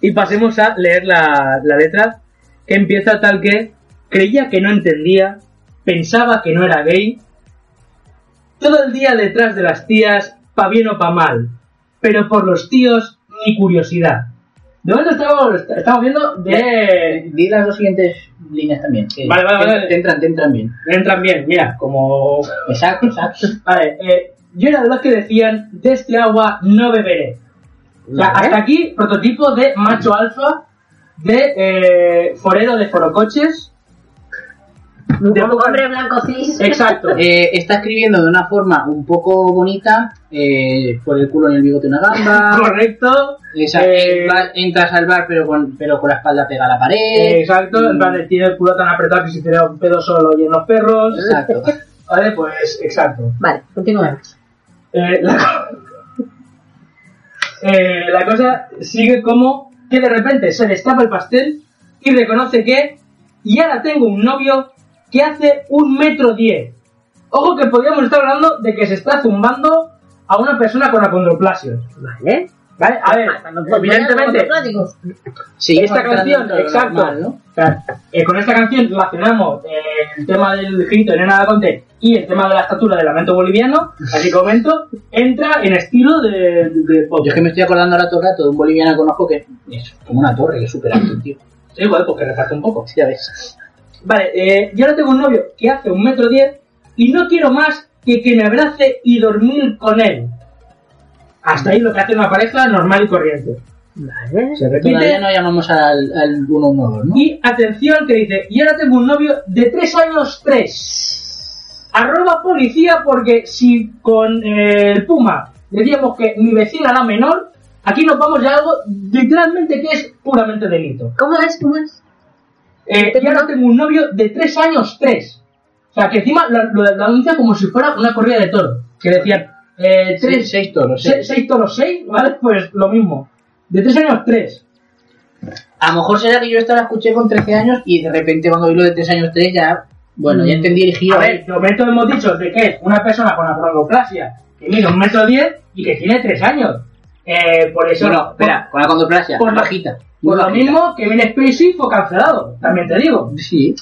[SPEAKER 4] Y pasemos a leer la, la letra, que empieza tal que creía que no entendía, pensaba que no era gay, todo el día detrás de las tías, pa' bien o pa' mal, pero por los tíos, ni curiosidad. De momento estamos, estamos viendo de...
[SPEAKER 3] Di las dos siguientes líneas también. que
[SPEAKER 4] eh, Vale, vale,
[SPEAKER 3] te-
[SPEAKER 4] vale.
[SPEAKER 3] Te entran, te entran bien.
[SPEAKER 4] Entran bien, mira, como
[SPEAKER 3] Exacto, exacto.
[SPEAKER 4] Vale, eh, yo era de los que decían, de este agua no beberé. O sea,
[SPEAKER 3] Vale.
[SPEAKER 4] hasta aquí, prototipo de macho alfa, de eh, forero de forocoches. De
[SPEAKER 5] Como
[SPEAKER 4] poca-
[SPEAKER 5] hombre blanco
[SPEAKER 3] [laughs]
[SPEAKER 5] cis.
[SPEAKER 4] Exacto.
[SPEAKER 3] Eh, está escribiendo de una forma un poco bonita, eh, por el culo en el bigote una
[SPEAKER 4] [laughs]
[SPEAKER 3] gamba.
[SPEAKER 4] Correcto.
[SPEAKER 3] Esa-
[SPEAKER 4] Eh,
[SPEAKER 3] va- entras al bar pero con, pero con la espalda pega a la pared.
[SPEAKER 4] eh, exacto, en plan de tiene el culo tan apretado que si te da un pedo solo y en los perros.
[SPEAKER 3] Exacto.
[SPEAKER 4] Vale, pues exacto.
[SPEAKER 5] Vale, continuemos.
[SPEAKER 4] Eh, la, [laughs] Eh, la cosa sigue como que de repente se destapa el pastel y reconoce que y ahora tengo un novio que hace un metro diez. Ojo que podríamos estar hablando de que se está zumbando a una persona con acondroplasia.
[SPEAKER 5] Vale.
[SPEAKER 4] ¿Vale? A ver,
[SPEAKER 5] Pues,
[SPEAKER 4] evidentemente,
[SPEAKER 3] Sí,
[SPEAKER 4] esta canción, exacto. o sea, eh, con esta canción relacionamos eh, el tema del grito de Nena da Conte y el tema de la estatura del lamento boliviano, así que comento, entra en estilo de, de pop.
[SPEAKER 3] Pues Yo es que me estoy acordando ahora todo el rato de un boliviano que conozco que es como una torre, que es súper alto, tío.
[SPEAKER 4] Sí, igual, porque reparte un poco.
[SPEAKER 3] Ya ves.
[SPEAKER 4] Vale, eh, yo ahora tengo un novio que hace un metro diez y no quiero más que que me abrace y dormir con él. Hasta ahí lo que hace una pareja normal y corriente.
[SPEAKER 11] Vale.
[SPEAKER 4] Se
[SPEAKER 3] Todavía
[SPEAKER 4] repite.
[SPEAKER 3] no llamamos al, al 112, ¿no?
[SPEAKER 4] Y atención que dice, y ahora tengo un novio de 3 años 3. Arroba policía porque si con eh, el Puma decíamos que mi vecina la menor, aquí nos vamos ya a algo literalmente que es puramente delito.
[SPEAKER 5] ¿Cómo es? ¿Cómo es?
[SPEAKER 4] Eh, y ahora tengo un novio de 3 años 3. O sea, que encima lo, lo- lo anuncia como si fuera una corrida de toro. Que decían, eh,
[SPEAKER 3] Sí,
[SPEAKER 4] 3,
[SPEAKER 3] seis toros, sí.
[SPEAKER 4] 6, toros 6, ¿vale? Pues lo mismo. De 3 años 3.
[SPEAKER 3] A lo mejor será que yo esta la escuché con 13 años y de repente cuando vi lo de 3 años 3 ya, bueno, ya entendí el giro. ¿eh?
[SPEAKER 4] A ver, de momento hemos dicho de que es una persona con acrodoplasia que mide un metro diez y que tiene 3 años. Eh, por eso...
[SPEAKER 3] Bueno, espera, con la condoplasia,
[SPEAKER 4] Por lo-
[SPEAKER 3] bajita. muy
[SPEAKER 4] Por lo
[SPEAKER 3] bajita.
[SPEAKER 4] mismo que viene Spacey fue cancelado, también te digo.
[SPEAKER 3] Sí.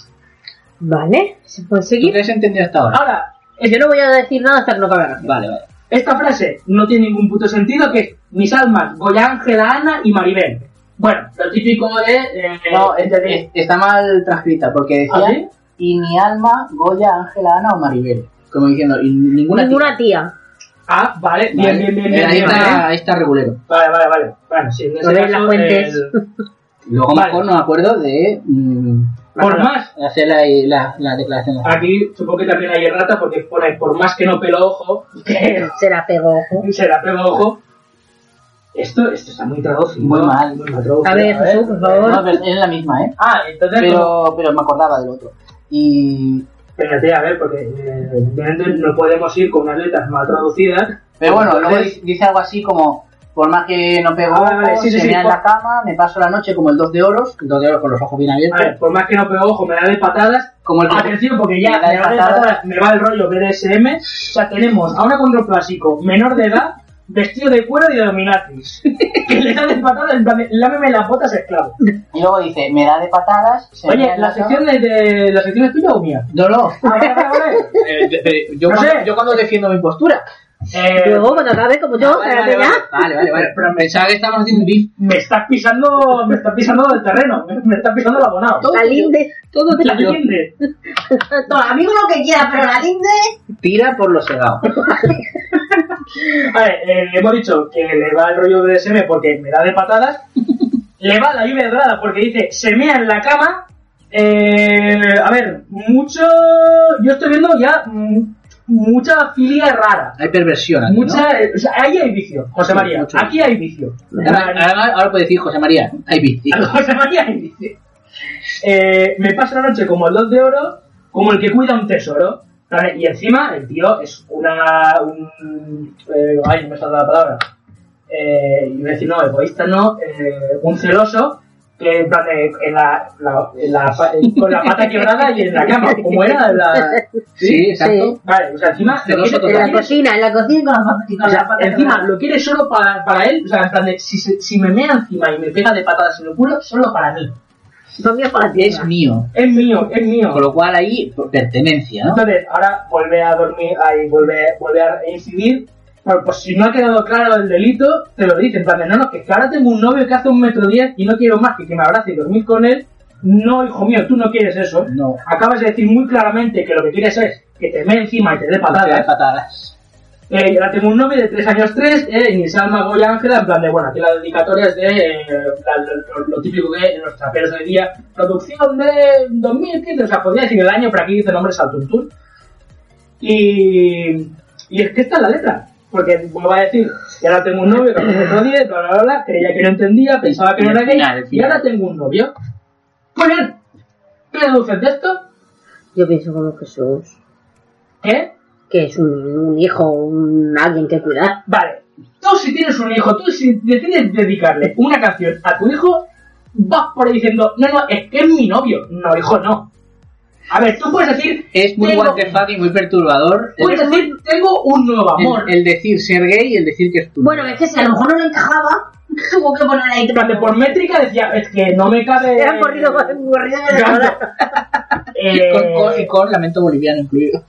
[SPEAKER 5] Vale, se puede
[SPEAKER 3] ¿Tú
[SPEAKER 5] seguir.
[SPEAKER 3] crees entender hasta ahora?
[SPEAKER 4] Ahora,
[SPEAKER 5] Yo no voy a decir nada hasta que no acabe la canción.
[SPEAKER 3] Vale, vale.
[SPEAKER 4] Esta frase no tiene ningún puto sentido, que es mis almas, Goya Ángela Ana y Maribel. Bueno, lo típico de... eh,
[SPEAKER 3] No, es-
[SPEAKER 4] de-
[SPEAKER 3] es- está mal transcrita porque decía
[SPEAKER 4] ¿Ah, sí?
[SPEAKER 3] y mi alma, Goya, Ángela, Ana o Maribel. Como diciendo, y ninguna,
[SPEAKER 5] Ninguna tía.
[SPEAKER 4] Ah, vale,
[SPEAKER 3] tía. Vale.
[SPEAKER 4] bien, bien, bien, bien.
[SPEAKER 3] ahí,
[SPEAKER 4] bien,
[SPEAKER 3] está,
[SPEAKER 4] bien.
[SPEAKER 3] ahí está regulero.
[SPEAKER 4] Vale, vale, vale. Bueno, sí, en ese
[SPEAKER 5] veis
[SPEAKER 4] caso,
[SPEAKER 5] las fuentes.
[SPEAKER 4] el-
[SPEAKER 3] Luego
[SPEAKER 4] Vale.
[SPEAKER 3] mejor no me acuerdo de mm,
[SPEAKER 4] Por más, Ah,
[SPEAKER 3] hacer la, la, la declaración.
[SPEAKER 4] aquí supongo que también hay errata porque pone por más que no pelo ojo, [laughs] que
[SPEAKER 5] Se la pegó. ojo.
[SPEAKER 4] se la pelo ojo. Esto, esto está muy traducido.
[SPEAKER 3] Muy mal.
[SPEAKER 4] Muy mal traducido.
[SPEAKER 5] A ver,
[SPEAKER 3] Pues,
[SPEAKER 5] Jesús, por
[SPEAKER 3] No,
[SPEAKER 5] favor.
[SPEAKER 3] pero es la misma, ¿eh?
[SPEAKER 4] Ah, entonces... como-
[SPEAKER 3] Pero, pero me acordaba del otro. Y
[SPEAKER 4] Espérate, a ver, porque eh, evidentemente no podemos ir con unas letras mal traducidas.
[SPEAKER 3] Pero bueno, luego
[SPEAKER 4] Entonces-
[SPEAKER 3] di- dice algo así como, por más que no pego
[SPEAKER 4] Ah, vale, vale,
[SPEAKER 3] ojos,
[SPEAKER 4] sí, sí,
[SPEAKER 3] se
[SPEAKER 4] sí,
[SPEAKER 3] mea en
[SPEAKER 4] por-
[SPEAKER 3] la cama, me paso la noche como el 2 de oros, el 2 de oros con los ojos bien
[SPEAKER 4] A ver, Ah,
[SPEAKER 3] abiertos,
[SPEAKER 4] por más que no pego ojo, me da de patadas.
[SPEAKER 3] como el que...
[SPEAKER 4] Atención, porque ya
[SPEAKER 3] Me da de
[SPEAKER 4] me, va de
[SPEAKER 3] patadas.
[SPEAKER 4] patadas, me va el rollo BDSM. O sea, tenemos a una controflásico menor de edad, vestido de cuero y de dominatrix. [laughs] que le da de patadas, en plan, de, lámeme las botas, esclavo.
[SPEAKER 3] Y luego dice, me da de patadas, se mea
[SPEAKER 4] Oye,
[SPEAKER 3] en
[SPEAKER 4] ¿la
[SPEAKER 3] cama.
[SPEAKER 4] sección, de, de- ¿la sección es tuya o mía?
[SPEAKER 3] No, no.
[SPEAKER 4] Ah, vale, vale, vale.
[SPEAKER 3] [laughs] Eh, de- de- yo,
[SPEAKER 4] No
[SPEAKER 3] cuando,
[SPEAKER 4] sé.
[SPEAKER 3] yo cuando defiendo mi postura.
[SPEAKER 4] Eh,
[SPEAKER 5] Luego, cuando acabe, como yo,
[SPEAKER 3] Ah, vale,
[SPEAKER 5] espérate
[SPEAKER 3] vale, vale,
[SPEAKER 5] ya.
[SPEAKER 3] vale, vale, vale. Pero pensaba que estábamos haciendo un beef.
[SPEAKER 4] me estás pisando, me estás pisando el terreno, me, me estás pisando el abonado.
[SPEAKER 3] Todo-
[SPEAKER 5] La linde. Todo
[SPEAKER 4] ¿La entiendes?
[SPEAKER 5] Todo, amigo lo que quiera, pero la linde.
[SPEAKER 3] Tira por los segados.
[SPEAKER 4] A ver, eh, hemos dicho que le va el rollo de SM porque me da de
[SPEAKER 3] [laughs]
[SPEAKER 4] patadas. le va la lluvia de dorada porque dice, se mea en la cama. Eh, a ver, mucho... Yo estoy viendo ya mm, mucha filia rara.
[SPEAKER 3] Hay perversión aquí, ¿no?
[SPEAKER 4] Mucha... eh, o sea, ahí hay vicio, José
[SPEAKER 3] Sí,
[SPEAKER 4] María.
[SPEAKER 3] mucho.
[SPEAKER 4] Aquí hay vicio.
[SPEAKER 3] Además,
[SPEAKER 4] Ah,
[SPEAKER 3] además, ahora puede decir José María, hay beef.
[SPEAKER 4] [laughs]
[SPEAKER 3] tío.
[SPEAKER 4] José María hay vicio. Eh, me pasa la noche como el dos de oro, como el que cuida un tesoro. ¿vale? Y encima el tío es una... Un, eh, ay, no me sale la palabra. eh, iba a decir, no, egoísta no, eh, un celoso, que en plan de, en la, la- en la pa- en- con la pata quebrada y en la cama, como era la...
[SPEAKER 3] Sí, exacto.
[SPEAKER 4] Vale, o sea, encima... lo
[SPEAKER 3] Celoso
[SPEAKER 4] quiere-
[SPEAKER 5] En la
[SPEAKER 4] lo quiere-
[SPEAKER 5] cocina, en la cocina con las patas.
[SPEAKER 4] o sea, encima lo quiere solo para, para él, o sea, en plan de, si, se- si me mea encima y me pega de patadas en el culo, solo para mí.
[SPEAKER 5] Lo mío para ti.
[SPEAKER 3] Es mío.
[SPEAKER 4] Es mío, es mío.
[SPEAKER 3] Con lo cual ahí, pertenencia, ¿no?
[SPEAKER 4] Entonces, ahora vuelve a dormir, ahí vuelve, vuelve a incidir. Bueno, pues si no ha quedado claro el delito, te lo dicen. En plan de, no, no, que ahora tengo un novio que hace un metro diez y no quiero más que que me abrace y dormir con él. No, hijo mío, tú no quieres eso.
[SPEAKER 3] No.
[SPEAKER 4] Acabas de decir muy claramente que lo que quieres es que te me encima y te dé
[SPEAKER 3] Patadas.
[SPEAKER 4] patadas.
[SPEAKER 3] patadas.
[SPEAKER 4] Eh, y ahora tengo un novio de tres años tres, eh, y mi salma Goya Ángela, en plan de, bueno, aquí la dedicatoria es de eh, la- lo, lo típico que en los traperos de hoy día, producción de 2015, o sea, podría decir el año, pero aquí dice nombres al tuntún. Y, y es que esta es la letra, porque vuelvo a decir, y ahora tengo un novio que me otro día, bla, bla, bla, bla, creía que no entendía, pensaba que
[SPEAKER 3] Y
[SPEAKER 4] no
[SPEAKER 3] al
[SPEAKER 4] era gay,
[SPEAKER 3] final, al
[SPEAKER 4] y
[SPEAKER 3] final.
[SPEAKER 4] ahora tengo un novio. Pues bien, ¿qué deduces de esto?
[SPEAKER 5] Yo pienso como Jesús.
[SPEAKER 4] ¿Qué?
[SPEAKER 5] Que es un, un hijo, un alguien que cuidar.
[SPEAKER 4] Vale, tú si tienes un hijo, tú si decides dedicarle una canción a tu hijo, vas por ahí diciendo, no, no, es que es mi novio. No, hijo, no. A ver, tú puedes decir,
[SPEAKER 3] Es muy
[SPEAKER 4] Tengo-
[SPEAKER 3] what the fuck y muy perturbador.
[SPEAKER 4] puedes decir, tengo un nuevo amor. eh,
[SPEAKER 3] El, el decir ser gay y el decir que es tu.
[SPEAKER 5] Bueno, es que si a lo mejor no le encajaba, [laughs] tuvo que poner ahí.
[SPEAKER 4] En plan de por métrica decía, es que no me cabe...
[SPEAKER 11] [laughs]
[SPEAKER 5] Era corrido,
[SPEAKER 4] [laughs]
[SPEAKER 5] corrido de la
[SPEAKER 4] Eh, Claro.
[SPEAKER 5] bola.
[SPEAKER 4] [laughs] Eh,
[SPEAKER 3] con, con- y con lamento boliviano incluido.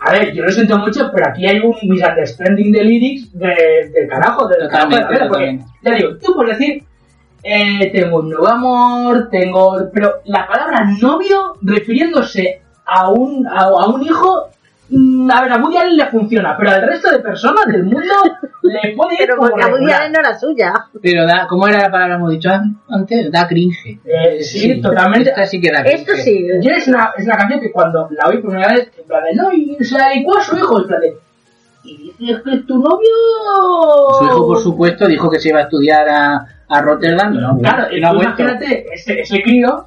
[SPEAKER 4] a ver, yo lo siento mucho, pero aquí hay un misunderstanding de lyrics de- del carajo, del carajo de la
[SPEAKER 3] Totalmente,
[SPEAKER 4] vida, porque,
[SPEAKER 3] totalmente.
[SPEAKER 4] ya digo, tú puedes decir, eh, tengo un nuevo amor, tengo... Pero la palabra novio, refiriéndose a un, a, a un hijo, mm, a ver, a Woody Allen le funciona, pero al resto de personas del mundo le puede ir
[SPEAKER 11] Pero
[SPEAKER 4] como
[SPEAKER 11] porque a Woody
[SPEAKER 4] regular.
[SPEAKER 11] Allen no era suya.
[SPEAKER 3] Pero da, ¿cómo era la palabra que hemos dicho an- antes? Da cringe.
[SPEAKER 4] Eh, sí, totalmente.
[SPEAKER 3] Esta sí que da cringe.
[SPEAKER 11] Esto sí.
[SPEAKER 4] Yo es una, es una canción que cuando la oí por primera vez, en plan de, no, y se la dedicó a su hijo, en plan de, y dices que tu novio...
[SPEAKER 3] Su hijo, por supuesto, dijo que se iba a estudiar a, a Rotterdam. No, bueno,
[SPEAKER 4] Claro,
[SPEAKER 3] no ha
[SPEAKER 4] tú
[SPEAKER 3] vuelto.
[SPEAKER 4] imagínate ese, ese crío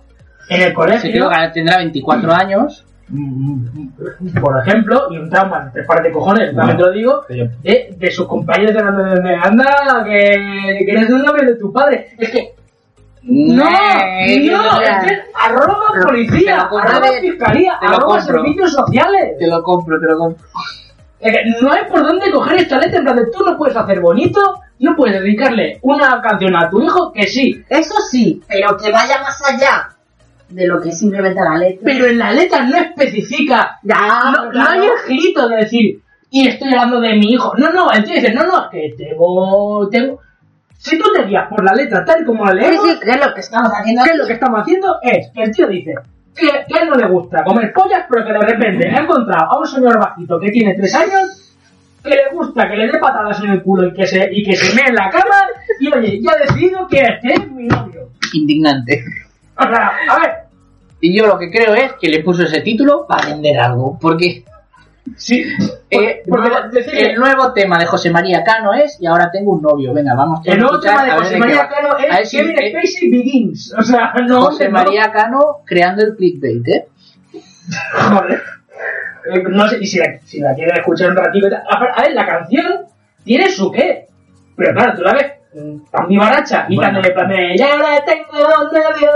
[SPEAKER 4] en el
[SPEAKER 3] Ese tío
[SPEAKER 4] colegio,
[SPEAKER 3] ahora tendrá 24 años.
[SPEAKER 4] por ejemplo, y un trauma entre par de cojones, también te lo digo, de, de sus compañeros de anda, de- de- anda que, que eres un novio de tu padre. Es que, no,
[SPEAKER 3] Eh,
[SPEAKER 4] no,
[SPEAKER 3] te
[SPEAKER 4] es
[SPEAKER 3] lo-
[SPEAKER 4] que arroba policía,
[SPEAKER 3] compro.
[SPEAKER 4] arroba
[SPEAKER 3] pues, A ver,
[SPEAKER 4] fiscalía,
[SPEAKER 3] te lo
[SPEAKER 4] arroba
[SPEAKER 3] compro.
[SPEAKER 4] servicios sociales.
[SPEAKER 3] Te lo compro, te lo compro.
[SPEAKER 4] Es que no hay por dónde coger esta letra, en plan de tú no puedes hacer bonito, no puedes dedicarle una canción a tu hijo, que sí,
[SPEAKER 5] Eso sí, pero que vaya más allá de lo que es simplemente la letra.
[SPEAKER 4] pero en la letra no especifica,
[SPEAKER 5] Ya,
[SPEAKER 4] no, no
[SPEAKER 5] claro.
[SPEAKER 4] hay el grito de decir, y estoy hablando de mi hijo, no, no, el tío dice, no, no, es que tengo, tengo... Si tú te guías por la letra tal y como la
[SPEAKER 11] Sí,
[SPEAKER 4] leemos,
[SPEAKER 11] sí, que es lo que estamos haciendo.
[SPEAKER 4] ¿qué es lo que estamos haciendo? Es que el tío dice que, que a él no le gusta comer pollas, pero que de repente ha encontrado a un señor bajito que tiene tres años, que le gusta que le dé patadas en el culo y que se, y que se mee en la cama, y oye, ya ha decidido que este es mi novio.
[SPEAKER 3] Indignante.
[SPEAKER 4] O sea, a ver,
[SPEAKER 3] Y yo lo que creo es que le puso ese título para vender algo. Porque,
[SPEAKER 4] sí,
[SPEAKER 3] eh,
[SPEAKER 4] porque
[SPEAKER 3] no-
[SPEAKER 4] decirle-
[SPEAKER 3] el nuevo tema de José María Cano es Y ahora tengo un novio. Venga, vamos todos
[SPEAKER 4] el nuevo
[SPEAKER 3] a escuchar,
[SPEAKER 4] tema de
[SPEAKER 3] a ver
[SPEAKER 4] José
[SPEAKER 3] qué
[SPEAKER 4] María
[SPEAKER 3] va.
[SPEAKER 4] Cano
[SPEAKER 3] A ver
[SPEAKER 4] es
[SPEAKER 3] si-
[SPEAKER 4] Kevin
[SPEAKER 3] eh,
[SPEAKER 4] Spacey Begins. O sea, no.
[SPEAKER 3] José
[SPEAKER 4] no,
[SPEAKER 3] María Cano creando el clickbait, ¿eh?
[SPEAKER 4] Joder. [laughs] Eh, No sé, y si la, si la quieren escuchar un ratito y tal. A, ver, a ver, la canción tiene su qué. Pero claro, tú la ves mm, tan vivaracha y
[SPEAKER 3] Bueno.
[SPEAKER 4] tan de plan de, ya la tengo un novio.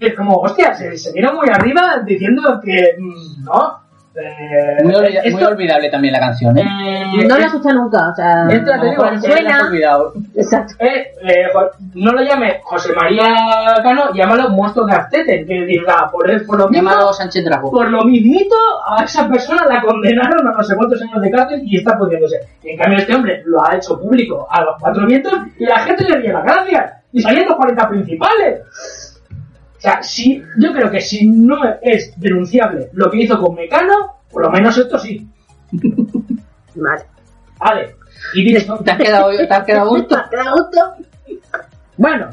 [SPEAKER 4] Y es como, hostia, se, se vieron muy arriba diciendo que mm, no. Eh,
[SPEAKER 3] Muy, olvida- muy
[SPEAKER 4] esto,
[SPEAKER 3] olvidable también la canción, ¿eh?
[SPEAKER 4] eh,
[SPEAKER 11] No la escucha nunca, o sea.
[SPEAKER 4] Esto ya te digo,
[SPEAKER 3] Ojo,
[SPEAKER 4] suena-
[SPEAKER 3] la has olvidado.
[SPEAKER 11] Exacto.
[SPEAKER 4] eh, eh, jo- no lo llame José María Cano, llámalo monstruo de Azteten, que diga, por, el- por lo mismo,
[SPEAKER 3] Llamado Sánchez
[SPEAKER 4] [laughs]
[SPEAKER 3] Drago.
[SPEAKER 4] por lo mismito a esa persona la condenaron a no sé cuántos años de cárcel y está pudriéndose. Y en cambio este hombre lo ha hecho público a los cuatro vientos y la gente le dio las gracias y salían los 40 principales. O sea, si, yo creo que si no es denunciable lo que hizo con Mecano, por lo menos esto sí.
[SPEAKER 11] [laughs] Vale.
[SPEAKER 4] Vale. Y dices,
[SPEAKER 3] [laughs] ¿Te has quedado, te has quedado gusto?
[SPEAKER 4] bueno,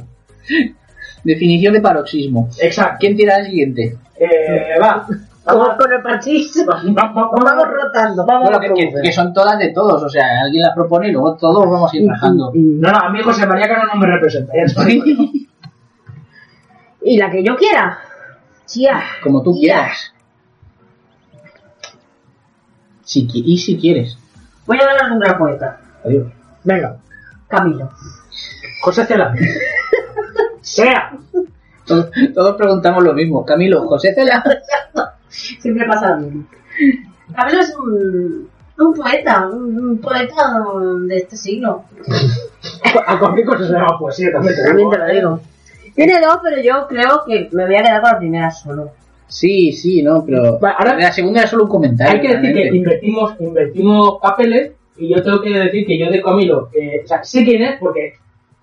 [SPEAKER 3] Definición de paroxismo.
[SPEAKER 4] exacto.
[SPEAKER 3] ¿Quién tira el siguiente?
[SPEAKER 4] Eh, va.
[SPEAKER 11] Vamos
[SPEAKER 4] Vamos,
[SPEAKER 11] con el parchís. Vamos rotando, vamos
[SPEAKER 3] Bueno,
[SPEAKER 11] a
[SPEAKER 3] que, que-
[SPEAKER 11] probar.
[SPEAKER 3] que son todas de todos, o sea, alguien las propone y luego todos vamos a ir bajando.
[SPEAKER 11] Y-
[SPEAKER 4] No, no, a mí José María Cano no me representa. ya [laughs] está.
[SPEAKER 11] Y la que yo quiera. Chía.
[SPEAKER 3] Como tú quieras. Si qui- y si quieres.
[SPEAKER 5] Voy a hablar de un gran poeta,
[SPEAKER 3] Adiós.
[SPEAKER 11] Venga.
[SPEAKER 5] Camilo.
[SPEAKER 4] José Cela. Sea.
[SPEAKER 3] Todos, todos preguntamos lo mismo. Camilo, José Cela.
[SPEAKER 4] [laughs]
[SPEAKER 5] Siempre pasa lo mismo. Camilo es un, un poeta, un, un poeta de este siglo.
[SPEAKER 4] A cualquier cosa se llama poesía también. te
[SPEAKER 11] También te lo digo.
[SPEAKER 5] Tiene dos, pero yo creo que me voy a quedar con la primera solo.
[SPEAKER 3] Sí, sí, no, pero.
[SPEAKER 4] Va, ahora-
[SPEAKER 3] la segunda era solo un comentario.
[SPEAKER 4] Hay que decir que
[SPEAKER 3] realmente.
[SPEAKER 4] invertimos, invertimos papeles y yo tengo que decir que yo de Camilo, eh, o sea, sé quién es porque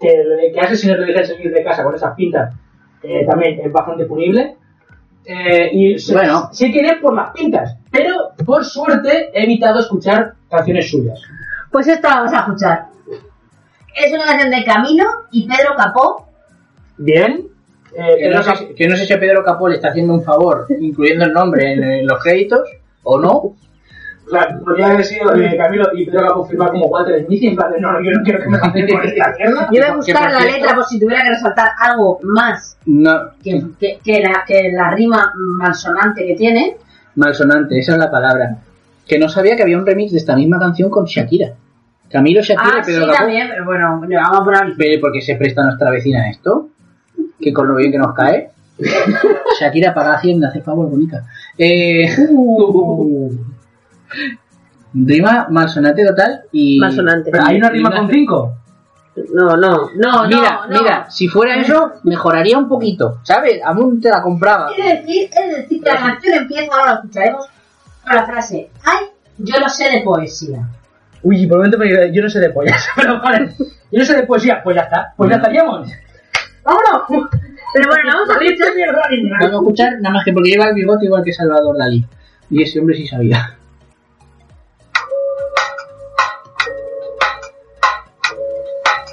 [SPEAKER 4] que, que hace si no le dejan salir de casa con esas pintas eh, también es bastante punible. Eh, y sé,
[SPEAKER 3] Bueno.
[SPEAKER 4] sé quién es por las pintas, pero por suerte he evitado escuchar canciones suyas.
[SPEAKER 5] Pues esta la vamos a escuchar. Es una canción de Camilo y Pedro Capó.
[SPEAKER 4] Bien. Eh,
[SPEAKER 3] Que no,
[SPEAKER 4] pero-
[SPEAKER 3] sé, que no sé si a Pedro Capó le está haciendo un favor, incluyendo el nombre en, en los créditos, o no.
[SPEAKER 4] O sea, podría haber sido eh, Camilo y Pedro Capó firmar como Walter Smith y en plan de no, no, yo no quiero que me cambien con esta [laughs] mierda.
[SPEAKER 5] Yo voy
[SPEAKER 3] Que
[SPEAKER 5] a
[SPEAKER 3] por-
[SPEAKER 5] buscar
[SPEAKER 3] que por
[SPEAKER 5] la
[SPEAKER 3] cierto-
[SPEAKER 5] letra por si tuviera que resaltar algo más
[SPEAKER 3] No,
[SPEAKER 5] que, que, que la, que la rima malsonante que tiene.
[SPEAKER 3] malsonante, esa es la palabra. Que no sabía que había un remix de esta misma canción con Shakira. Camilo, Shakira
[SPEAKER 5] Ah,
[SPEAKER 3] y
[SPEAKER 5] sí,
[SPEAKER 3] Pedro Capó.
[SPEAKER 5] también, pero bueno, le vamos a poner original.
[SPEAKER 3] Pero ¿por qué se presta nuestra vecina a esto? Que con lo bien que nos cae. Shakira para Hacienda, hace favor, bonita. Eh, rima malsonante total y...
[SPEAKER 11] Malsonante.
[SPEAKER 4] Pero hay una rima
[SPEAKER 3] y
[SPEAKER 4] con cinco.
[SPEAKER 11] No, no.
[SPEAKER 5] No, no,
[SPEAKER 3] mira,
[SPEAKER 5] no.
[SPEAKER 3] mira, si fuera eso, mejoraría un poquito, ¿sabes? Aún te la compraba.
[SPEAKER 5] Es decir, es decir, que la canción empieza, ahora la escucharemos, con la frase, ay, yo no sé de poesía.
[SPEAKER 4] Uy, por un momento me he ido, yo no sé de pollas, [laughs] pero vale. Yo no sé de poesía, pues ya está, pues ya estaríamos. ¡Vámonos!
[SPEAKER 11] Pero bueno, vamos a
[SPEAKER 4] ¡Saliste mierda,
[SPEAKER 3] Vamos a escuchar nada más que porque lleva el bigote igual que Salvador Dalí. Y ese hombre sí sabía.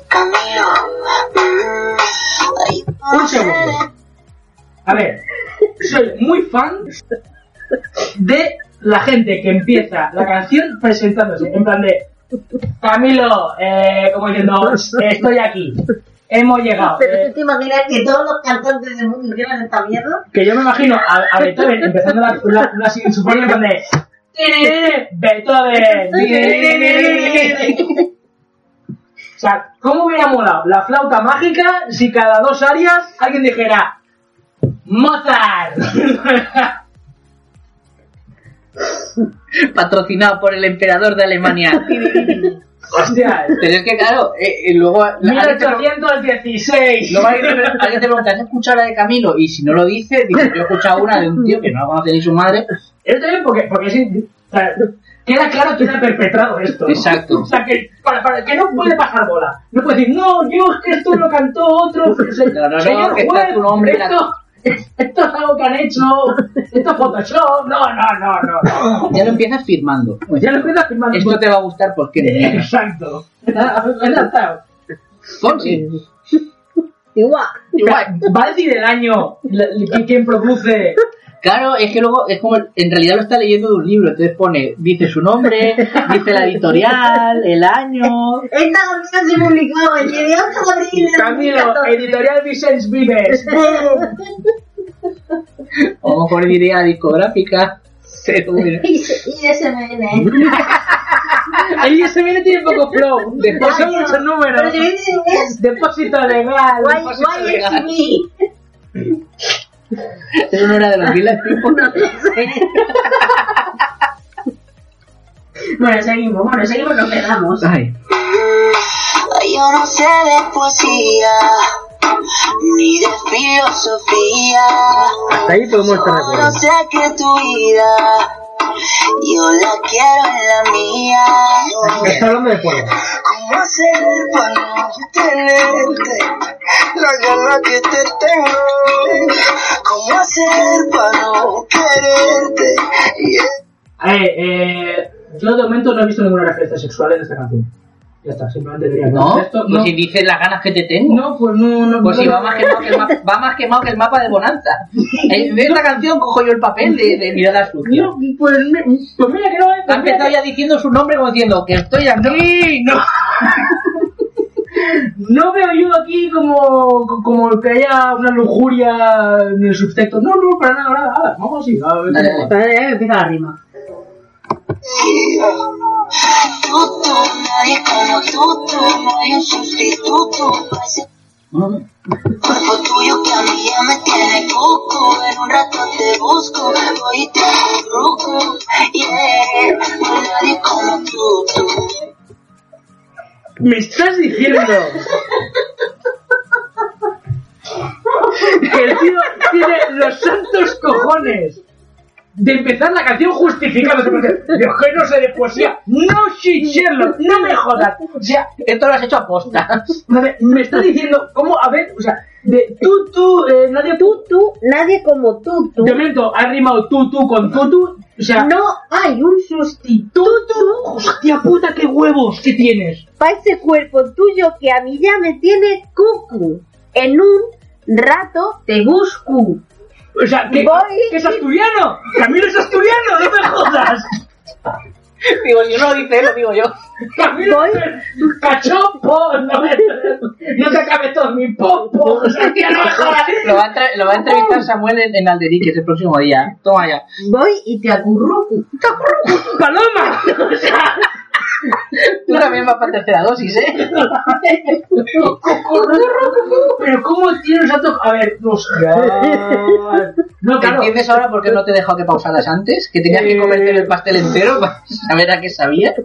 [SPEAKER 9] camino. Mm. Ay,
[SPEAKER 4] Un segundo. A ver, soy muy fan de la gente que empieza la canción presentándose. En plan de Camilo, eh, como [laughs] diciendo, estoy aquí. Hemos llegado.
[SPEAKER 11] Pero
[SPEAKER 4] eh,
[SPEAKER 11] tú te imaginas que todos los cantantes del mundo hicieran esta
[SPEAKER 5] [laughs]
[SPEAKER 11] mierda.
[SPEAKER 4] que yo me imagino a, a Beethoven empezando la, la, la sinfonía con de "Tiririrí, Beethoven. tiririrí". [laughs] O sea, ¿cómo hubiera molado la flauta mágica si cada dos áreas alguien dijera Mozart? [laughs]
[SPEAKER 3] Patrocinado por el emperador de Alemania.
[SPEAKER 4] Hostia,
[SPEAKER 3] Pero es que claro, eh, eh, luego... alguien te pre-
[SPEAKER 4] 1816.
[SPEAKER 3] Luego alguien te pre- alguien te pregunta, ¿has escuchado la de Camilo? Y si no lo dice, dice, yo he escuchado una de un tío que no la conoce ni su madre.
[SPEAKER 4] Eso también porque, porque sí, o sea, queda claro quién ha perpetrado esto. ¿no?
[SPEAKER 3] Exacto.
[SPEAKER 4] O sea, que, para, para, que no puede bajar bola. No puede decir, no, yo es que esto lo cantó otro. se-
[SPEAKER 3] No, no, no,
[SPEAKER 4] señor
[SPEAKER 3] que está
[SPEAKER 4] juez,
[SPEAKER 3] tu nombre en la-
[SPEAKER 4] Esto, esto es algo que han hecho. Esto es Photoshop. No, no, no, no. no.
[SPEAKER 3] Ya lo empiezas firmando.
[SPEAKER 4] Ya lo empiezas firmando.
[SPEAKER 3] Esto te va a gustar
[SPEAKER 4] [laughs]
[SPEAKER 3] porque...
[SPEAKER 4] Exacto. Exacto.
[SPEAKER 3] Fonsi.
[SPEAKER 11] Igual.
[SPEAKER 3] Igual.
[SPEAKER 4] Va a decir el año la- la- quién produce.
[SPEAKER 3] Claro, es que luego es como en realidad lo está leyendo de un libro, entonces pone, dice su nombre, dice la editorial, el año.
[SPEAKER 11] Esta canción se publicó el 18 de abril de
[SPEAKER 4] Camilo,
[SPEAKER 11] 2014.
[SPEAKER 4] editorial Vicens [laughs] Vives. ¡Bum!
[SPEAKER 3] O a lo mejor diría discográfica. Pero bueno.
[SPEAKER 11] [laughs] Y SMN.
[SPEAKER 4] Ahí ese viene tiene poco flow. Después son muchos
[SPEAKER 11] Pero
[SPEAKER 4] números.
[SPEAKER 11] si dice en inglés,
[SPEAKER 4] Depósito legal.
[SPEAKER 11] guay,
[SPEAKER 4] depósito
[SPEAKER 11] guay,
[SPEAKER 4] legal.
[SPEAKER 11] es mí.
[SPEAKER 3] Eso no era de los Village People.
[SPEAKER 5] Bueno, seguimos, bueno, seguimos, nos quedamos.
[SPEAKER 3] Ay,
[SPEAKER 9] Yo no sé de poesía, ni de filosofía.
[SPEAKER 13] Hasta ahí podemos estar de
[SPEAKER 9] Solo
[SPEAKER 13] acuerdo.
[SPEAKER 9] sé que tu vida, yo la quiero en la mía.
[SPEAKER 13] Está hablando de fuego.
[SPEAKER 9] ¿Cómo hacer para no tenerte? La gana que te tengo. ¿Cómo hacer para no quererte? Yeah.
[SPEAKER 4] A ver, eh, yo de momento no he visto ninguna referencia sexual en esta canción. Ya está, simplemente diría
[SPEAKER 3] ¿no?
[SPEAKER 4] esto
[SPEAKER 3] Pues si dices las ganas que te tengo.
[SPEAKER 4] no, pues no, no.
[SPEAKER 3] Pues
[SPEAKER 4] no,
[SPEAKER 3] si va
[SPEAKER 4] no,
[SPEAKER 3] más, quemado que el mapa, va más quemado que el mapa de
[SPEAKER 4] [laughs]
[SPEAKER 3] Bonanza. En esta canción cojo yo el papel de, de mirada sucia.
[SPEAKER 4] no, pues, me- pues mira que no es.
[SPEAKER 3] Ha empezado ya diciendo su nombre como diciendo que estoy aquí. No. [laughs]
[SPEAKER 4] No veo yo aquí como, como que haya una lujuria en el subtexto. No, no, para nada, nada. nada. Vamos así. A ver,
[SPEAKER 3] Dale,
[SPEAKER 4] cómo
[SPEAKER 3] dale.
[SPEAKER 5] Pero ya empieza la rima.
[SPEAKER 9] Tú, tú, nadie como tú, tú, no hay un sustituto para ese Cuerpo tuyo que a mí ya me tiene cuco, en un rato te busco, voy y te acurruco, yeah, no hay nadie como tú, tú.
[SPEAKER 4] va. Me estás diciendo. que el tío tiene los santos cojones de empezar la canción justificándose. porque, Yo que no sé de poesía. No, shit, Sherlock, no me jodas. O sea,
[SPEAKER 3] Esto lo has hecho a posta.
[SPEAKER 4] A ver, me estás diciendo cómo, a ver, o sea, de tú, tú, eh, nadie tú,
[SPEAKER 11] Tú, nadie como tú, tú.
[SPEAKER 4] de momento has rimado tú, tú con tú, tú, o sea,
[SPEAKER 11] No hay un sustituto
[SPEAKER 4] tú, tú, hostia puta, qué huevos que tienes.
[SPEAKER 11] para ese cuerpo tuyo que a mí ya me tiene cucu. En un rato te busco.
[SPEAKER 4] O sea, que,
[SPEAKER 11] Voy.
[SPEAKER 4] que es asturiano, Camilo es asturiano, no me jodas.
[SPEAKER 3] [laughs] Digo, yo no lo dice, él, lo digo yo.
[SPEAKER 4] Camilo
[SPEAKER 11] Voy.
[SPEAKER 4] cachopo, no, me, no te acabes todos mis popos, o sea, que no me jodas.
[SPEAKER 3] Lo va a, tra- lo va a entrevistar Samuel en, en Alderique el próximo día. Toma ya.
[SPEAKER 11] Voy y te acurruco.
[SPEAKER 4] Paloma, o sea,
[SPEAKER 3] Tú también vas para tercera dosis, ¿eh?
[SPEAKER 4] pero cómo tienes tantos, a ver, hostia. No, claro.
[SPEAKER 3] ¿Entiendes ahora por qué no te he dejado que pausaras antes? ¿Que tenías que comerte el pastel entero para saber a qué sabía?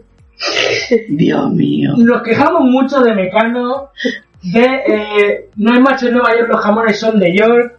[SPEAKER 3] Dios mío.
[SPEAKER 4] nos quejamos mucho de Mecano, de eh, no hay macho en Nueva York, los jamones son de York,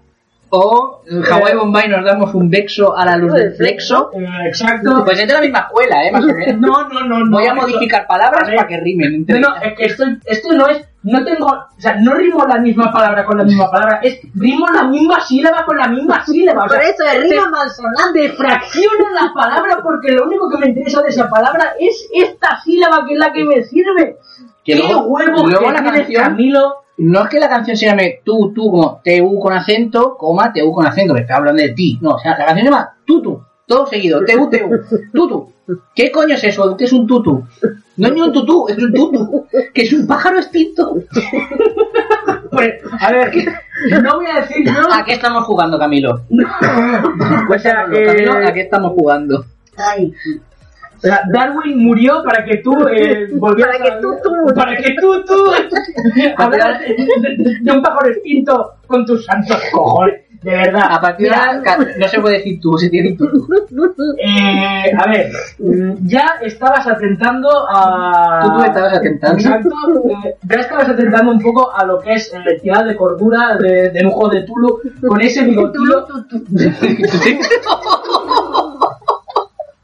[SPEAKER 3] O en Hawái Bombay nos damos un vexo a la luz del flexo.
[SPEAKER 4] eh, exacto.
[SPEAKER 3] Pues es de la misma escuela, ¿eh? Más o menos.
[SPEAKER 4] No, no, no, no.
[SPEAKER 3] Voy a modificar palabras
[SPEAKER 4] A ver.
[SPEAKER 3] para que rimen.
[SPEAKER 4] No,
[SPEAKER 3] entre
[SPEAKER 4] no,
[SPEAKER 3] ellas.
[SPEAKER 4] es que esto, esto no es, no tengo, o sea, no rimo la misma palabra con la misma palabra, es rimo la misma sílaba con la misma sílaba, o
[SPEAKER 11] Por
[SPEAKER 4] sea,
[SPEAKER 11] eso es rima malsonante.
[SPEAKER 4] fracciono la palabra porque lo único que me interesa de esa palabra es esta sílaba que es la que me sirve.
[SPEAKER 3] Que luego,
[SPEAKER 4] huevos
[SPEAKER 3] luego
[SPEAKER 4] que
[SPEAKER 3] la
[SPEAKER 4] tienes,
[SPEAKER 3] canción
[SPEAKER 4] Camilo?
[SPEAKER 3] no es que la canción se llame tú, tú, como TU con acento, coma TU con acento, que está hablando de ti. No, o sea, la canción se llama tutu, todo seguido, TU, TU, tutu. ¿Qué coño es eso? ¿Qué es un tutu? No es ni un tutú, es un tutu, que es un pájaro extinto.
[SPEAKER 4] Pues, a [laughs] ver, no voy a decir yo.
[SPEAKER 3] ¿A qué estamos jugando, Camilo?
[SPEAKER 4] O sea,
[SPEAKER 3] Bueno, Camilo,
[SPEAKER 4] eh,
[SPEAKER 3] ¿a qué estamos jugando?
[SPEAKER 5] Ay,
[SPEAKER 4] o sea, Darwin murió para que tú eh,
[SPEAKER 11] [laughs]
[SPEAKER 4] volvieras
[SPEAKER 11] Para que
[SPEAKER 4] a-
[SPEAKER 11] tú, tú.
[SPEAKER 4] [laughs] Para que tú, tú.
[SPEAKER 11] [laughs]
[SPEAKER 4] Hablar de, de- de un pájaro extinto con tus santos cojones. De verdad.
[SPEAKER 3] A partir de ahora ca- no se puede decir tú, se tiene tutu.
[SPEAKER 4] Eh, a ver, mm, ya estabas atentando a.
[SPEAKER 3] Tú no estabas atentando.
[SPEAKER 4] Exacto. eh, ya estabas atentando un poco a lo que es la entidad de cordura de, de lujo de Tulu con ese bigotillo. [laughs]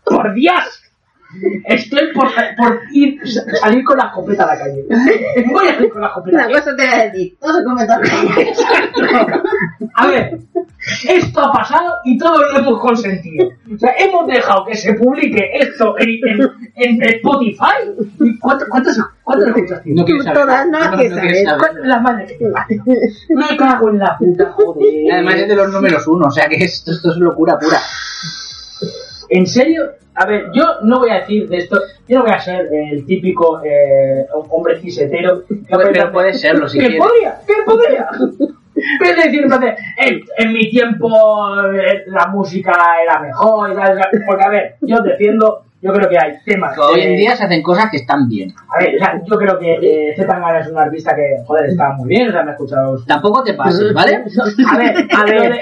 [SPEAKER 4] ¡Por Dios! Estoy por, por ir, salir con la escopeta a la calle. Voy a salir con la escopeta.
[SPEAKER 5] una cosa te voy a decir, todo se come todo.
[SPEAKER 4] A ver, esto ha pasado y todos lo hemos consentido. O sea, hemos dejado que se publique esto en, en- en Spotify. ¿Y cuánto, cuántas cuántas escuchas
[SPEAKER 3] No
[SPEAKER 4] tienes?
[SPEAKER 3] quieres saber.
[SPEAKER 11] Todas, no las quieres
[SPEAKER 3] quieres
[SPEAKER 11] saber.
[SPEAKER 4] ¿Cuántas la madre
[SPEAKER 3] [laughs]
[SPEAKER 4] que te parió? Me cago en la puta,
[SPEAKER 3] Y Además es
[SPEAKER 4] joder.
[SPEAKER 3] de los números uno, o sea que esto, esto es locura pura.
[SPEAKER 4] En serio, a ver, yo no voy a decir de esto, yo no voy a ser el típico eh, hombre cisetero. que
[SPEAKER 3] Pero,
[SPEAKER 4] aprieta-
[SPEAKER 3] puede serlo
[SPEAKER 4] [laughs]
[SPEAKER 3] si
[SPEAKER 4] ¿Qué
[SPEAKER 3] quieres.
[SPEAKER 4] podría? ¿Qué podría? [laughs] Es decir, en plan de, en, en mi tiempo eh, la música era mejor y tal, tal, porque a ver, yo defiendo, yo creo que hay temas.
[SPEAKER 3] Que Hoy en
[SPEAKER 4] eh,
[SPEAKER 3] día se hacen cosas que están bien.
[SPEAKER 4] A ver, o sea, yo creo que eh, Z Tangana es un artista que, joder, está muy bien, o sea, me he escuchado.
[SPEAKER 3] Tampoco te pases, ¿vale?
[SPEAKER 4] A ver, a
[SPEAKER 3] [laughs]
[SPEAKER 4] ver.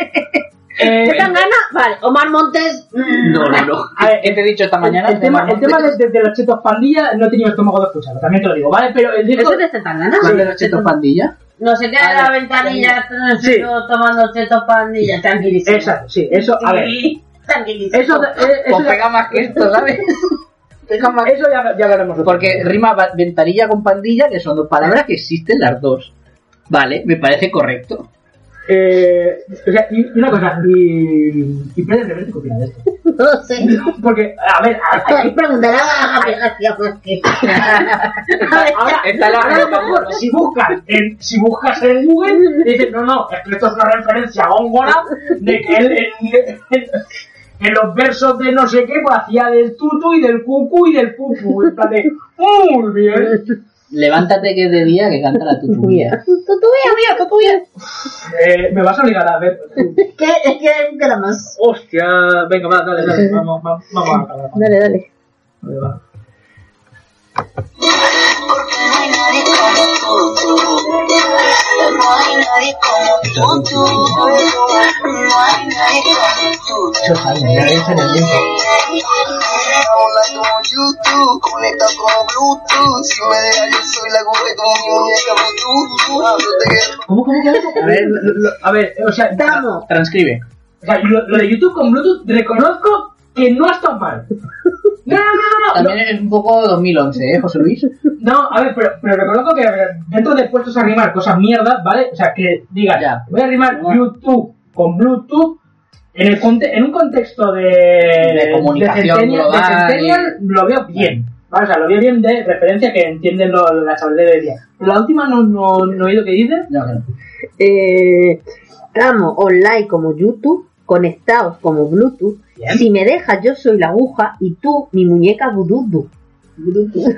[SPEAKER 4] eh,
[SPEAKER 11] ¿Qué tan gana? Vale, Omar Montes. mm,
[SPEAKER 3] No, no, no.
[SPEAKER 4] A ver,
[SPEAKER 3] ¿Qué te he dicho esta mañana?
[SPEAKER 4] el tema, el tema de, de- de los chetos pandilla no he tenido estómago de escucharlo, también te lo digo, ¿vale? Pero el disco.
[SPEAKER 5] ¿Eso te está tan ganas?
[SPEAKER 3] ¿Cuál de los chetos pandilla?
[SPEAKER 5] No se queda en la ventanilla
[SPEAKER 4] Sí.
[SPEAKER 5] yo tomando chetos pandilla, tranquilísimo.
[SPEAKER 4] Exacto, sí, eso, a ver.
[SPEAKER 5] Sí, tranquilísimo.
[SPEAKER 4] Eso,
[SPEAKER 5] [laughs]
[SPEAKER 4] eh, eso,
[SPEAKER 3] Pues pega más que esto,
[SPEAKER 4] [laughs]
[SPEAKER 3] ¿sabes? Pega más.
[SPEAKER 4] eso ya, ya veremos.
[SPEAKER 3] Porque rima va- ventanilla con pandilla, que son dos palabras que existen las dos. Vale, me parece correcto.
[SPEAKER 4] Eh, o sea, y, y una cosa, y, y Pérez Reverte qué opina de esto. [laughs]
[SPEAKER 5] No sé.
[SPEAKER 4] Porque, a ver, a- a-
[SPEAKER 5] Hay que preguntar a Gabriel García
[SPEAKER 11] pues,
[SPEAKER 5] [laughs] Márquez.
[SPEAKER 4] ahora,
[SPEAKER 3] Está la-
[SPEAKER 4] ahora a lo mejor, si buscas, en, si buscas en Google, dices, no, no, es que esto es una referencia a Góngora de que él en, en- en los versos de no sé qué, pues hacía del tutu y del cucu y del pupu. En plan de, muy bien.
[SPEAKER 3] Levántate que es de día que canta la tutumía.
[SPEAKER 4] Eh, me vas a obligar a ver.
[SPEAKER 5] ¿Qué? Es que hay un cara más.
[SPEAKER 4] Hostia, venga, va, dale, dale, vamos, vamos, vamos a acabar.
[SPEAKER 11] Dale, dale.
[SPEAKER 4] Vale, va.
[SPEAKER 9] Porque no hay nadie como tú, tú. No hay nadie como tú, tú. No hay nadie como tú, tú. Hola como YouTube, conecta como Bluetooth. Si me dejas, yo soy la gurre como mi muñeca Bluetooth. Hablo de que
[SPEAKER 4] ¿Cómo, cómo, cómo? A ver, lo- lo- a ver, o sea,
[SPEAKER 11] Damos.
[SPEAKER 3] Transcribe.
[SPEAKER 4] O sea, lo, lo de YouTube con Bluetooth reconozco que no ha estado mal. No, no, no, no, no.
[SPEAKER 3] También es un poco 2011, ¿eh, José Luis?
[SPEAKER 4] No, a ver, pero, pero reconozco que a ver, dentro de puestos a rimar cosas mierdas, ¿vale? O sea, que digas,
[SPEAKER 3] Ya.
[SPEAKER 4] voy a rimar
[SPEAKER 3] Ya.
[SPEAKER 4] YouTube con Bluetooth en, el conte- en un contexto de,
[SPEAKER 3] De comunicación
[SPEAKER 4] centennial- de
[SPEAKER 3] global
[SPEAKER 4] centennial, lo veo bien. ¿vale? O sea, lo veo bien de referencia que entienden lo- la chavalera de hoy día. Pero la última no, no, no he oído que dices.
[SPEAKER 3] No, no.
[SPEAKER 11] Eh, estamos online como YouTube, conectados como Bluetooth.
[SPEAKER 4] Bien.
[SPEAKER 11] Si me dejas, yo soy la aguja y tú, mi muñeca vudú.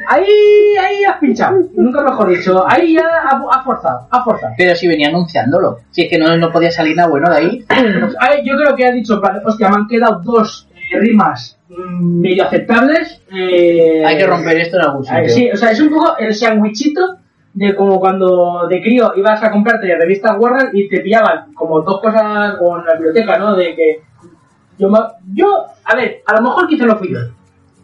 [SPEAKER 4] Ahí, ahí has pinchado. Nunca mejor dicho. Ahí ya has ha forzado, ha forzado.
[SPEAKER 3] Pero si venía anunciándolo. Si es que no, no podía salir nada bueno de ahí.
[SPEAKER 4] Pues, A ver, yo creo que ha dicho, en plan, hostia, me han quedado dos eh, rimas mm, medio aceptables. eh,
[SPEAKER 3] Hay que romper esto en algún
[SPEAKER 4] a ver,
[SPEAKER 3] sitio.
[SPEAKER 4] sí, o sea, es un poco el sandwichito de como cuando de crío ibas a comprarte revistas Warren y te pillaban como dos cosas o en la biblioteca, ¿no? De que yo, me- yo a ver, a lo mejor quizá lo fui yo,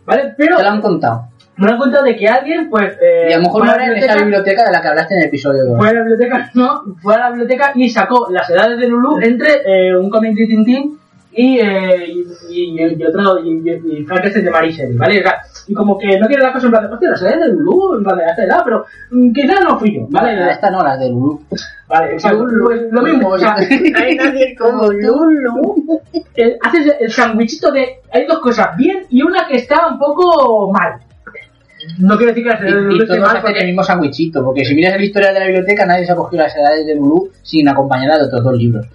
[SPEAKER 4] ¿vale? Pero
[SPEAKER 3] Te lo han contado.
[SPEAKER 4] me doy cuenta de que alguien, pues... eh,
[SPEAKER 3] Y a lo mejor
[SPEAKER 4] fue
[SPEAKER 3] no
[SPEAKER 4] a
[SPEAKER 3] era
[SPEAKER 4] la Pues,
[SPEAKER 3] en esa biblioteca de la que hablaste en el episodio 2.
[SPEAKER 4] fue a la biblioteca, [laughs] no, fue a la biblioteca y sacó las edades de Lulu entre eh, un cómic de Tintín y, eh, y, y- y otro, y, y, y Frankenstein de Mary Shelley, ¿vale? O sea, y como que no quiere la cosa en plan de, hostia, las edades de Lulu, en plan de, a esta edad, pero mm, quizás no fui yo, ¿vale?
[SPEAKER 3] Vale, esta no, la de Lulu.
[SPEAKER 4] Vale, o sea, lo, eh, Pues, lo mismo,
[SPEAKER 3] [laughs]
[SPEAKER 4] o sea,
[SPEAKER 11] Hay nadie como Lulu.
[SPEAKER 4] [laughs] el- haces el sandwichito de, hay dos cosas bien y una que está un poco mal. Eh, No quiero decir que las
[SPEAKER 3] Y,
[SPEAKER 4] edades de
[SPEAKER 3] y
[SPEAKER 4] Lulú estén
[SPEAKER 3] todos
[SPEAKER 4] mal
[SPEAKER 3] hacen el
[SPEAKER 4] porque...
[SPEAKER 3] mismo sandwichito, porque si miras el historial de la biblioteca, nadie se ha cogido las edades de Lulú sin acompañarla de otros dos libros.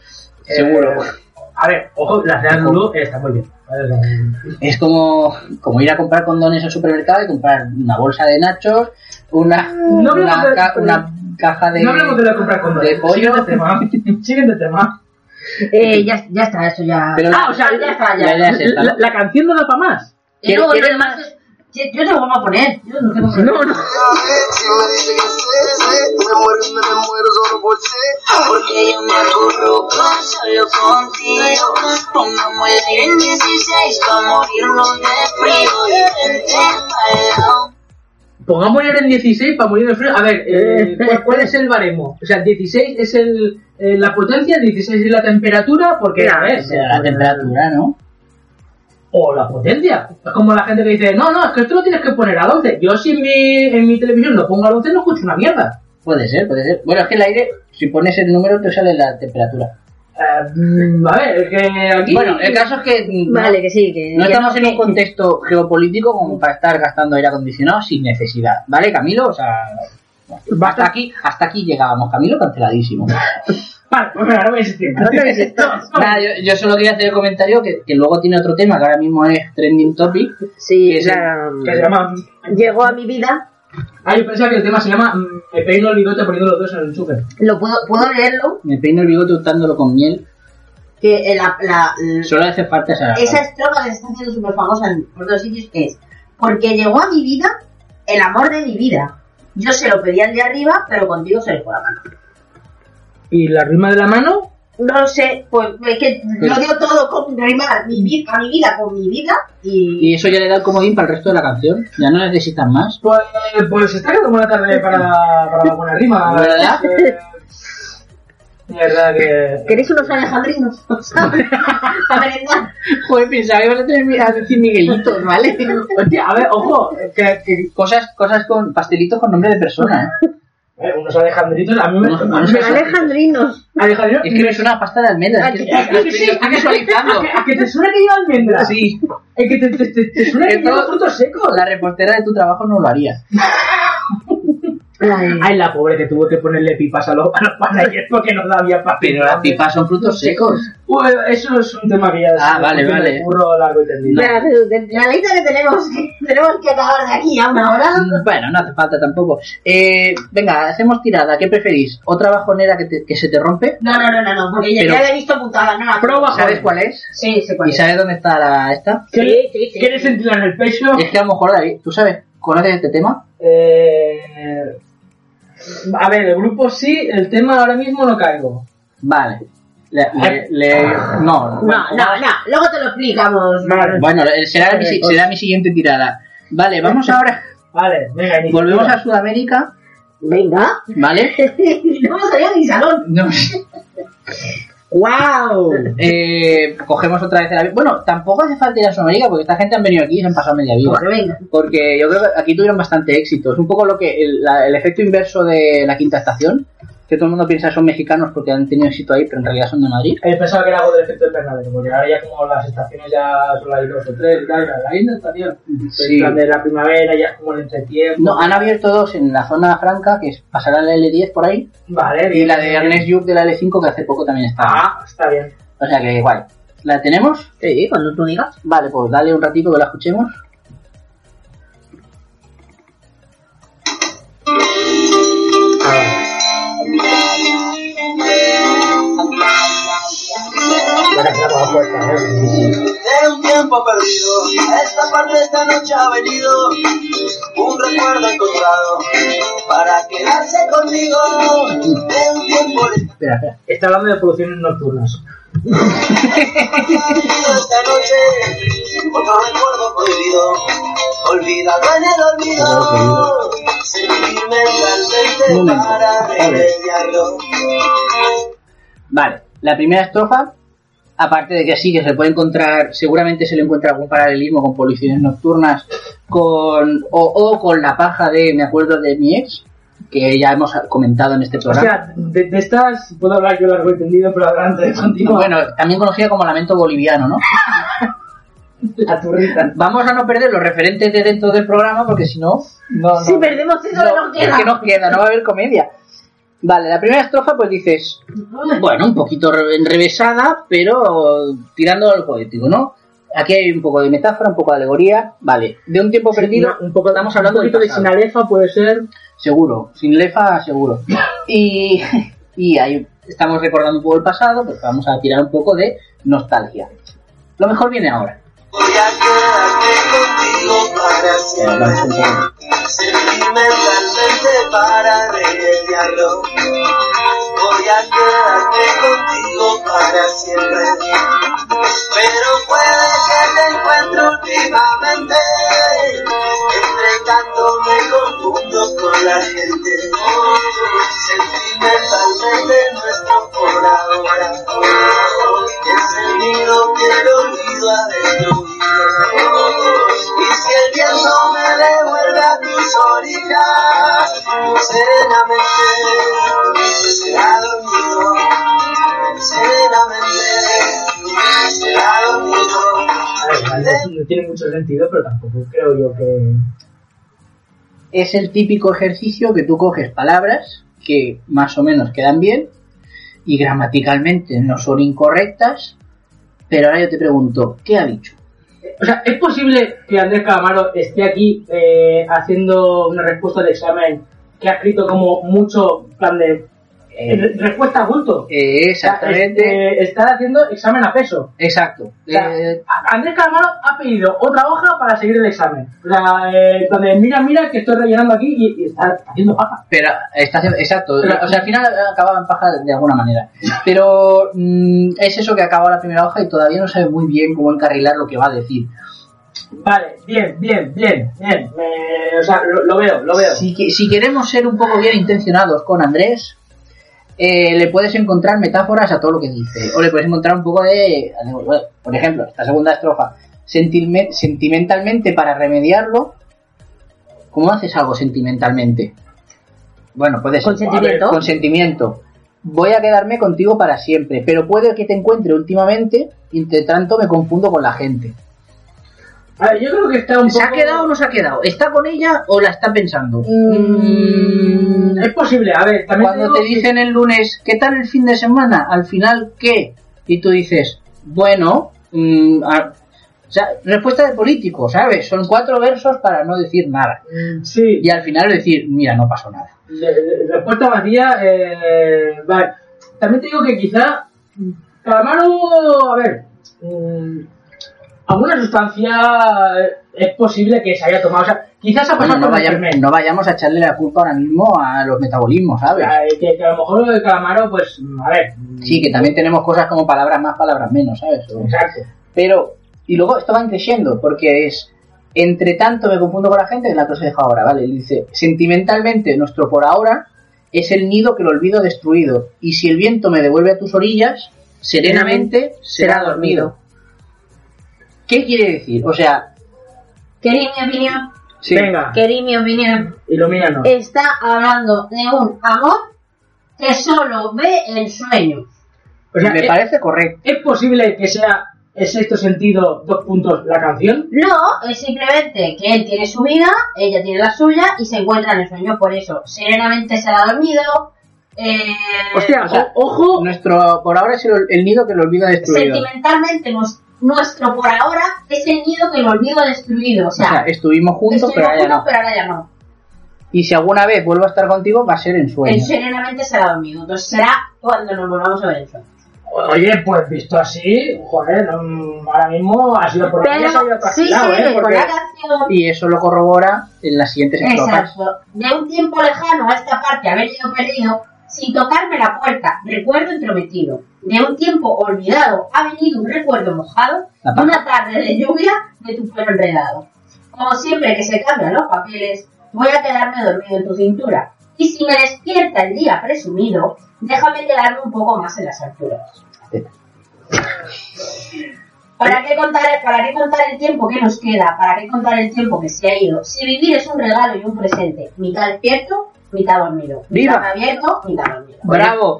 [SPEAKER 4] eh,
[SPEAKER 3] Seguro.
[SPEAKER 4] A ver, ojo, las edades de Lulú están muy bien. ¿vale? O sea,
[SPEAKER 3] Es como, como ir a comprar condones al supermercado y comprar una bolsa de nachos, una,
[SPEAKER 4] No
[SPEAKER 3] una,
[SPEAKER 4] hablemos de-
[SPEAKER 3] ca- una caja de.
[SPEAKER 4] No hablemos de la compra con
[SPEAKER 3] de pollo.
[SPEAKER 4] Siguiente tema. Siguiente tema.
[SPEAKER 5] Eh, ya, ya está, eso ya.
[SPEAKER 3] Pero-
[SPEAKER 5] ah, o sea, ya está, ya.
[SPEAKER 3] La idea es esta.
[SPEAKER 4] La, la canción no da para más.
[SPEAKER 5] Y luego lo demás es- Che, Yo te lo vuelvo a poner. Yo no quiero
[SPEAKER 4] No, no.
[SPEAKER 9] Si me dice que sé, sé, me muero, me, me muero solo por sé, porque yo me acurruco solo contigo. Pongamos el aire en 16 pa' morirnos de frío y vente pa'l lado.
[SPEAKER 4] Pongamos el en 16 para morir de frío. A ver, eh, ¿cuál, cuál es el baremo? O sea, 16 es el, eh, la potencia, 16 es la temperatura, porque a ver,
[SPEAKER 3] Será la temperatura, ¿no?
[SPEAKER 4] O la potencia. Es como la gente que dice, no, no, es que esto lo tienes que poner a 11. Yo si en mi, en mi televisión lo pongo a 11 no escucho una mierda.
[SPEAKER 3] Puede ser, puede ser. Bueno, es que el aire, si pones el número, te sale la temperatura.
[SPEAKER 4] Eh, mm, a ver, es que aquí...
[SPEAKER 3] Bueno, el caso es que. mm,
[SPEAKER 5] Vale, que sí, que.
[SPEAKER 3] No
[SPEAKER 5] ya-
[SPEAKER 3] estamos en un contexto geopolítico como para estar gastando aire acondicionado sin necesidad, ¿vale, Camilo? O sea, hasta aquí, hasta aquí llegábamos, Camilo, canceladísimo.
[SPEAKER 4] Vale, bueno, ahora voy a insistir.
[SPEAKER 3] [laughs] Nada, yo, yo solo quería hacer el comentario que, que luego tiene otro tema que ahora mismo es trending topic.
[SPEAKER 5] Sí,
[SPEAKER 3] que es
[SPEAKER 5] la-
[SPEAKER 4] Que se llama...
[SPEAKER 5] Llegó a mi vida.
[SPEAKER 4] Ah, yo pensaba que el tema se llama mm, Me peino el bigote poniendo los dos en el enchufe.
[SPEAKER 5] Lo puedo, puedo leerlo.
[SPEAKER 3] Me peino el bigote untándolo con miel.
[SPEAKER 5] Que eh, la, la,
[SPEAKER 3] Solo hace falta esa.
[SPEAKER 5] esa estrofa que se está haciendo súper famosa en por todos sitios es porque llegó a mi vida el amor de mi vida. Yo se lo pedí al de arriba, pero contigo se le fue la mano.
[SPEAKER 4] ¿Y la rima de la mano?
[SPEAKER 5] No lo sé, pues es que lo dio todo con mi vida, mi vida, a mi vida, con mi vida y...
[SPEAKER 3] Y eso ya le da el comodín para el resto de la canción. Ya no necesitas más.
[SPEAKER 4] Pues, eh, pues está quedando buena tarde para, para la buena rima.
[SPEAKER 3] [laughs]
[SPEAKER 4] la
[SPEAKER 3] ¿Verdad?
[SPEAKER 4] Eh, de verdad que...
[SPEAKER 5] ¿Queréis unos alejandrinos? ¿Sabes? A merendar.
[SPEAKER 3] Joder, pensaba que ibas a, tener, a decir Miguelitos, ¿vale?
[SPEAKER 4] Hostia, a ver, ojo, que, que
[SPEAKER 3] [laughs] Cosas, cosas con pastelitos con nombre de persona. ¿eh?
[SPEAKER 4] eh, unos alejandritos, a mí me...
[SPEAKER 3] Unos- unos
[SPEAKER 5] Alejandrinos.
[SPEAKER 4] Alejandro,
[SPEAKER 3] Es que no es una pasta de almendras. Es que
[SPEAKER 4] Ah,
[SPEAKER 3] lo
[SPEAKER 4] que sí, Ah,
[SPEAKER 3] estoy, lo estoy
[SPEAKER 4] [laughs]
[SPEAKER 3] visualizando.
[SPEAKER 4] ¿A que te suena que lleva almendra?
[SPEAKER 3] Sí,
[SPEAKER 4] El que te, te, te, te suena que
[SPEAKER 3] Esto-
[SPEAKER 4] lleva frutos secos.
[SPEAKER 3] la reportera de tu trabajo no lo haría.
[SPEAKER 5] Ay.
[SPEAKER 4] Ay, la pobre que tuvo que ponerle pipas a los, a los managers porque no había papel.
[SPEAKER 3] Pero las pipas son frutos secos.
[SPEAKER 4] Uy, Pues, eso es un tema que ya es
[SPEAKER 3] Ah, vale,
[SPEAKER 4] cuestión
[SPEAKER 3] vale.
[SPEAKER 4] de curro largo y tendido.
[SPEAKER 5] La, la lista que tenemos, que tenemos que acabar de aquí a una hora.
[SPEAKER 3] [laughs] Bueno, no hace falta tampoco. Eh, venga, hacemos tirada. ¿Qué preferís? ¿Otra bajonera que, te- que se te rompe?
[SPEAKER 5] No, no, no, no, no porque ya-
[SPEAKER 3] Pero-
[SPEAKER 5] ya la he visto puntada, no la
[SPEAKER 4] Pro bajo.
[SPEAKER 3] ¿Sabes cuál es?
[SPEAKER 5] Sí, se
[SPEAKER 3] ¿Y
[SPEAKER 5] puede.
[SPEAKER 3] sabes dónde está la, esta?
[SPEAKER 4] ¿Quieres, ¿Quieres sentirla en
[SPEAKER 3] [laughs]
[SPEAKER 4] el pecho?
[SPEAKER 3] Es que a lo mejor, David, ¿tú sabes? ¿Conoces este tema?
[SPEAKER 4] Eh, a ver, el grupo sí, el tema ahora mismo no caigo.
[SPEAKER 3] Vale. Le, le- le- no,
[SPEAKER 5] No, no, no, luego te lo explicamos.
[SPEAKER 3] Bueno, eh, será mi, si- será mi siguiente tirada. Vale, vamos ahora.
[SPEAKER 4] Vale, venga, inicia.
[SPEAKER 3] Volvemos a Sudamérica,
[SPEAKER 5] Venga.
[SPEAKER 3] ¿vale?
[SPEAKER 5] no hemos salido ni salón.
[SPEAKER 3] No,
[SPEAKER 5] ¡Wow!
[SPEAKER 3] eh, cogemos otra vez el avión. Bueno, tampoco hace falta ir a Sudamérica porque esta gente han venido aquí y se han pasado media vida.
[SPEAKER 5] venga.
[SPEAKER 3] Porque yo creo que aquí tuvieron bastante éxito. Es un poco lo que el, la- el efecto inverso de la quinta estación, que todo el mundo piensa son mexicanos porque han tenido éxito ahí, pero en realidad son de Madrid.
[SPEAKER 4] Eh, pensaba que era algo del efecto invernadero, porque ahora ya como las estaciones ya son las 2 o 3 y tal, la quinta estación.
[SPEAKER 3] Sí.
[SPEAKER 4] La de la primavera ya es como el entretiempo.
[SPEAKER 3] No, han abierto dos en la zona franca, que es pasará la L10 por ahí,
[SPEAKER 4] Vale,
[SPEAKER 3] y la de Ernest Yuk de la L5 que hace poco también está.
[SPEAKER 4] Ah, está bien.
[SPEAKER 3] O sea que igual. ¿La tenemos?
[SPEAKER 5] Sí, cuando tú digas.
[SPEAKER 3] Vale, pues dale un ratito que la escuchemos. Ah.
[SPEAKER 9] Era un tiempo perdido, a esta parte de esta noche ha venido un recuerdo encontrado para quedarse conmigo. Era un tiempo lindo.
[SPEAKER 3] Espera, espera.
[SPEAKER 4] Está hablando de producciones nocturnas.
[SPEAKER 9] esta noche otro recuerdo prohibido, olvidado en el olvido, sentirme
[SPEAKER 3] Un
[SPEAKER 9] mentalmente
[SPEAKER 3] momento.
[SPEAKER 9] para
[SPEAKER 3] A ver.
[SPEAKER 9] remediarlo.
[SPEAKER 3] Vale, la primera estrofa, aparte de que sí, que se puede encontrar, seguramente se le encuentra algún paralelismo con poluciones nocturnas, con o, o con la paja de Me acuerdo de mi ex, que ya hemos comentado en este
[SPEAKER 4] O
[SPEAKER 3] programa.
[SPEAKER 4] sea, de, de estas puedo hablar yo largo y tendido, pero adelante, [laughs] continúa.
[SPEAKER 3] bueno, también conocida como Lamento Boliviano, ¿no?
[SPEAKER 4] La turrita.
[SPEAKER 3] Vamos a no perder los referentes de dentro del programa porque si no, no, no.
[SPEAKER 5] Si perdemos eso, no, nos
[SPEAKER 3] es
[SPEAKER 5] queda.
[SPEAKER 3] que no queda, no va a haber comedia. Vale, la primera estrofa pues dices, pues bueno, un poquito re- enrevesada, pero tirando al poético, ¿no? Aquí hay un poco de metáfora, un poco de alegoría, vale. De un tiempo perdido,
[SPEAKER 4] un poco,
[SPEAKER 3] estamos hablando
[SPEAKER 4] un
[SPEAKER 3] del
[SPEAKER 4] poquito de
[SPEAKER 3] pasado.
[SPEAKER 4] sinalefa, puede ser.
[SPEAKER 3] Seguro, sin lefa, seguro. Y, [laughs] y ahí estamos recordando un poco el pasado, pues vamos a tirar un poco de nostalgia. Lo mejor viene ahora.
[SPEAKER 9] Voy a quedarme contigo para siempre. Sentimentalmente para remediarlo. Voy a quedarme contigo para siempre. Pero puede que te encuentre últimamente. Entre tanto me confundo con la gente. Sentimentalmente nuestro por ahora. Es el nido que el olvido ha destruido. Y si el viento me devuelve a tus orillas, serenamente será dormido. Serenamente será dormido.
[SPEAKER 4] A ver, vale, no tiene mucho sentido, pero tampoco creo yo que.
[SPEAKER 3] Es el típico ejercicio que tú coges palabras que más o menos quedan bien y gramaticalmente no son incorrectas, pero ahora yo te pregunto, ¿qué ha dicho?
[SPEAKER 4] O sea, ¿es posible que Andrés Calamaro esté aquí eh, haciendo una respuesta de examen que ha escrito como mucho plan de eh, re- respuesta a bulto?
[SPEAKER 3] Eh,
[SPEAKER 4] O sea,
[SPEAKER 3] exactamente,
[SPEAKER 4] este, está haciendo examen a peso.
[SPEAKER 3] exacto.
[SPEAKER 4] O sea,
[SPEAKER 3] Eh,
[SPEAKER 4] a- Andrés Calamaro ha pedido otra hoja para seguir el examen. O sea, eh, plan de, mira, mira que estoy rellenando aquí y, y está haciendo paja.
[SPEAKER 3] Pero está haciendo- exacto,
[SPEAKER 4] Pero-
[SPEAKER 3] o sea, al final acababa en paja de alguna manera. Pero mm, es eso que acaba la primera hoja y todavía no sabe muy bien cómo encarrilar lo que va a decir.
[SPEAKER 4] Vale, bien, bien, bien, bien. Me- o sea, lo, lo veo, lo veo.
[SPEAKER 3] Si, que- si queremos ser un poco bien intencionados con Andrés, eh, le puedes encontrar metáforas a todo lo que dice. O le puedes encontrar un poco de... bueno, Por ejemplo, esta segunda estrofa. "Sentilme- sentimentalmente para remediarlo. ¿Cómo haces algo sentimentalmente? Bueno, puede ser...
[SPEAKER 5] Con sentimiento.
[SPEAKER 3] Con sentimiento. Voy a quedarme contigo para siempre, pero puede que te encuentre últimamente y entre tanto me confundo con la gente.
[SPEAKER 4] A ver, yo creo que está un
[SPEAKER 3] ¿Se ha
[SPEAKER 4] poco-
[SPEAKER 3] quedado o no se ha quedado? ¿Está con ella o la está pensando?
[SPEAKER 4] Mm, es posible, a ver, también
[SPEAKER 3] Cuando
[SPEAKER 4] digo
[SPEAKER 3] te
[SPEAKER 4] que-
[SPEAKER 3] dicen el lunes, ¿qué tal el fin de semana? Al final, ¿qué? Y tú dices, bueno, mm, a- o sea, respuesta de político, ¿sabes? Son cuatro versos para no decir nada.
[SPEAKER 4] Sí,
[SPEAKER 3] Y al final decir, mira, no pasó nada.
[SPEAKER 4] Le- le- respuesta vacía, eh, vale. También te digo que quizá Calamaro, a ver, mm, alguna sustancia eh, es posible que se haya tomado, o sea, quizás ha
[SPEAKER 3] Bueno,
[SPEAKER 4] pasado
[SPEAKER 3] no,
[SPEAKER 4] por el
[SPEAKER 3] vayamos,
[SPEAKER 4] ferment.
[SPEAKER 3] no vayamos a echarle la culpa ahora mismo a los metabolismos,
[SPEAKER 4] O
[SPEAKER 3] ¿sabes?
[SPEAKER 4] sea, eh, que, que a lo mejor el Calamaro, pues, mm, a ver, mm,
[SPEAKER 3] Sí, que también tenemos cosas como palabras más, palabras menos, ¿sabes? O-
[SPEAKER 4] exacto.
[SPEAKER 3] Pero, y luego esto van creciendo, porque es, entre tanto me confundo con la gente, es la que os he dejado ahora, ¿vale? Y Dice, sentimentalmente, nuestro por ahora es el nido que el olvido ha destruido, y si el viento me devuelve a tus orillas, serenamente será dormido. ¿Qué quiere decir? O sea,
[SPEAKER 5] Querí mi opinión.
[SPEAKER 3] sí,
[SPEAKER 4] Venga,
[SPEAKER 5] Querí mi opinión.
[SPEAKER 4] ilumínanos.
[SPEAKER 5] Está hablando de un amor que solo ve el sueño.
[SPEAKER 4] O sea, eh,
[SPEAKER 3] me
[SPEAKER 4] ¿es,
[SPEAKER 3] parece correcto.
[SPEAKER 4] es posible que sea, en sexto sentido, dos puntos, la canción?
[SPEAKER 5] No, es simplemente que él tiene su vida, ella tiene la suya y se encuentran en el sueño. Por eso, serenamente será dormido. eh,
[SPEAKER 4] Hostia,
[SPEAKER 3] o sea,
[SPEAKER 4] o- ojo,
[SPEAKER 3] Nuestro por ahora es el, el nido que el olvido ha destruido.
[SPEAKER 5] sentimentalmente, nos- nuestro por ahora es el nido que el olvido ha destruido. O
[SPEAKER 3] O sea,
[SPEAKER 5] sea,
[SPEAKER 3] estuvimos juntos,
[SPEAKER 5] estuvimos
[SPEAKER 3] pero ahora ya
[SPEAKER 5] juntos,
[SPEAKER 3] no.
[SPEAKER 5] pero ahora ya no.
[SPEAKER 3] Y si alguna vez vuelvo a estar contigo, va a ser en
[SPEAKER 5] El
[SPEAKER 3] sueño.
[SPEAKER 5] serenamente será dormido. Entonces será cuando nos volvamos a ver el sueño.
[SPEAKER 4] Oye, pues visto así, joder, no, ahora mismo ha sido por aquí,
[SPEAKER 5] Pero
[SPEAKER 4] ha salido
[SPEAKER 5] sí, sí,
[SPEAKER 4] trasquilado, ¿eh?
[SPEAKER 5] con
[SPEAKER 4] Porque
[SPEAKER 5] la canción.
[SPEAKER 3] Y eso lo corrobora en las siguientes estrofas.
[SPEAKER 5] Exacto. De un tiempo lejano a esta parte haber ido perdido, sin tocarme la puerta, recuerdo entrometido. De un tiempo olvidado ha venido un recuerdo mojado,
[SPEAKER 3] La paja.
[SPEAKER 5] una tarde de lluvia de tu pelo enredado. Como siempre que se cambian los papeles, voy a quedarme dormido en tu cintura. Y si me despierta el día presumido, déjame quedarme un poco más en las alturas. ¿Para qué, contar, ¿Para qué contar el tiempo que nos queda? ¿Para qué contar el tiempo que se ha ido? Si vivir es un regalo y un presente, mitad despierto, mitad dormido.
[SPEAKER 3] ¡Viva!
[SPEAKER 5] Mitad abierto, mitad dormido.
[SPEAKER 3] ¡Bravo!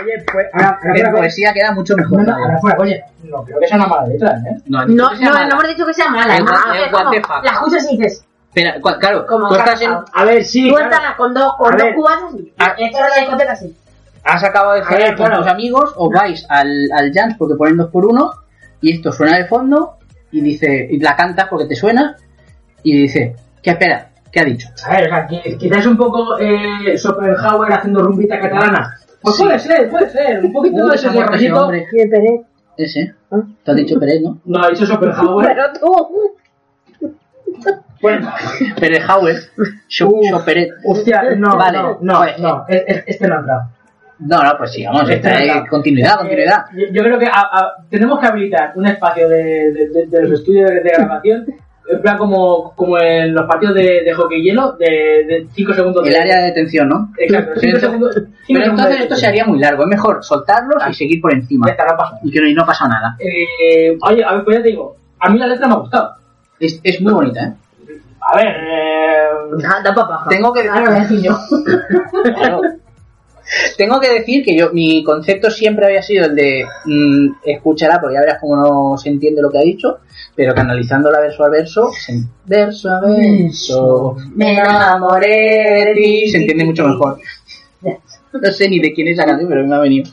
[SPEAKER 13] Oye, pues.
[SPEAKER 4] Ahora- ahora
[SPEAKER 3] En
[SPEAKER 4] fuera,
[SPEAKER 3] poesía queda mucho
[SPEAKER 4] coño.
[SPEAKER 3] mejor.
[SPEAKER 4] No, no, ahora fuera, coño. No creo que sea una mala letra, ¿eh?
[SPEAKER 3] No,
[SPEAKER 5] No,
[SPEAKER 3] que sea
[SPEAKER 5] no,
[SPEAKER 3] mala.
[SPEAKER 5] no hemos dicho que sea mala.
[SPEAKER 3] El
[SPEAKER 5] ¿no?
[SPEAKER 3] what- el
[SPEAKER 5] Es como-
[SPEAKER 3] what the fuck.
[SPEAKER 5] La escuchas y dices,
[SPEAKER 3] Espera, cua- claro,
[SPEAKER 5] Como
[SPEAKER 3] tú estás en-
[SPEAKER 5] casado.
[SPEAKER 13] A ver, sí.
[SPEAKER 5] tú
[SPEAKER 13] claro.
[SPEAKER 5] estás con dos,
[SPEAKER 13] A
[SPEAKER 5] con dos
[SPEAKER 13] ver.
[SPEAKER 5] cubatas y
[SPEAKER 3] Ah.
[SPEAKER 5] esto es la discoteca así.
[SPEAKER 3] has acabado de cenar
[SPEAKER 13] ver,
[SPEAKER 3] con
[SPEAKER 13] claro.
[SPEAKER 3] tus amigos, os vais al, al Jams porque ponen dos por uno, y esto suena de fondo, y dice, y la cantas porque te suena, y dice, ¿qué espera? ¿Qué ha dicho?
[SPEAKER 4] A ver, o sea, qui- quizás un poco eh, Schopenhauer haciendo rumbita catalana. Pues
[SPEAKER 3] Sí.
[SPEAKER 4] puede ser, puede ser. Un poquito
[SPEAKER 3] Uy,
[SPEAKER 4] de
[SPEAKER 3] se
[SPEAKER 4] ese
[SPEAKER 3] ha muerto ese
[SPEAKER 4] morrillito.
[SPEAKER 3] hombre.
[SPEAKER 11] ¿Quién Pérez?
[SPEAKER 3] Ese. Te has dicho Pérez,
[SPEAKER 4] [laughs]
[SPEAKER 3] ¿no?
[SPEAKER 4] No, ha dicho Schopenhauer.
[SPEAKER 11] Pero tú.
[SPEAKER 4] bueno,
[SPEAKER 3] Pérez Hauer. Yo,
[SPEAKER 4] Uf.
[SPEAKER 3] yo Pérez.
[SPEAKER 4] hostia, no,
[SPEAKER 3] Vale,
[SPEAKER 4] no, no,
[SPEAKER 3] pues-
[SPEAKER 4] no, e- e- este no ha entrado.
[SPEAKER 3] No, no, pues sigamos. Esta
[SPEAKER 4] Esta es
[SPEAKER 3] es
[SPEAKER 4] la-
[SPEAKER 3] continuidad, continuidad.
[SPEAKER 4] Eh, yo, yo creo que a- a- tenemos que habilitar un espacio de, de- de- de los estudios de, de grabación, en plan como, como en los partidos de, de hockey hielo, de 5 segundos
[SPEAKER 3] El
[SPEAKER 4] de...
[SPEAKER 3] área de detención, ¿no?
[SPEAKER 4] Exacto,
[SPEAKER 3] Pero,
[SPEAKER 4] cinco
[SPEAKER 3] esto-
[SPEAKER 4] segundos- cinco
[SPEAKER 3] pero
[SPEAKER 4] segundos
[SPEAKER 3] entonces
[SPEAKER 4] de-
[SPEAKER 3] esto se haría muy largo. Es mejor soltarlos
[SPEAKER 4] Ah.
[SPEAKER 3] y seguir por
[SPEAKER 4] Ya
[SPEAKER 3] encima.
[SPEAKER 4] está, no pasa nada.
[SPEAKER 3] Y que no, y no pasa nada.
[SPEAKER 4] Eh, oye, a ver, pues ya te digo, a mí la letra me ha gustado.
[SPEAKER 3] Es, es muy bonita, ¿eh?
[SPEAKER 4] A ver, eh,
[SPEAKER 5] Anda, papá.
[SPEAKER 3] Tengo que
[SPEAKER 4] Ah,
[SPEAKER 5] Ahora lo decir yo.
[SPEAKER 3] [laughs] Claro. Tengo que decir que yo mi concepto siempre había sido el de mm, escuchará porque ya verás cómo no se entiende lo que ha dicho, pero canalizándola verso a verso, se- verso a verso,
[SPEAKER 5] Eh,
[SPEAKER 3] me enamoré de ti, se entiende mucho mejor. No sé ni de quién es la canción, pero me ha venido.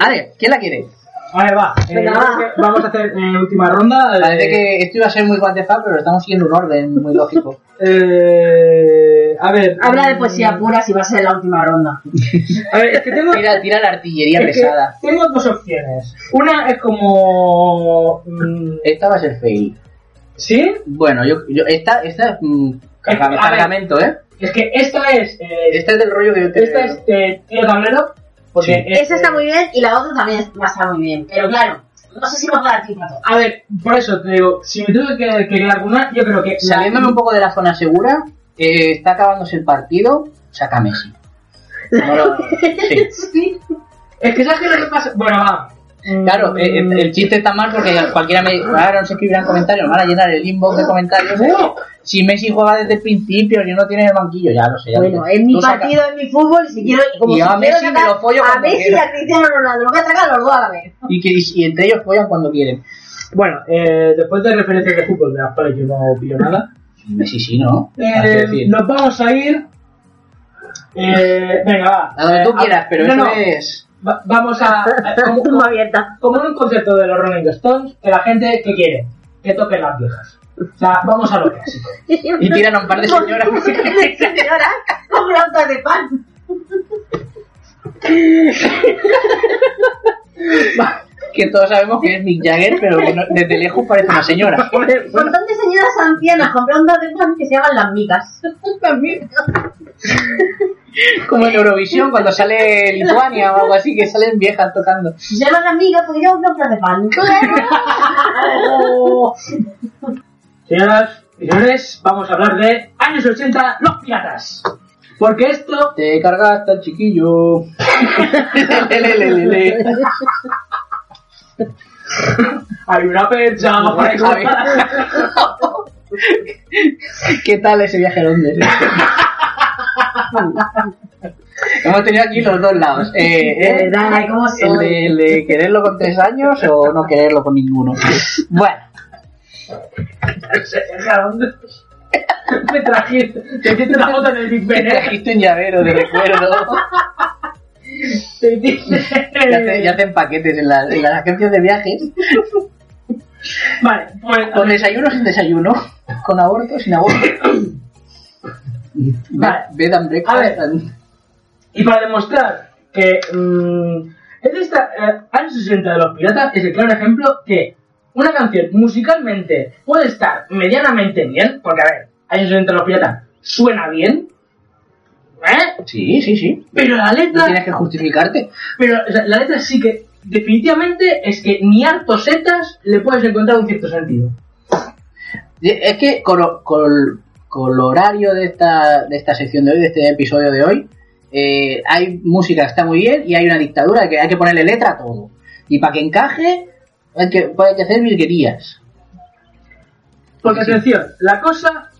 [SPEAKER 3] Ale, ¿quién la quiere?
[SPEAKER 4] vale, va. Eh,
[SPEAKER 5] Venga, va.
[SPEAKER 4] creo que [laughs] vamos a hacer eh, última ronda.
[SPEAKER 3] Parece
[SPEAKER 4] Eh,
[SPEAKER 3] que esto iba a ser muy what the fuck, pero estamos siguiendo un orden muy lógico.
[SPEAKER 4] eh, a ver.
[SPEAKER 5] Habla de
[SPEAKER 4] mm,
[SPEAKER 5] poesía pura si va a ser la última ronda.
[SPEAKER 4] A ver, es
[SPEAKER 3] [laughs]
[SPEAKER 4] que tengo,
[SPEAKER 3] Tira, tira la artillería
[SPEAKER 4] es que
[SPEAKER 3] pesada.
[SPEAKER 4] tengo dos opciones. Una es como. mm,
[SPEAKER 3] Esta va a ser fail.
[SPEAKER 4] ¿Sí?
[SPEAKER 3] Bueno, yo, yo esta, esta es mm,
[SPEAKER 4] a ver.
[SPEAKER 3] cargamento, ¿eh?
[SPEAKER 4] Es que esta es. eh,
[SPEAKER 3] Este es del rollo que yo te
[SPEAKER 4] esta es eh, Tío Tablero. Porque
[SPEAKER 3] Sí.
[SPEAKER 4] es, eh,
[SPEAKER 5] Esa está muy bien y la otra también va a estar muy bien. Pero claro, no sé si nos va a dar tiempo a todo.
[SPEAKER 4] A ver, por eso te digo, si me tuve que, que quedar con una, yo creo que. la-
[SPEAKER 3] Saliéndome un poco de la zona segura, eh, está acabándose el partido, saca a Messi. No lo- sí.
[SPEAKER 4] Es que sabes qué es lo que pasa. Bueno, va. Mm,
[SPEAKER 3] Claro, eh, el, el chiste está mal porque cualquiera me dice, ahora no se escribirán comentarios, van a llenar el inbox de comentarios. ¿eh?
[SPEAKER 4] No.
[SPEAKER 3] Si Messi juega desde el principio, yo no tiene en el banquillo, ya lo sé. ya lo
[SPEAKER 5] Bueno,
[SPEAKER 3] sé.
[SPEAKER 5] es mi
[SPEAKER 3] Tú saca-
[SPEAKER 5] partido, es mi fútbol, y si quiero, como
[SPEAKER 3] Y
[SPEAKER 5] si
[SPEAKER 3] yo a
[SPEAKER 5] quiero
[SPEAKER 3] Messi me
[SPEAKER 5] sacar
[SPEAKER 3] lo follo
[SPEAKER 5] a
[SPEAKER 3] cuando
[SPEAKER 5] Messi y
[SPEAKER 3] quiero.
[SPEAKER 5] a Cristiano Ronaldo, lo voy a sacar a los dos a la vez.
[SPEAKER 3] Y, que, y- y entre ellos juegan cuando quieren.
[SPEAKER 4] Bueno, eh, después de referencias de fútbol, de las cuales yo no pillo
[SPEAKER 3] [laughs]
[SPEAKER 4] nada,
[SPEAKER 3] Messi sí, ¿no? Así
[SPEAKER 4] eh,
[SPEAKER 3] decir.
[SPEAKER 4] nos vamos a ir. Eh, venga, va.
[SPEAKER 3] A donde
[SPEAKER 4] Eh,
[SPEAKER 3] tú quieras, pero
[SPEAKER 4] no,
[SPEAKER 3] eso
[SPEAKER 4] no,
[SPEAKER 3] es... [laughs]
[SPEAKER 4] va- vamos a. a- como,
[SPEAKER 5] Tumba [laughs] abierta.
[SPEAKER 4] como en un concierto de los Rolling Stones, que la gente, ¿qué quiere? Que toquen las viejas. O sea, vamos a lo clásico.
[SPEAKER 3] Y tiran a un par
[SPEAKER 5] [laughs]
[SPEAKER 3] de señoras. [laughs]
[SPEAKER 5] De señora, con plantas de pan.
[SPEAKER 3] que todos sabemos que es Mick Jagger, pero que no- desde lejos parece una señora.
[SPEAKER 5] Un montón de señoras ancianas con plantas de pan que se llaman las micas.
[SPEAKER 3] Como en Eurovisión, cuando sale Lituania o algo así, que salen viejas tocando.
[SPEAKER 5] Se llaman las pues micas porque llevan plantas
[SPEAKER 3] [laughs]
[SPEAKER 5] de pan.
[SPEAKER 4] [laughs]
[SPEAKER 5] [laughs]
[SPEAKER 4] Señoras y señores, vamos a hablar de años 80, los piratas. Porque esto.
[SPEAKER 3] Te cargaste al chiquillo. [laughs] Le, le, le, le, le.
[SPEAKER 4] Hay una percha,
[SPEAKER 3] A ver. ¿Qué tal ese viaje a Londres? Hemos tenido aquí los dos lados. Eh,
[SPEAKER 5] De
[SPEAKER 3] eh,
[SPEAKER 5] verdad, ay, cómo
[SPEAKER 3] el
[SPEAKER 5] soy.
[SPEAKER 3] de, el de quererlo con tres años o no quererlo con ninguno. Bueno,
[SPEAKER 4] [laughs] Te trajiste, te hiciste una foto en el Big Ben.
[SPEAKER 3] me
[SPEAKER 4] ¿eh?
[SPEAKER 3] trajiste un llavero de recuerdo.
[SPEAKER 4] Te hiciste-
[SPEAKER 3] Ya hacen, ya hacen paquetes en, las- en las agencias de viajes.
[SPEAKER 4] [laughs] Vale, pues.
[SPEAKER 3] Con desayuno sin desayuno. Con aborto sin aborto.
[SPEAKER 4] Vale.
[SPEAKER 3] Bed and breakfast.
[SPEAKER 4] A ver.
[SPEAKER 3] and-
[SPEAKER 4] Y para demostrar que mm, es esta, eh, años 60 de los piratas es el claro ejemplo que una canción musicalmente puede estar medianamente bien, porque a ver, años 60 de los piratas suena bien, ¿eh?
[SPEAKER 3] Sí, sí, sí.
[SPEAKER 4] Pero la
[SPEAKER 3] No tienes
[SPEAKER 4] letra,
[SPEAKER 3] que justificarte.
[SPEAKER 4] pero o sea, la letra sí que definitivamente es que ni hartos setas le puedes encontrar un cierto sentido.
[SPEAKER 3] Es que con, lo- con- con lo horario de esta, de esta sección de hoy, de este episodio de hoy, eh, hay música que está muy bien y hay una dictadura que hay que ponerle letra a todo. Y para que encaje, hay que, pues hay que hacer virguerías.
[SPEAKER 4] Porque
[SPEAKER 3] Sí.
[SPEAKER 4] atención, la cosa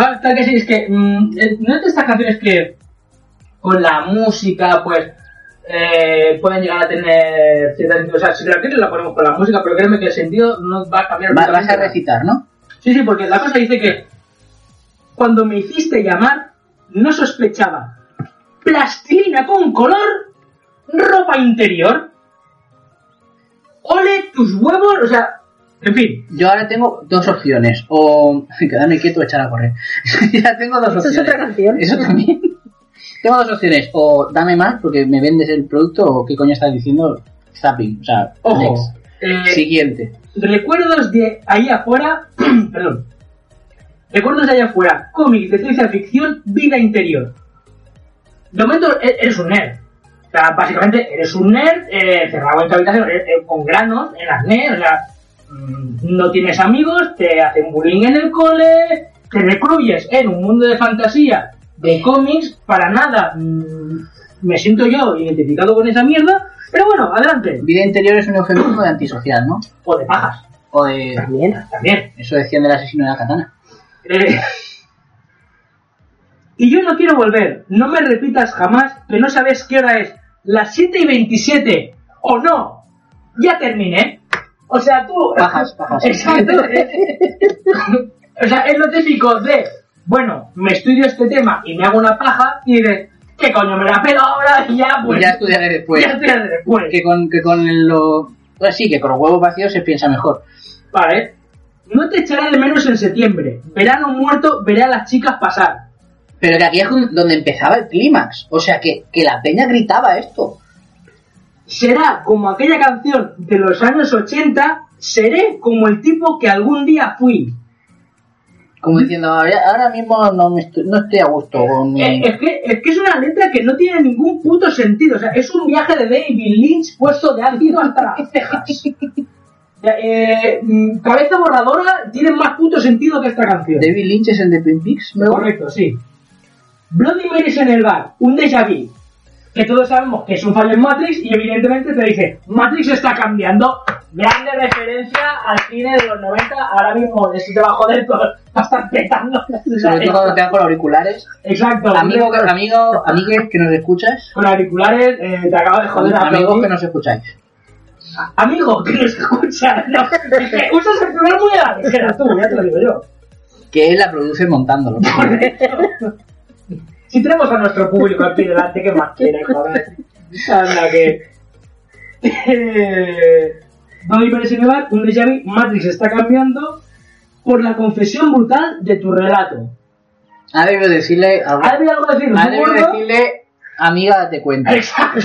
[SPEAKER 4] va a que sí, es que mm, eh, no es de estas canciones que con la música, pues eh, pueden llegar a tener cierta... O sea, si la quieres la ponemos con la música, pero créeme que el sentido no va a cambiar.
[SPEAKER 3] Va- vas a
[SPEAKER 4] absolutamente nada.
[SPEAKER 3] recitar, ¿no?
[SPEAKER 4] Sí, sí, porque la cosa dice que cuando me hiciste llamar, no sospechaba plastilina con color, ropa interior, ole tus huevos, o sea, en fin.
[SPEAKER 3] Yo ahora tengo dos opciones. O [laughs] quedarme quieto o echar a correr. [laughs] ya tengo dos
[SPEAKER 11] Eso
[SPEAKER 3] opciones.
[SPEAKER 11] es otra canción.
[SPEAKER 3] Eso también. [laughs] tengo dos opciones. O dame más porque me vendes el producto o qué coño estás diciendo. Zapping. O sea,
[SPEAKER 4] Ojo,
[SPEAKER 3] next.
[SPEAKER 4] eh,
[SPEAKER 3] Siguiente.
[SPEAKER 4] recuerdos de ahí afuera, [clears throat] perdón, recuerdos de ahí afuera, cómics de ciencia ficción, vida interior. De momento e- eres un nerd. O sea, básicamente eres un nerd eh, cerrado en tu habitación eh, eh, con granos en las nerd. O sea, mm, no tienes amigos, te hacen bullying en el cole, te recluyes en un mundo de fantasía, de cómics, para nada. mm, me siento yo identificado con esa mierda, pero bueno, adelante.
[SPEAKER 3] Vida interior es un eufemismo de antisocial, ¿no?
[SPEAKER 4] O de pajas,
[SPEAKER 3] O de.
[SPEAKER 11] También.
[SPEAKER 4] también.
[SPEAKER 3] Eso decían del asesino de la katana.
[SPEAKER 4] Eh, [laughs] y yo no quiero volver. No me repitas jamás que no sabes qué hora es. Las 7 y 27. ¿O no? Ya terminé. O sea, tú...
[SPEAKER 3] Bajas, bajas.
[SPEAKER 4] [laughs] Exacto. eh. [laughs] o sea, es lo típico de... Bueno, me estudio este tema y me hago una paja y dices... ¿Qué coño? Me la pelo ahora y ya, pues...
[SPEAKER 3] Pues ya estudiaré después.
[SPEAKER 4] ya estudiaré después.
[SPEAKER 3] Que con, que con lo. Pues sí, que con los huevos vacíos se piensa mejor.
[SPEAKER 4] Vale. No te echaré de menos en septiembre. Verano muerto, veré a las chicas pasar.
[SPEAKER 3] Pero que aquí es donde empezaba el clímax. O sea, que, que la peña gritaba esto.
[SPEAKER 4] será como aquella canción de los años 80, seré como el tipo que algún día fui.
[SPEAKER 3] Como diciendo, ahora ahora mismo no, me estoy, no estoy a gusto con mi...
[SPEAKER 4] Eh, Es que, es que es una letra que no tiene ningún puto sentido. O sea, es un viaje de David Lynch puesto de ácido hasta las cejas. [laughs] Eh, mm, cabeza borradora tiene más puto sentido que esta
[SPEAKER 3] [laughs]
[SPEAKER 4] canción.
[SPEAKER 3] David Lynch es el de Twin Peaks, ¿no?
[SPEAKER 4] Correcto, sí. Bloody Marys en el bar, un déjà vu. Que todos sabemos que es un fallo en Matrix y evidentemente te dice, Matrix está cambiando. Grande referencia al cine de los 90, ahora mismo eso te va a joder todo, va a estar petando.
[SPEAKER 3] Sobre todo cuando te dan con auriculares.
[SPEAKER 4] Exacto.
[SPEAKER 3] Amigo, que- amigo, amigues que nos escuchas.
[SPEAKER 4] Con auriculares eh, te acaba de joder a
[SPEAKER 3] amigos
[SPEAKER 4] Bloody.
[SPEAKER 3] que nos escucháis.
[SPEAKER 4] Amigo, que nos escucha.
[SPEAKER 3] [laughs]
[SPEAKER 4] No, es que usas el plural muy a la ligera, tú, ya te lo digo yo.
[SPEAKER 3] Que él la produce montándolo.
[SPEAKER 4] Si tenemos a nuestro público aquí delante, ¿qué más quiere, joder? Anda, que. Eh, No me parece nevar, un déjà vu, Matrix está cambiando por la confesión brutal de tu relato.
[SPEAKER 3] ha debido decirle... algo-
[SPEAKER 4] ¿Ha habido algo que decir?
[SPEAKER 3] Ha debido
[SPEAKER 4] gordo?
[SPEAKER 3] decirle... Amiga, date cuenta.
[SPEAKER 4] Exacto.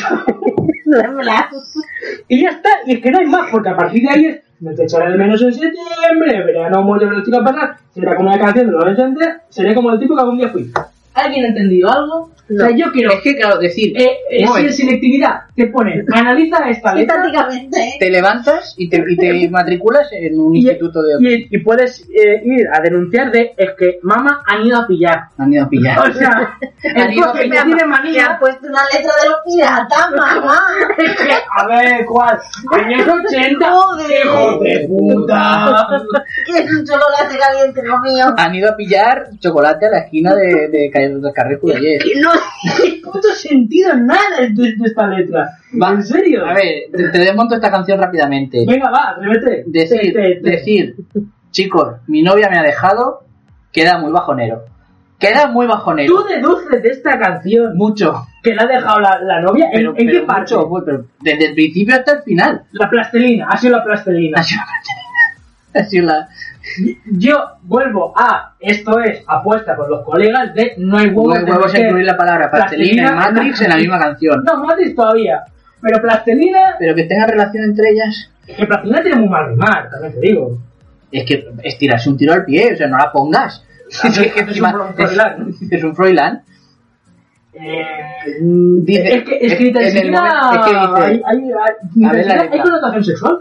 [SPEAKER 4] y ya está, y es que no hay más, porque a partir de ahí es. No te echaré de menos en septiembre, verano muerto de los chicos pasar, será como una canción de los 80, seré como el tipo que algún día fui. ¿Alguien ha entendido algo? O sea, yo quiero
[SPEAKER 3] Es que, claro, decir...
[SPEAKER 4] Eh,
[SPEAKER 3] Un
[SPEAKER 4] eh, si
[SPEAKER 3] momento.
[SPEAKER 4] en selectividad te ponen, analiza esta letra
[SPEAKER 5] Prácticamente.
[SPEAKER 3] Te levantas y te, y
[SPEAKER 4] [laughs]
[SPEAKER 3] te matriculas en un
[SPEAKER 4] y,
[SPEAKER 3] instituto de...
[SPEAKER 4] y- y puedes eh, ir a denunciar de es que mamá han ido a [laughs] pillar.
[SPEAKER 3] Han ido a pillar.
[SPEAKER 4] O sea,
[SPEAKER 3] Han
[SPEAKER 4] el
[SPEAKER 3] ido a
[SPEAKER 4] coche que
[SPEAKER 3] pillar.
[SPEAKER 4] tiene
[SPEAKER 5] Me
[SPEAKER 4] manía.
[SPEAKER 5] han puesto pues, una letra de los piratas, mamá.
[SPEAKER 4] [laughs] es que, a ver, ¿cuál? [laughs] Años 80.
[SPEAKER 5] Joder.
[SPEAKER 4] ¡Hijo de puta!
[SPEAKER 5] que es un chocolate caliente, lo mío.
[SPEAKER 3] Han ido a pillar chocolate a la esquina de, de, Ca- de Carrefour de ayer.
[SPEAKER 4] [laughs] Que no tiene puto sentido nada de, de esta letra.
[SPEAKER 3] Va,
[SPEAKER 4] ¿En serio?
[SPEAKER 3] A ver, te, te desmonto esta canción rápidamente.
[SPEAKER 4] Venga, va, atrévete.
[SPEAKER 3] Decir,
[SPEAKER 4] Te- te- te-
[SPEAKER 3] decir, chicos, mi novia me ha dejado, queda muy bajonero. Queda muy bajonero.
[SPEAKER 4] Tú deduces de esta canción
[SPEAKER 3] Mucho.
[SPEAKER 4] que la ha dejado la, la novia. ¿En,
[SPEAKER 3] Pero,
[SPEAKER 4] en
[SPEAKER 3] pero
[SPEAKER 4] qué parche?
[SPEAKER 3] mucho, pues, pero desde el principio hasta el final.
[SPEAKER 4] La plastelina, ha sido la plastelina.
[SPEAKER 3] Ha sido la- ha sido la-
[SPEAKER 4] Yo vuelvo a, esto es apuesta con los colegas de no hay
[SPEAKER 3] No
[SPEAKER 4] huevos,
[SPEAKER 3] hay huevos a
[SPEAKER 4] meter
[SPEAKER 3] incluir la palabra pastelina y Matrix en la misma canción.
[SPEAKER 4] No, Matrix todavía. Pero plastelina,
[SPEAKER 3] Pero que tenga relación entre ellas
[SPEAKER 4] es que plastelina tiene muy mal rimar, también te digo.
[SPEAKER 3] es que es tirarse un tiro al pie, o sea, no la pongas. [laughs]
[SPEAKER 4] Es un Froilán.
[SPEAKER 3] Froilán. Es un Froilán.
[SPEAKER 4] Eh,
[SPEAKER 3] Dice-
[SPEAKER 4] es que, es que ni tan
[SPEAKER 3] en el
[SPEAKER 4] siquiera
[SPEAKER 3] momento- es que dice-
[SPEAKER 4] hay, hay, hay- ni
[SPEAKER 3] A
[SPEAKER 4] tan
[SPEAKER 3] ver la
[SPEAKER 4] siquiera hay
[SPEAKER 3] letra.
[SPEAKER 4] connotación sexual.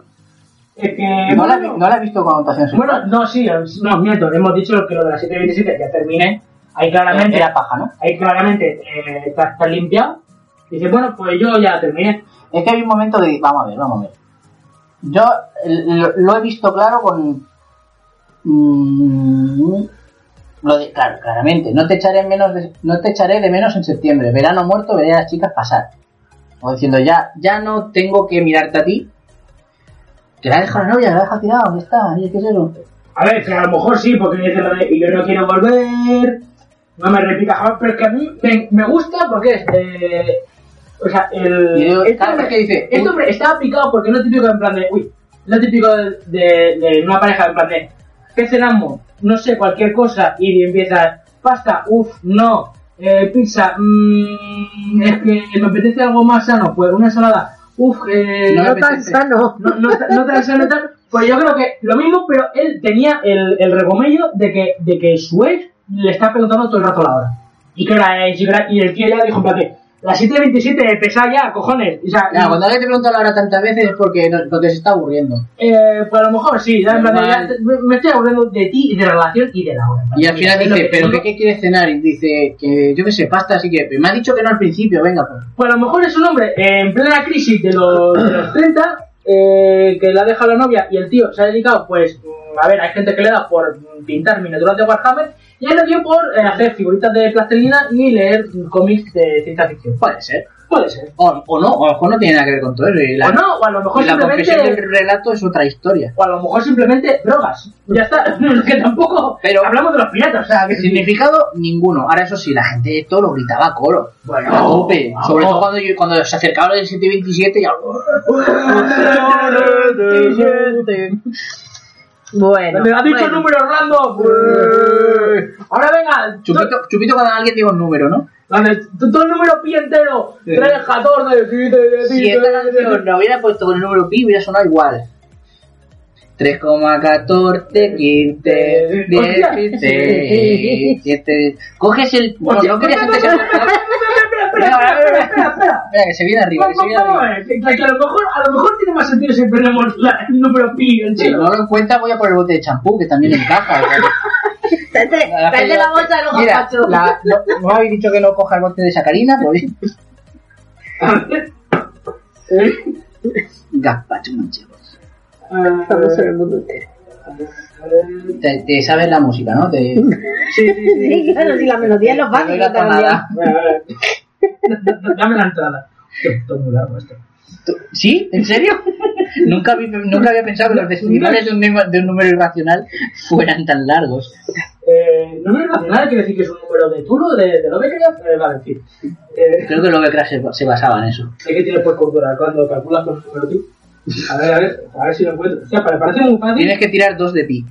[SPEAKER 4] Es que...
[SPEAKER 3] No la, vi- no la he visto con anotación sexual.
[SPEAKER 4] Bueno, no, sí, no, miento, hemos dicho que lo de las 7.27 ya terminé. Ahí claramente
[SPEAKER 3] era paja, ¿no?
[SPEAKER 4] ahí claramente eh, está, está limpiado. Dice, bueno, pues yo ya terminé.
[SPEAKER 3] Es que hay un momento que... Vamos a ver, vamos a ver. Yo eh, lo, lo he visto claro con... mm, lo de, claro, claramente. No te echaré en menos de, no te echaré de menos en septiembre. Verano muerto, veré a las chicas pasar. O diciendo, ya, ya no tengo que mirarte a ti. Te la deja la novia, te la deja tirada, ¿dónde está? Oye, ¿Qué es eso?
[SPEAKER 4] A ver, que a lo mejor sí, porque me dice lo de y yo no quiero volver, no me repita jamás, pero es que a mí me, me gusta porque es. eh, o sea, el.
[SPEAKER 3] Y digo,
[SPEAKER 4] este
[SPEAKER 3] claro,
[SPEAKER 4] hombre-
[SPEAKER 3] que dice,
[SPEAKER 4] este hombre está picado porque no es típico en plan de. Uy, no es típico de, de- de una pareja en plan de. ¿Qué cenamos? No sé, cualquier cosa, y empiezas. Pasta, uff, no. Eh, pizza, mmm, es que me apetece algo más sano, pues una ensalada, uff, eh,
[SPEAKER 3] No me
[SPEAKER 4] no
[SPEAKER 3] apetece.
[SPEAKER 4] tan
[SPEAKER 11] sano.
[SPEAKER 4] no, no, ta- no tan sano, tal. Pues yo creo que lo mismo, pero él tenía el, el regomello de que, de que su ex le está preguntando todo el rato la hora. ¿Y qué hora es? ¿Y, qué hora? y el tío ya dijo, en plan de, las 7.27, pesa ya, cojones. O sea,
[SPEAKER 3] Claro, cuando alguien te pregunta la hora tantas veces es porque, no, porque se está aburriendo.
[SPEAKER 4] eh, pues a lo mejor sí, ya, en plan de, ya
[SPEAKER 3] Normal.
[SPEAKER 4] te- me me estoy aburriendo de ti y de la relación y de la hora.
[SPEAKER 3] Y al final
[SPEAKER 4] Es lo
[SPEAKER 3] dice,
[SPEAKER 4] que
[SPEAKER 3] ¿pero
[SPEAKER 4] digo.
[SPEAKER 3] qué, qué quieres cenar? Y dice, que yo qué sé, pasta, así que me ha dicho que no al principio, venga, pues.
[SPEAKER 4] Pues a lo mejor es un hombre eh, en plena crisis de los, de los 30, eh, que la deja la novia y el tío se ha dedicado, pues, mm, a ver, hay gente que le da por mm, pintar miniaturas de Warhammer y él le dio por eh, hacer figuritas de plastilina y leer mm, cómics de ciencia ficción.
[SPEAKER 3] Puede ser.
[SPEAKER 4] Puede ser.
[SPEAKER 3] O, o no, o a lo mejor no tiene nada que ver con todo eso. Y la,
[SPEAKER 4] o no, o a lo
[SPEAKER 3] y
[SPEAKER 4] mejor
[SPEAKER 3] la confesión
[SPEAKER 4] simplemente...
[SPEAKER 3] del relato es otra historia.
[SPEAKER 4] O a lo mejor simplemente drogas. [laughs] Ya está. que tampoco...
[SPEAKER 3] Pero-
[SPEAKER 4] hablamos de los piratas. O sea, que
[SPEAKER 3] Significado ninguno. Ahora eso sí, la gente esto lo gritaba a coro.
[SPEAKER 4] Bueno,
[SPEAKER 3] A tope.
[SPEAKER 4] vamos.
[SPEAKER 3] Sobre todo cuando, yo- cuando se acercaba el 727 y
[SPEAKER 11] Bueno.
[SPEAKER 4] Me has dicho
[SPEAKER 11] bueno.
[SPEAKER 4] el número random. Ahora venga,
[SPEAKER 3] Chupito, chupito cuando alguien diga un número, ¿no?
[SPEAKER 4] Dame todo el número pi entero.
[SPEAKER 3] Sí.
[SPEAKER 4] 3, 14, 15,
[SPEAKER 3] Si esta canción la hubiera puesto con el número pi, hubiera sonado igual. 3,14, 15,
[SPEAKER 4] Hostia.
[SPEAKER 3] 16, 7. Coges el. No,
[SPEAKER 4] Hostia,
[SPEAKER 3] no querías
[SPEAKER 4] espera,
[SPEAKER 3] antes el-
[SPEAKER 4] espera, espera, espera,
[SPEAKER 3] eh.
[SPEAKER 4] espera, espera, espera, espera.
[SPEAKER 3] Espera, que se viene arriba, que
[SPEAKER 4] Vamos,
[SPEAKER 3] se viene
[SPEAKER 4] vamos a
[SPEAKER 3] arriba.
[SPEAKER 4] ver, que- que a lo mejor, a lo mejor tiene más sentido si ponemos la- el número pi
[SPEAKER 3] Si
[SPEAKER 4] entero. [laughs]
[SPEAKER 3] no lo encuentras, voy a por el bote de champú, que también encaja.
[SPEAKER 11] Vete, vete la bolsa de los
[SPEAKER 3] Mira,
[SPEAKER 11] gazpachos.
[SPEAKER 3] la- no, no habéis dicho que no coja el bote de sacarina, pues. [laughs] Eh, Gazpacho manchego.
[SPEAKER 11] Famoso en el mundo entero.
[SPEAKER 3] Te, te sabes la música, ¿no? Te,
[SPEAKER 11] Sí, claro, si la melodía es lo
[SPEAKER 3] te doy
[SPEAKER 11] fácil.
[SPEAKER 3] la
[SPEAKER 11] no te la lío.
[SPEAKER 3] tonada.
[SPEAKER 4] [laughs] Dame la entrada. Esto es muy largo esto.
[SPEAKER 3] ¿Tú- ¿Sí? ¿En serio? [laughs] nunca, vi- nunca había pensado que los decimales de un, numa- de un número irracional fueran tan largos.
[SPEAKER 4] Eh, número racional quiere decir que es un número de turno de, de lo que creas, eh, vale, en fin. Eh,
[SPEAKER 3] Creo que los Becras se, se basaba en eso.
[SPEAKER 4] sé que tienes por cultura cuando calculas con el número pi. A ver, a ver, a ver si lo encuentro. O sea, me parece muy fácil.
[SPEAKER 3] Tienes que tirar dos de pi.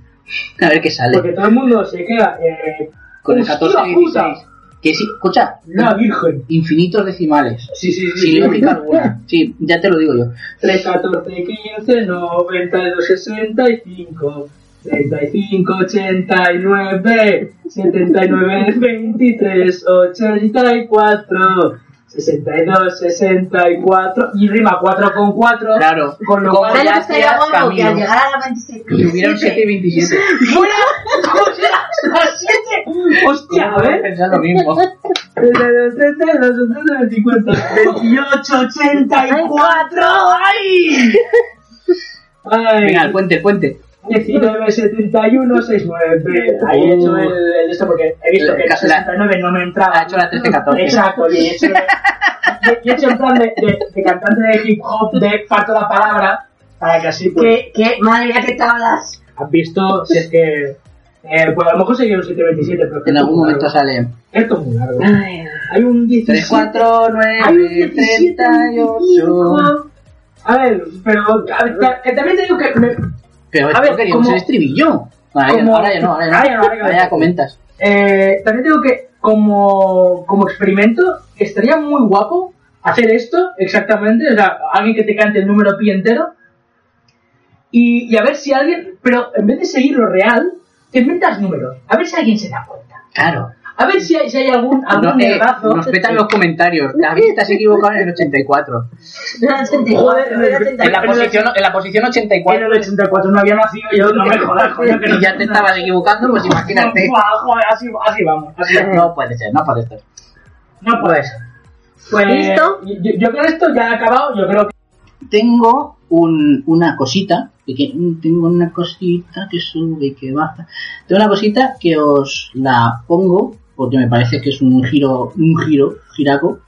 [SPEAKER 3] A ver qué sale.
[SPEAKER 4] Porque todo el mundo se queda eh,
[SPEAKER 3] Con el
[SPEAKER 4] ¡Hostia
[SPEAKER 3] 14 y
[SPEAKER 4] puta!
[SPEAKER 3] 16. Que sí, escucha,
[SPEAKER 4] la virgen.
[SPEAKER 3] infinitos decimales.
[SPEAKER 4] Sí, sí, sí. sí.
[SPEAKER 3] Sin lógica alguna. Sí, ya te lo digo yo.
[SPEAKER 4] 3, 14, 15, 92, 65, 35, 89, 79, 23, 84, 62, 64 y rima 4 con 4.
[SPEAKER 3] Claro.
[SPEAKER 4] Con lo
[SPEAKER 3] Con
[SPEAKER 4] cual
[SPEAKER 3] cual
[SPEAKER 4] ya
[SPEAKER 3] ya hacías
[SPEAKER 4] sea
[SPEAKER 12] Bueno, que al
[SPEAKER 3] camino.
[SPEAKER 12] llegar a la 26
[SPEAKER 3] Y hubiera un 7 y 27.
[SPEAKER 5] [laughs]
[SPEAKER 4] ¡Fuera! ¿Cómo será? ¡Las 7! ¡Hostia, a ver!
[SPEAKER 3] Pensar lo
[SPEAKER 4] [laughs]
[SPEAKER 3] mismo.
[SPEAKER 4] 32, 32, 32, 50, 28, 84, ¡ay! ¡Ay!
[SPEAKER 3] Venga, el puente, el puente.
[SPEAKER 4] 19, 71, 69. Ahí he hecho el, el de esto porque he visto que el
[SPEAKER 3] La-
[SPEAKER 4] 69 no me entraba.
[SPEAKER 3] Ha hecho la 13, 14.
[SPEAKER 4] Exacto, y he hecho, y he hecho en plan de, de- de cantante de hip hop, de parto la palabra, para que así pues,
[SPEAKER 12] Que, que, madre mía, que tablas.
[SPEAKER 4] has visto si es que. Eh, pues a lo mejor seguí un 727, pero.
[SPEAKER 3] En algún momento sale.
[SPEAKER 4] Esto es muy largo.
[SPEAKER 12] Ay,
[SPEAKER 4] Hay un
[SPEAKER 3] 3,
[SPEAKER 4] 17.
[SPEAKER 3] 4,
[SPEAKER 4] hay un
[SPEAKER 3] 9,
[SPEAKER 4] 17,
[SPEAKER 3] 38.
[SPEAKER 4] 25. A ver, pero. A ver, ta- que también te digo que. me-
[SPEAKER 3] Pero
[SPEAKER 4] A
[SPEAKER 3] a
[SPEAKER 4] ver,
[SPEAKER 3] ver, queríamos
[SPEAKER 4] como-
[SPEAKER 3] el estribillo. Ahora, ya-
[SPEAKER 4] como-
[SPEAKER 3] ahora ya no, ahora ya no.
[SPEAKER 4] ahora ya no, ahora ya no.
[SPEAKER 3] ya comentas.
[SPEAKER 4] Eh, también tengo que, como, como experimento, estaría muy guapo hacer esto exactamente. O sea, alguien que te cante el número pi entero. Y, y a ver si alguien. Pero en vez de seguir lo real, te inventas números. A ver si alguien se da cuenta.
[SPEAKER 3] Claro.
[SPEAKER 4] A ver si hay, si hay algún, algún
[SPEAKER 3] No, eh,
[SPEAKER 4] nerdazo.
[SPEAKER 3] nos petan
[SPEAKER 4] [laughs]
[SPEAKER 3] los comentarios. David, estás equivocado en el 84.
[SPEAKER 4] Joder, en el-
[SPEAKER 3] En la posición, en la posición
[SPEAKER 4] En
[SPEAKER 3] 84.
[SPEAKER 4] el 84 no había nacido yo, no
[SPEAKER 3] [laughs]
[SPEAKER 4] me jodas, coño, que no-
[SPEAKER 3] Y ya te estabas equivocando, pues imagínate.
[SPEAKER 4] Guau, joder, así, así vamos. Así vamos.
[SPEAKER 3] No puede ser, no puede ser.
[SPEAKER 4] No puede ser. Pues,
[SPEAKER 11] ¿Listo?
[SPEAKER 4] Yo, yo con esto ya he acabado. Yo creo que.
[SPEAKER 3] Tengo un, una cosita, que- que- tengo una cosita que sube y que baja. Tengo una cosita que os la pongo, porque me parece que es un giro, un giro, giraco,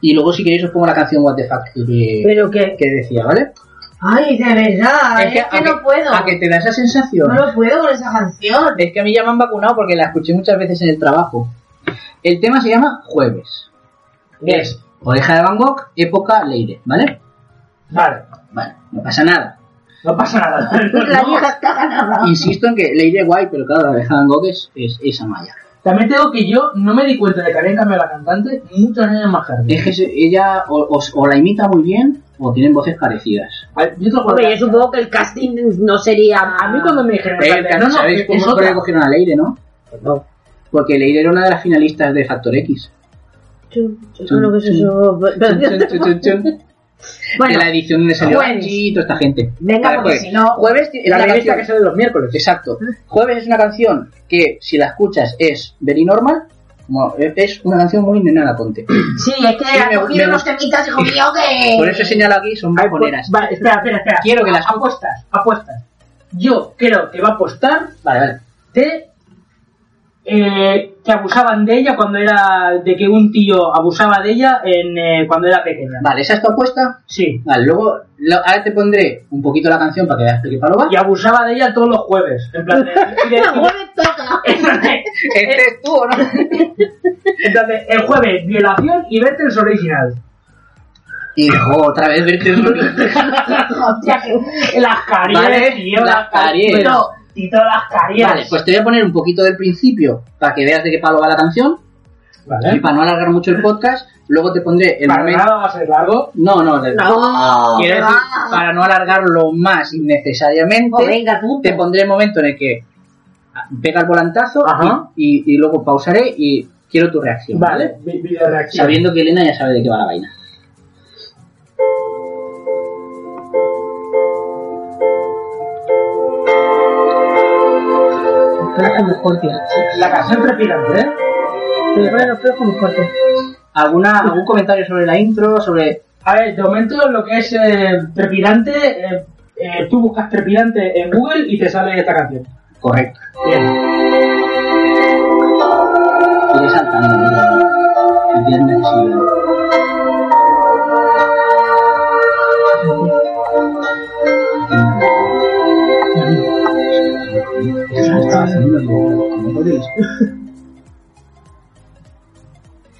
[SPEAKER 3] Y luego, si queréis, os pongo la canción What the Fuck que,
[SPEAKER 5] Pero que.
[SPEAKER 3] que decía, ¿vale?
[SPEAKER 5] Ay, de verdad, eh, es que,
[SPEAKER 3] a
[SPEAKER 5] no puedo.
[SPEAKER 3] A que te da esa sensación.
[SPEAKER 5] No lo puedo con esa canción.
[SPEAKER 3] Es que a mí ya me han vacunado porque la escuché muchas veces en el trabajo. El tema se llama Jueves.
[SPEAKER 4] Bien.
[SPEAKER 3] Es Oreja de Van Gogh, época Leire, ¿vale?
[SPEAKER 4] Vale.
[SPEAKER 3] Vale, no pasa nada.
[SPEAKER 4] No pasa nada.
[SPEAKER 5] La vieja está ganada.
[SPEAKER 3] Insisto en que Leire es guay, pero claro, la oreja de Van Gogh es, es, es Amaya.
[SPEAKER 4] También tengo que yo no me di cuenta de que habían cambiado la cantante muchos años más tarde.
[SPEAKER 3] Es que se- ella o, o- o la imita muy bien o tienen voces parecidas.
[SPEAKER 4] A- Yo te lo
[SPEAKER 5] Hombre, yo supongo que el casting no sería.
[SPEAKER 4] A mí cuando me dijeron,
[SPEAKER 3] Pero,
[SPEAKER 4] "Vale, no, no,
[SPEAKER 3] ¿sabéis
[SPEAKER 4] es,
[SPEAKER 3] cómo
[SPEAKER 4] es
[SPEAKER 3] fue que
[SPEAKER 4] otra.
[SPEAKER 3] cogieron a Leire, no?
[SPEAKER 5] No.
[SPEAKER 3] Porque Leire era una de las finalistas de Factor X.
[SPEAKER 5] Chun, chun, chun, no, que es eso.
[SPEAKER 3] Chun, chun, chun, chun, chun. [laughs] de
[SPEAKER 5] Bueno,
[SPEAKER 3] la edición donde salió
[SPEAKER 5] Jueves.
[SPEAKER 3] Banshee y toda esta gente.
[SPEAKER 5] venga,
[SPEAKER 3] Vale,
[SPEAKER 5] porque
[SPEAKER 3] jueves.
[SPEAKER 5] si no.
[SPEAKER 3] Jueves ti-
[SPEAKER 4] La
[SPEAKER 3] la
[SPEAKER 4] revista que
[SPEAKER 3] canción-
[SPEAKER 4] sale los miércoles.
[SPEAKER 3] Exacto. Jueves es una canción que, si la escuchas, es very normal. Como es- es una canción muy nenana, ponte.
[SPEAKER 5] Sí, es
[SPEAKER 3] Sí,
[SPEAKER 5] que
[SPEAKER 3] me-
[SPEAKER 5] ha cogido
[SPEAKER 3] me
[SPEAKER 5] unos
[SPEAKER 3] gusta.
[SPEAKER 5] temitas, hijo mío, que.
[SPEAKER 3] Por eso señalo aquí, son
[SPEAKER 4] Ay, pues,
[SPEAKER 3] bajoneras.
[SPEAKER 4] va, espera, espera, espera.
[SPEAKER 3] Quiero que las-
[SPEAKER 4] apuestas, apuestas. Yo creo que pues, va a apostar
[SPEAKER 3] Vale, vale.
[SPEAKER 4] de eh, que abusaban de ella cuando era de que un tío abusaba de ella en eh, cuando era pequeña.
[SPEAKER 3] Vale, esa es tu apuesta.
[SPEAKER 4] Sí.
[SPEAKER 3] Vale, luego lo- ahora te pondré un poquito la canción para que veas de qué palo va.
[SPEAKER 4] Y abusaba de ella todos los jueves. En plan, de- y de-
[SPEAKER 5] Jueves
[SPEAKER 4] [laughs]
[SPEAKER 5] toca.
[SPEAKER 3] Este es tú, ¿no?
[SPEAKER 4] entonces, el jueves, violación y verte el original.
[SPEAKER 3] Y luego otra vez verte
[SPEAKER 4] [laughs]
[SPEAKER 5] Hostia, que.
[SPEAKER 4] Las caries,
[SPEAKER 3] Vale,
[SPEAKER 4] tío,
[SPEAKER 3] las
[SPEAKER 4] las caries.
[SPEAKER 3] caries.
[SPEAKER 4] Pero, Tito, las caries.
[SPEAKER 3] Vale, pues te voy a poner un poquito del principio para que veas de qué palo va la canción. Y
[SPEAKER 4] Vale.
[SPEAKER 3] para no alargar mucho el podcast, luego te pondré el
[SPEAKER 4] Para
[SPEAKER 3] momento.
[SPEAKER 4] nada va a ser largo.
[SPEAKER 3] No, no, de-
[SPEAKER 5] No.
[SPEAKER 3] Quiero
[SPEAKER 5] que
[SPEAKER 3] decir,
[SPEAKER 5] va.
[SPEAKER 3] para no alargarlo más innecesariamente,
[SPEAKER 5] Oh, venga, tú.
[SPEAKER 3] te pondré el momento en el que ah, pega el volantazo
[SPEAKER 4] Ajá.
[SPEAKER 3] y, y- y luego pausaré y quiero tu reacción.
[SPEAKER 4] Vale, vi- video reacción.
[SPEAKER 3] Sabiendo que Elena ya sabe de qué va la vaina.
[SPEAKER 4] La canción trepidante, ¿eh?
[SPEAKER 3] ¿Alguna, ¿Algún comentario sobre la intro? sobre
[SPEAKER 4] A ver, de momento lo que es eh, trepidante, eh, eh, tú buscas trepidante en Google y te sale esta canción.
[SPEAKER 3] Correcto.
[SPEAKER 4] Bien.
[SPEAKER 3] Iré saltando. ¿no? ¿Entiendes? Sí.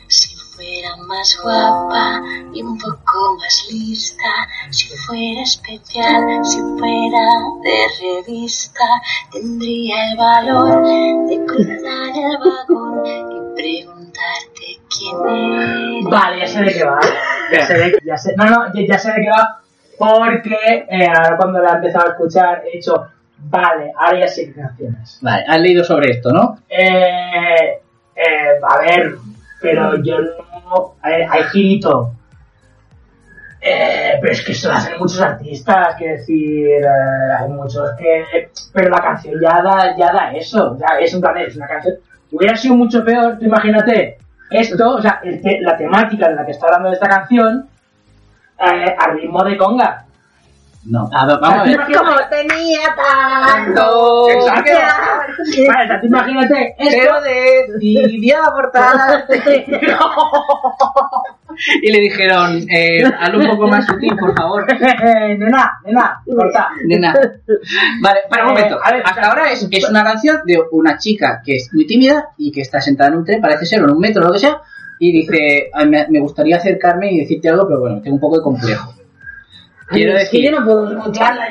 [SPEAKER 2] Si fuera más guapa y un poco más lista, si fuera especial, si fuera de revista, tendría el valor de cruzar el vagón y preguntarte quién eres.
[SPEAKER 4] Vale, ya sé de qué va. Ya sé de, ya sé- no, no, ya, ya sé de qué va porque eh, ahora cuando la he empezado a escuchar he dicho, vale, ahora ya sé qué canciones.
[SPEAKER 3] Vale, has leído sobre esto, ¿no?
[SPEAKER 4] Eh, eh, a ver, pero yo no... A ver, hay girito. Eh, pero es que esto lo hacen muchos artistas, que decir, eh, hay muchos que... Pero la canción ya da, ya da eso, ya es un plan, es una canción... Hubiera sido mucho peor, tú imagínate, esto, o sea, el te- la temática de la que está hablando esta canción, eh, al ritmo de conga.
[SPEAKER 3] No. A ver, Ah, vamos a ver.
[SPEAKER 5] Como tenía tanto.
[SPEAKER 4] Exacto. Vale, o sea, tú imagínate esto...
[SPEAKER 3] decidí abortarte. y le dijeron, eh, hazlo un poco más sutil, por favor.
[SPEAKER 4] [laughs] nena, nena, corta.
[SPEAKER 3] Nena. Vale, para un
[SPEAKER 4] Eh,
[SPEAKER 3] momento.
[SPEAKER 4] a ver,
[SPEAKER 3] Hasta ahora es, es una canción de una chica que es muy tímida y que está sentada en un tren, parece ser, o en un metro, lo que sea, y dice, "Ay, me, me gustaría acercarme y decirte algo, pero bueno, tengo un poco de complejo. Quiero
[SPEAKER 5] Ay, es que
[SPEAKER 3] decir,
[SPEAKER 5] yo no puedo escucharla.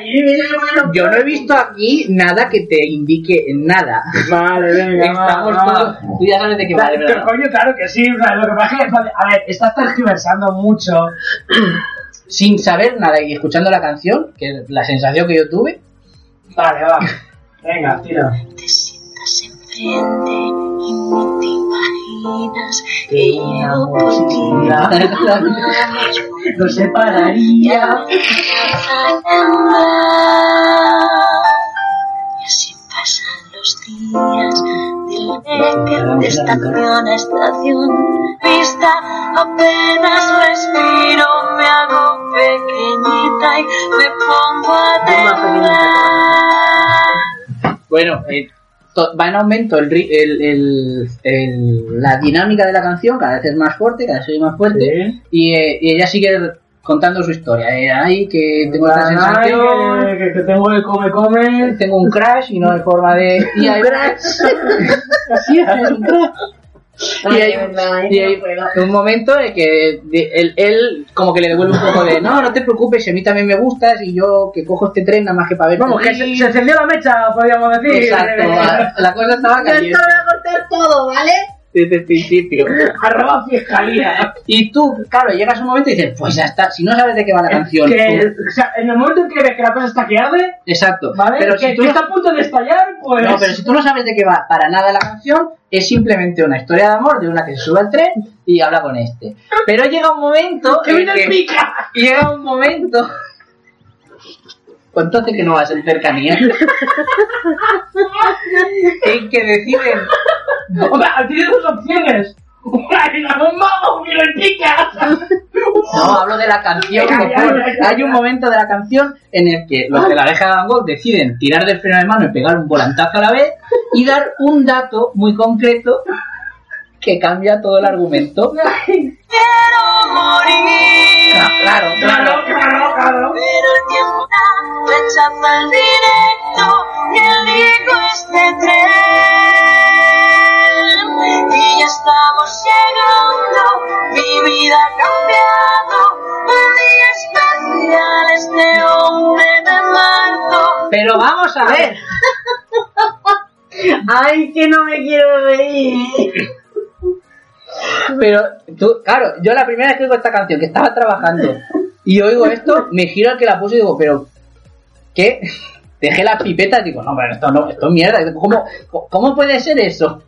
[SPEAKER 3] yo no he visto aquí nada que te indique nada.
[SPEAKER 4] Vale, venga, va,
[SPEAKER 3] Estamos
[SPEAKER 4] va.
[SPEAKER 3] todos... Tú ya sabes de qué vale,
[SPEAKER 4] Pero
[SPEAKER 3] ¿verdad?
[SPEAKER 4] coño, claro que sí, o sea, lo que pasa es que, vale, a ver, estás tergiversando mucho.
[SPEAKER 3] sin saber nada y escuchando la canción, que es la sensación que yo
[SPEAKER 4] [laughs]
[SPEAKER 3] tuve,
[SPEAKER 4] Vale, va. Venga, tira.
[SPEAKER 2] Te sientas enfrente y no te imaginas que llevo por ti.
[SPEAKER 4] Lo separaría.
[SPEAKER 2] Y así pasan los días del metro de estación a estación. Vista apenas respiro, me hago pequeñita y me pongo a temblar.
[SPEAKER 3] bueno, eh, to- va en aumento el, ri- el- el- el- la dinámica de la canción, cada vez es más fuerte, cada vez es más fuerte,
[SPEAKER 4] Sí.
[SPEAKER 3] y, eh, y ella sigue contando su historia. Eh, ay, que tengo esta
[SPEAKER 4] Ay,
[SPEAKER 3] sensación,
[SPEAKER 4] que- que, que tengo el come come.
[SPEAKER 3] tengo un crash y no hay forma de... Y hay- [laughs] Sí, es un crash. Y hay, y hay un momento en que de- él, él como que le devuelve un poco de no, no te preocupes, si a mí también me gustas y yo que cojo este tren nada más que para ver.
[SPEAKER 4] Vamos, que se, se encendió la mecha, podríamos decir.
[SPEAKER 3] Exacto,
[SPEAKER 4] [laughs]
[SPEAKER 3] la, la cosa estaba caliente
[SPEAKER 11] voy a cortar todo, ¿vale?
[SPEAKER 3] desde el principio.
[SPEAKER 4] Arroba fiscalía.
[SPEAKER 3] Y tú, claro, llegas a un momento y dices, pues ya está, si no sabes de qué va la canción.
[SPEAKER 4] Que,
[SPEAKER 3] tú-
[SPEAKER 4] o sea, en el momento en que ves que la cosa está que arde,
[SPEAKER 3] Exacto.
[SPEAKER 4] ¿vale?
[SPEAKER 3] Pero
[SPEAKER 4] que,
[SPEAKER 3] si tú
[SPEAKER 4] que
[SPEAKER 3] no-
[SPEAKER 4] está a punto de estallar, pues.
[SPEAKER 3] No, pero si tú no sabes de qué va para nada la canción, es simplemente una historia de amor de una que se sube al tren y habla con este. Pero llega un momento.
[SPEAKER 4] ¡Que
[SPEAKER 3] en
[SPEAKER 4] viene el
[SPEAKER 3] que-
[SPEAKER 4] pica!
[SPEAKER 3] Llega un momento. Pues entonces que no vas en cercanía.
[SPEAKER 4] [laughs]
[SPEAKER 3] en que deciden.
[SPEAKER 4] O sea, tienes dos opciones. [laughs] Una que la bomba o que le pica.
[SPEAKER 3] No, hablo de la canción.
[SPEAKER 4] Ya, ya,
[SPEAKER 3] por-
[SPEAKER 4] ya, ya.
[SPEAKER 3] Hay un momento de la canción en el que los de la oreja de Van Gogh deciden tirar del freno de mano y pegar un volantazo a la vez y dar un dato muy concreto que cambia todo el
[SPEAKER 4] [laughs]
[SPEAKER 3] argumento. Ah,
[SPEAKER 9] Quiero morir,
[SPEAKER 3] Claro,
[SPEAKER 4] Claro, claro, claro.
[SPEAKER 9] pero el tiempo está flechando el directo y elijo este tren. Y ya estamos llegando, mi vida ha cambiado, un día especial este hombre me marco.
[SPEAKER 3] Pero vamos a [laughs] ver.
[SPEAKER 11] Ay, que no me quiero reír.
[SPEAKER 3] Pero tú, claro, yo la primera vez que oigo esta canción, que estaba trabajando, y oigo esto, me giro al que la puso y digo, pero, ¿qué? Dejé las pipetas, digo, no, pero esto no, esto es mierda, ¿cómo, cómo puede ser eso?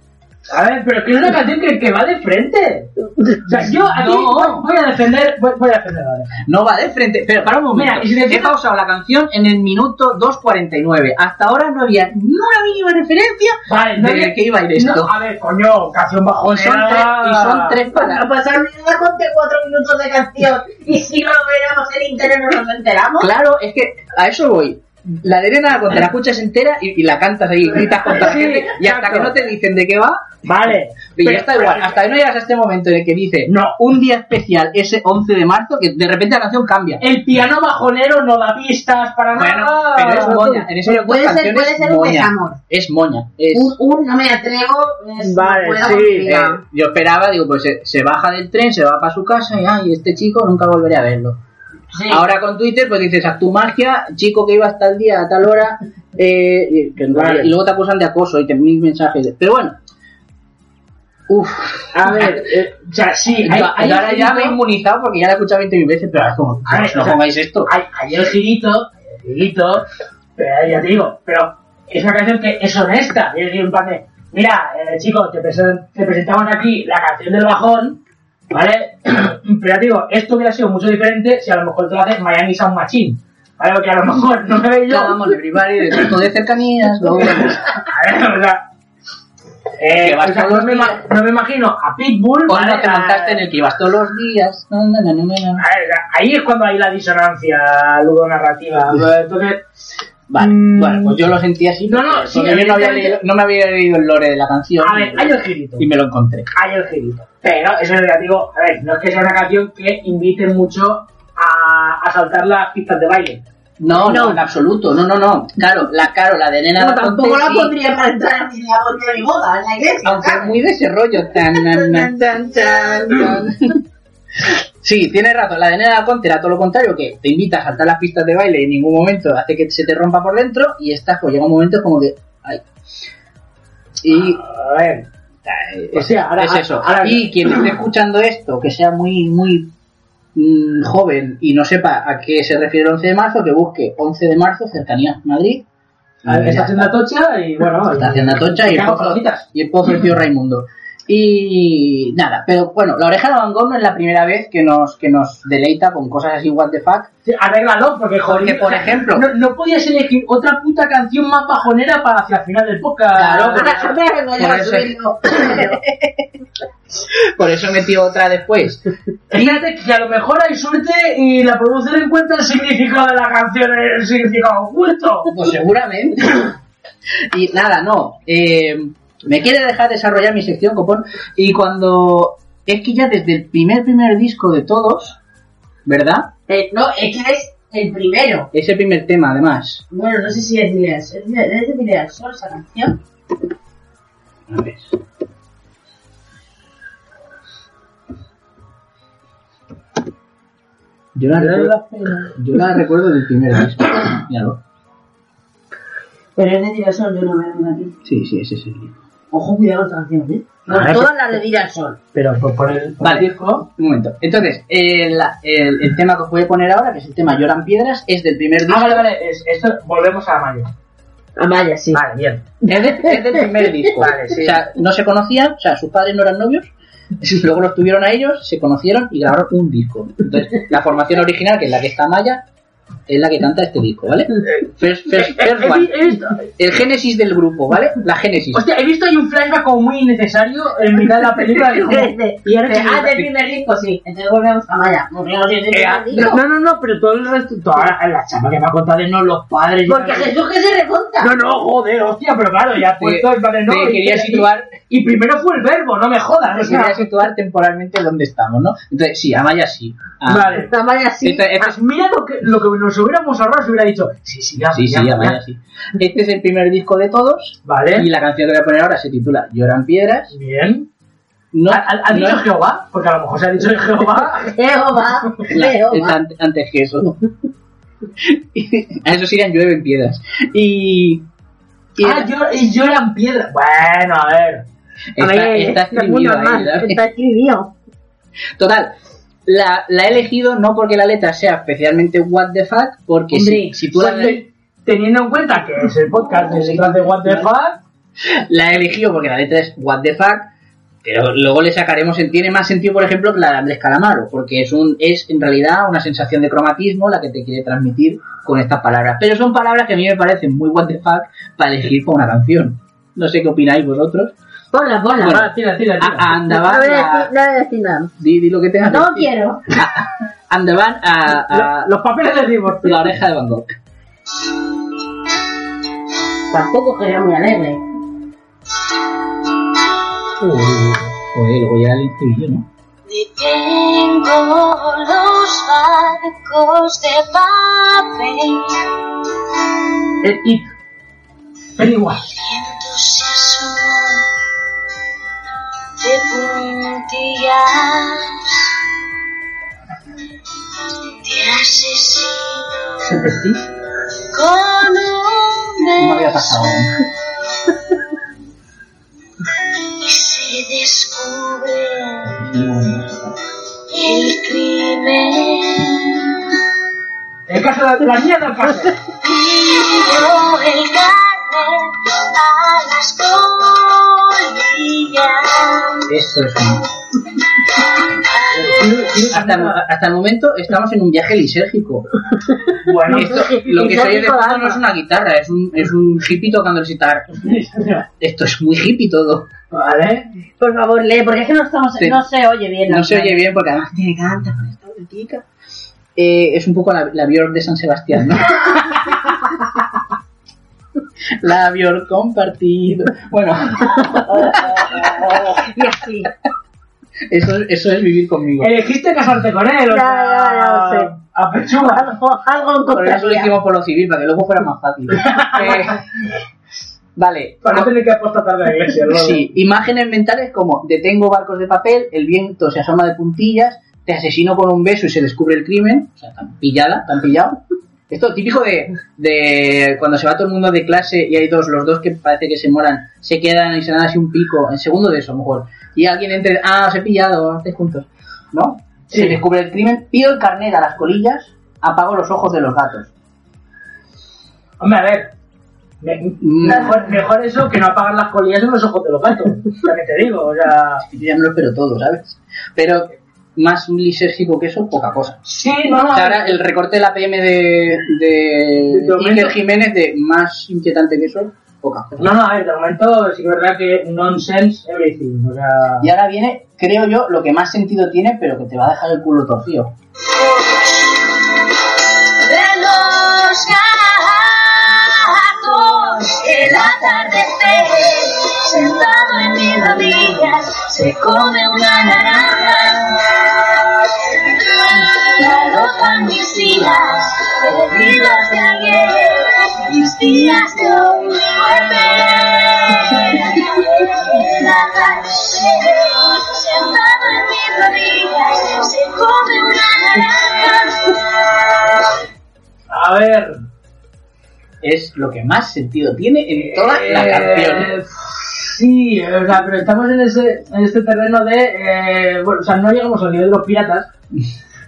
[SPEAKER 4] A ver, pero que es una canción que, que va de frente. O sea, yo aquí
[SPEAKER 3] No.
[SPEAKER 4] voy a defender. Voy, voy a defender, vale.
[SPEAKER 3] No va de frente, pero para un momento,
[SPEAKER 4] Mira, y si te
[SPEAKER 3] he
[SPEAKER 4] fijas-
[SPEAKER 3] pausado la canción en el minuto 2.49, hasta ahora no había ni una mínima referencia
[SPEAKER 4] Vale,
[SPEAKER 3] de
[SPEAKER 4] había-
[SPEAKER 3] que iba a ir esto.
[SPEAKER 4] No, a ver, coño, canción bajo
[SPEAKER 3] y, son tres, y son tres
[SPEAKER 11] Para
[SPEAKER 3] palabras.
[SPEAKER 11] pasar nada con de cuatro minutos de canción. Y si no lo veremos en internet, no nos enteramos.
[SPEAKER 3] Claro, es que a eso voy. La de Elena cuando la escuchas entera y, y la cantas ahí, gritas con la
[SPEAKER 4] Sí,
[SPEAKER 3] gente, y hasta
[SPEAKER 4] exacto.
[SPEAKER 3] que no te dicen de qué va,
[SPEAKER 4] Vale.
[SPEAKER 3] Y
[SPEAKER 4] Pero-
[SPEAKER 3] ya está igual,
[SPEAKER 4] pero-
[SPEAKER 3] hasta que no llegas a este momento en el que dice,
[SPEAKER 4] No.
[SPEAKER 3] un día especial, ese 11 de marzo, que de repente la canción cambia.
[SPEAKER 4] El piano bajonero no da pistas para nada.
[SPEAKER 3] pero es moña. En ese
[SPEAKER 5] Ah, Pero puede
[SPEAKER 3] momento la canción
[SPEAKER 5] ser- puede
[SPEAKER 3] es
[SPEAKER 5] ser un
[SPEAKER 3] moña.
[SPEAKER 5] desamor.
[SPEAKER 3] Es moña. es-
[SPEAKER 5] Un, un no me atrevo. es-
[SPEAKER 4] Vale,
[SPEAKER 5] puedo
[SPEAKER 4] sí,
[SPEAKER 3] eh,
[SPEAKER 5] complicado.
[SPEAKER 3] yo esperaba, digo, pues se, se baja del tren, se va para su casa y, ay, este chico nunca volveré a verlo. Ahora con Twitter, pues dices, a tu magia, chico que iba hasta el día, a tal hora, eh, y- que-
[SPEAKER 4] Vale.
[SPEAKER 3] y luego te acusan de acoso y te mil mensajes. de- Pero bueno. Uf.
[SPEAKER 4] [laughs] A ver, eh, o sea, sí,
[SPEAKER 3] Yo,
[SPEAKER 4] hay, hay
[SPEAKER 3] yo ahora
[SPEAKER 4] el
[SPEAKER 3] ya
[SPEAKER 4] girito-
[SPEAKER 3] me he inmunizado porque ya la he escuchado 20.000 veces, pero ahora es como,
[SPEAKER 4] A ver,
[SPEAKER 3] no
[SPEAKER 4] o sea,
[SPEAKER 3] pongáis esto.
[SPEAKER 4] hay, hay el girito, el girito, pero ya te digo, pero es una canción que es honesta. Es decir, un plan de, mira, eh, chico, te, presen- te presentamos aquí la canción del bajón, ¿vale? [clears throat] pero ya te digo, esto hubiera sido mucho diferente si a lo mejor tú lo haces Miami Sound Machine. ¿Vale? Porque a lo mejor no me veis yo.
[SPEAKER 3] Ya vamos, everybody, de trato de cercanías, luego-
[SPEAKER 4] [laughs] A ver, o sea. eh,
[SPEAKER 3] Que vas
[SPEAKER 4] o sea,
[SPEAKER 3] todos
[SPEAKER 4] no,
[SPEAKER 3] los
[SPEAKER 4] me
[SPEAKER 3] días.
[SPEAKER 4] ima- no me imagino a Pitbull.
[SPEAKER 3] Cuando
[SPEAKER 4] ¿vale?
[SPEAKER 3] te
[SPEAKER 4] A-
[SPEAKER 3] montaste en el que ibas todos los días. No, no, no, no, no, no.
[SPEAKER 4] a ver, ahí es cuando hay la disonancia ludonarrativa. Entonces,
[SPEAKER 3] Vale,
[SPEAKER 4] Mm.
[SPEAKER 3] bueno, pues yo lo sentí así.
[SPEAKER 4] No, no,
[SPEAKER 3] porque
[SPEAKER 4] sí,
[SPEAKER 3] yo no, había
[SPEAKER 4] evidentemente-
[SPEAKER 3] leído- no me había leído el lore de la canción
[SPEAKER 4] a ver, hay el girito.
[SPEAKER 3] y me lo encontré.
[SPEAKER 4] Hay el girito. Pero eso es negativo. A ver, no es que sea una canción que invite mucho a, a saltar las pistas de baile.
[SPEAKER 3] No, no, en absoluto, no, no, no. Claro, la, claro, la de nena
[SPEAKER 11] Como
[SPEAKER 3] Baconte,
[SPEAKER 11] tampoco la
[SPEAKER 3] sí,
[SPEAKER 11] pondría para entrar en mi labor de mi boda, en la iglesia.
[SPEAKER 3] Aunque es
[SPEAKER 11] claro.
[SPEAKER 3] muy de ese rollo.
[SPEAKER 4] [laughs]
[SPEAKER 3] Tan, nan, nan, tan, tan, tan. Sí, tienes razón. La de Nena Conte era todo lo contrario, que te invita a saltar las pistas de baile y en ningún momento hace que se te rompa por dentro y esta pues llega un momento como que... Ay. Y...
[SPEAKER 4] A ver.
[SPEAKER 3] ay,
[SPEAKER 4] O sea, ahora-
[SPEAKER 3] es eso.
[SPEAKER 4] ahora-
[SPEAKER 3] y quien esté escuchando esto, que sea muy, muy mm, joven y no sepa a qué se refiere el 11 de marzo, que busque 11 de marzo, cercanías Madrid.
[SPEAKER 4] A ver, está haciendo la tocha y bueno.
[SPEAKER 3] Está haciendo tocha y el
[SPEAKER 4] hago
[SPEAKER 3] pozo, y el pozo del tío Raimundo. Y nada, pero bueno, la oreja de Van Gogh no es la primera vez que nos, que nos deleita con cosas así what the fuck.
[SPEAKER 4] Sí, Arréglalo, porque joder.
[SPEAKER 3] Porque, por ejemplo-
[SPEAKER 4] No, no podías elegir otra puta canción más pajonera para hacia el final del
[SPEAKER 11] [laughs]
[SPEAKER 4] podcast.
[SPEAKER 3] Claro, porque-
[SPEAKER 11] Ah, vergo, ya
[SPEAKER 3] Por
[SPEAKER 11] lo [laughs]
[SPEAKER 3] eso-
[SPEAKER 11] suelto.
[SPEAKER 3] Por eso he metido otra después.
[SPEAKER 4] Fíjate que a lo mejor hay suerte y la producción encuentra el significado de la canción, el significado oculto.
[SPEAKER 3] Pues seguramente. Y nada, no. eh, me quiere dejar desarrollar mi sección, copón. Y cuando. Es que ya desde el primer, primer disco de todos, ¿verdad?
[SPEAKER 5] Eh, no, es que es el primero.
[SPEAKER 3] Ese primer tema, además.
[SPEAKER 5] Bueno, no sé si es Dileas. ¿Es de- es de Dileas solo esa canción?
[SPEAKER 3] A ver. Yo la, recuerdo, yo la recuerdo del primer disco. Míralo.
[SPEAKER 5] Pero es de Dileas Sol, yo no veo una aquí.
[SPEAKER 3] Sí, sí, ese es el disco.
[SPEAKER 5] Ojo, cuidado con esta canción, ¿eh? No,
[SPEAKER 14] Ah,
[SPEAKER 5] todas las de Dileas Sol.
[SPEAKER 14] Pero pues, por el por el
[SPEAKER 3] Vale.
[SPEAKER 14] disco,
[SPEAKER 3] Un momento. Entonces, el, el- el tema que os voy a poner ahora, que es el tema Lloran Piedras, es del primer disco.
[SPEAKER 4] Ah, vale, vale, es- esto volvemos a Mayo.
[SPEAKER 5] Amaya, sí.
[SPEAKER 4] Vale, bien.
[SPEAKER 3] [laughs] Es, de- es del
[SPEAKER 4] [laughs]
[SPEAKER 3] primer disco.
[SPEAKER 4] Vale, sí.
[SPEAKER 3] O sea, no se conocían, o sea, sus padres no eran novios, [laughs] luego los tuvieron a ellos, se conocieron y grabaron un disco. Entonces, la formación original, que es la que está Maya, es la que canta este disco, ¿vale?
[SPEAKER 4] Eh,
[SPEAKER 3] First, first- first
[SPEAKER 4] He,
[SPEAKER 3] one.
[SPEAKER 4] vi- he visto,
[SPEAKER 3] El génesis del grupo, ¿vale? La génesis.
[SPEAKER 4] hostia, he visto ahí un flashback como muy innecesario en mitad de la [laughs] película. que como-
[SPEAKER 5] Y
[SPEAKER 4] y
[SPEAKER 5] ahora
[SPEAKER 4] ahora que-
[SPEAKER 5] ah, del primer disco, sí. Entonces volvemos a Amaya. Volvemos del
[SPEAKER 3] Eh,
[SPEAKER 5] primer
[SPEAKER 3] ah,
[SPEAKER 4] Eh,
[SPEAKER 5] disco.
[SPEAKER 14] No, no, no, pero todo el resto. Toda la, la chapa que me ha contado de no los padres. y
[SPEAKER 5] Porque
[SPEAKER 14] tal.
[SPEAKER 5] Jesús que se remonta.
[SPEAKER 14] No, no, joder, hostia, pero claro, ya
[SPEAKER 3] Te,
[SPEAKER 14] pues todo el padre no.
[SPEAKER 3] te
[SPEAKER 14] y-
[SPEAKER 3] quería
[SPEAKER 4] [laughs]
[SPEAKER 3] situar,
[SPEAKER 4] Y primero fue el verbo, no me jodas.
[SPEAKER 3] te
[SPEAKER 4] o sea,
[SPEAKER 3] quería situar temporalmente donde estamos, ¿no? Entonces, sí, Amaya sí. Ah,
[SPEAKER 4] Vale.
[SPEAKER 5] Amaya, sí.
[SPEAKER 3] Esta- esta
[SPEAKER 4] Ah, Mira lo que, lo que nos hubiéramos ahorrado si hubiera dicho. Sí, sí, ya,
[SPEAKER 3] Sí,
[SPEAKER 4] ya,
[SPEAKER 3] sí,
[SPEAKER 4] Ah, ya. ¿Eh?
[SPEAKER 3] Amaya sí. Este es el primer disco de todos.
[SPEAKER 4] Vale.
[SPEAKER 3] Y la canción que voy a poner ahora se titula Lloran Piedras.
[SPEAKER 4] Bien.
[SPEAKER 3] No,
[SPEAKER 4] ¿Ha- ha- ¿Han
[SPEAKER 3] no
[SPEAKER 4] dicho
[SPEAKER 3] es-
[SPEAKER 4] Jehová? Porque a lo mejor se ha dicho Jehová.
[SPEAKER 5] Jehová.
[SPEAKER 4] [laughs]
[SPEAKER 3] La- es
[SPEAKER 4] ah.
[SPEAKER 5] Jehová.
[SPEAKER 3] ante- antes que eso. [laughs] A eso serían llueve en piedras. Y. y
[SPEAKER 4] ah, llor- y lloran piedras. Bueno, a ver.
[SPEAKER 3] está, está escribido ahí, ¿eh? ¿sabes?
[SPEAKER 15] Está escribido.
[SPEAKER 3] Total. La, la he elegido no porque la letra sea especialmente what the fuck, porque si,
[SPEAKER 5] Hombre,
[SPEAKER 3] si tú la,
[SPEAKER 4] Pues te- teniendo en cuenta que es el podcast de Secret de What the Fuck,
[SPEAKER 3] la he elegido porque la letra es what the fuck, pero luego le sacaremos, en- tiene más sentido por ejemplo que la de Andrés Calamaro, porque es un es en realidad una sensación de cromatismo la que te quiere transmitir con estas palabras. Pero son palabras que a mí me parecen muy what the fuck para elegir para una canción. No sé qué opináis vosotros.
[SPEAKER 5] Ponla, ponla.
[SPEAKER 3] Bueno, Ah,
[SPEAKER 4] va, tira, tira, tira.
[SPEAKER 3] A- andaban
[SPEAKER 15] No voy a
[SPEAKER 3] a-
[SPEAKER 15] decir- no voy a decir nada.
[SPEAKER 3] di, di lo que tengas. que
[SPEAKER 15] No
[SPEAKER 3] decir.
[SPEAKER 15] quiero.
[SPEAKER 3] Andaban a, a-
[SPEAKER 4] Lo- los papeles de divorcio.
[SPEAKER 3] ah. la oreja de Van Gogh.
[SPEAKER 5] Tampoco que era muy alegre.
[SPEAKER 3] Joder, luego ya el estribillo, ¿no?
[SPEAKER 9] Detengo los barcos de papel.
[SPEAKER 4] El It. Pennywise.
[SPEAKER 9] Vientos azul de puntillas te asesino
[SPEAKER 4] ¿Es el It?
[SPEAKER 9] con un
[SPEAKER 3] No me había
[SPEAKER 9] beso
[SPEAKER 3] pasado.
[SPEAKER 9] y se descubre el crimen.
[SPEAKER 4] El caso de la niña del caso.
[SPEAKER 9] Pido el carnet a las colillas.
[SPEAKER 3] Eso es. Hasta, el mo- hasta el momento estamos en un viaje lisérgico.
[SPEAKER 4] [laughs] Bueno,
[SPEAKER 3] Esto- lo que se oye de fondo no es una guitarra, es un, es un hippie tocando el sitar. Esto es muy hippie todo.
[SPEAKER 4] vale.
[SPEAKER 5] Por favor, lee, porque es que no, estamos,
[SPEAKER 3] Sí.
[SPEAKER 5] no se oye bien. la
[SPEAKER 3] No se
[SPEAKER 5] verdad.
[SPEAKER 3] oye bien porque además tiene canta con esta botica. Eh, es un poco la, la Björk de San Sebastián,
[SPEAKER 4] [laughs]
[SPEAKER 3] ¿no? la Björk compartido. Bueno,
[SPEAKER 5] Y así.
[SPEAKER 3] eso, eso es vivir conmigo.
[SPEAKER 4] Elegiste casarte con él, o
[SPEAKER 15] Ya,
[SPEAKER 4] sea,
[SPEAKER 15] ya, ya lo sé.
[SPEAKER 4] A pechuga.
[SPEAKER 15] Algo, algo
[SPEAKER 3] Por eso lo
[SPEAKER 15] encontraría.
[SPEAKER 3] hicimos por lo civil, para que luego fuera más fácil.
[SPEAKER 4] [laughs]
[SPEAKER 3] Eh, vale.
[SPEAKER 4] Para no tener que apostatar de la iglesia, luego.
[SPEAKER 3] Sí, imágenes mentales como detengo barcos de papel, el viento se asoma de puntillas, te asesino con un beso y se descubre el crimen. O sea, tan pillada, tan pillado. Esto típico de, de cuando se va todo el mundo de clase y hay dos, los dos que parece que se moran, se quedan y se dan así un pico, en segundo de eso a lo mejor. Y alguien entre, ah, os he pillado, estáis juntos. ¿No?
[SPEAKER 4] Sí.
[SPEAKER 3] Se descubre el crimen, pido el carnet a las colillas, apago los ojos de los gatos.
[SPEAKER 4] Hombre, a ver. Me-
[SPEAKER 3] Mm.
[SPEAKER 4] mejor, mejor eso que no apagar las colillas en los ojos de los gatos. También te digo, o sea.
[SPEAKER 3] Yo ya me lo espero todo, ¿sabes? Pero más lisérgico que eso, poca cosa.
[SPEAKER 4] Sí, no, no.
[SPEAKER 3] O sea, ahora el recorte de la PM de, de,
[SPEAKER 4] De momento.
[SPEAKER 3] Iker Jiménez de más inquietante que eso, poca.
[SPEAKER 4] No, no, a ver, de momento sí que es verdad que nonsense everything. O sea.
[SPEAKER 3] Y ahora viene, creo yo, lo que más sentido tiene, pero que te va a dejar el culo torcido.
[SPEAKER 9] de los gatos el
[SPEAKER 2] atardeceres, sentado en mis rodillas, se come una naranja. Galopan mis días, perdidos de ayer, mis días de hoy vuelven. En atardeceres, sentado en mis rodillas, se come una naranja.
[SPEAKER 4] A ver.
[SPEAKER 3] Es lo que más sentido tiene en toda la
[SPEAKER 4] Eh,
[SPEAKER 3] canción.
[SPEAKER 4] Sí, o sea, pero estamos en ese en este terreno de eh, bueno, o sea, no llegamos al nivel de los piratas. eh,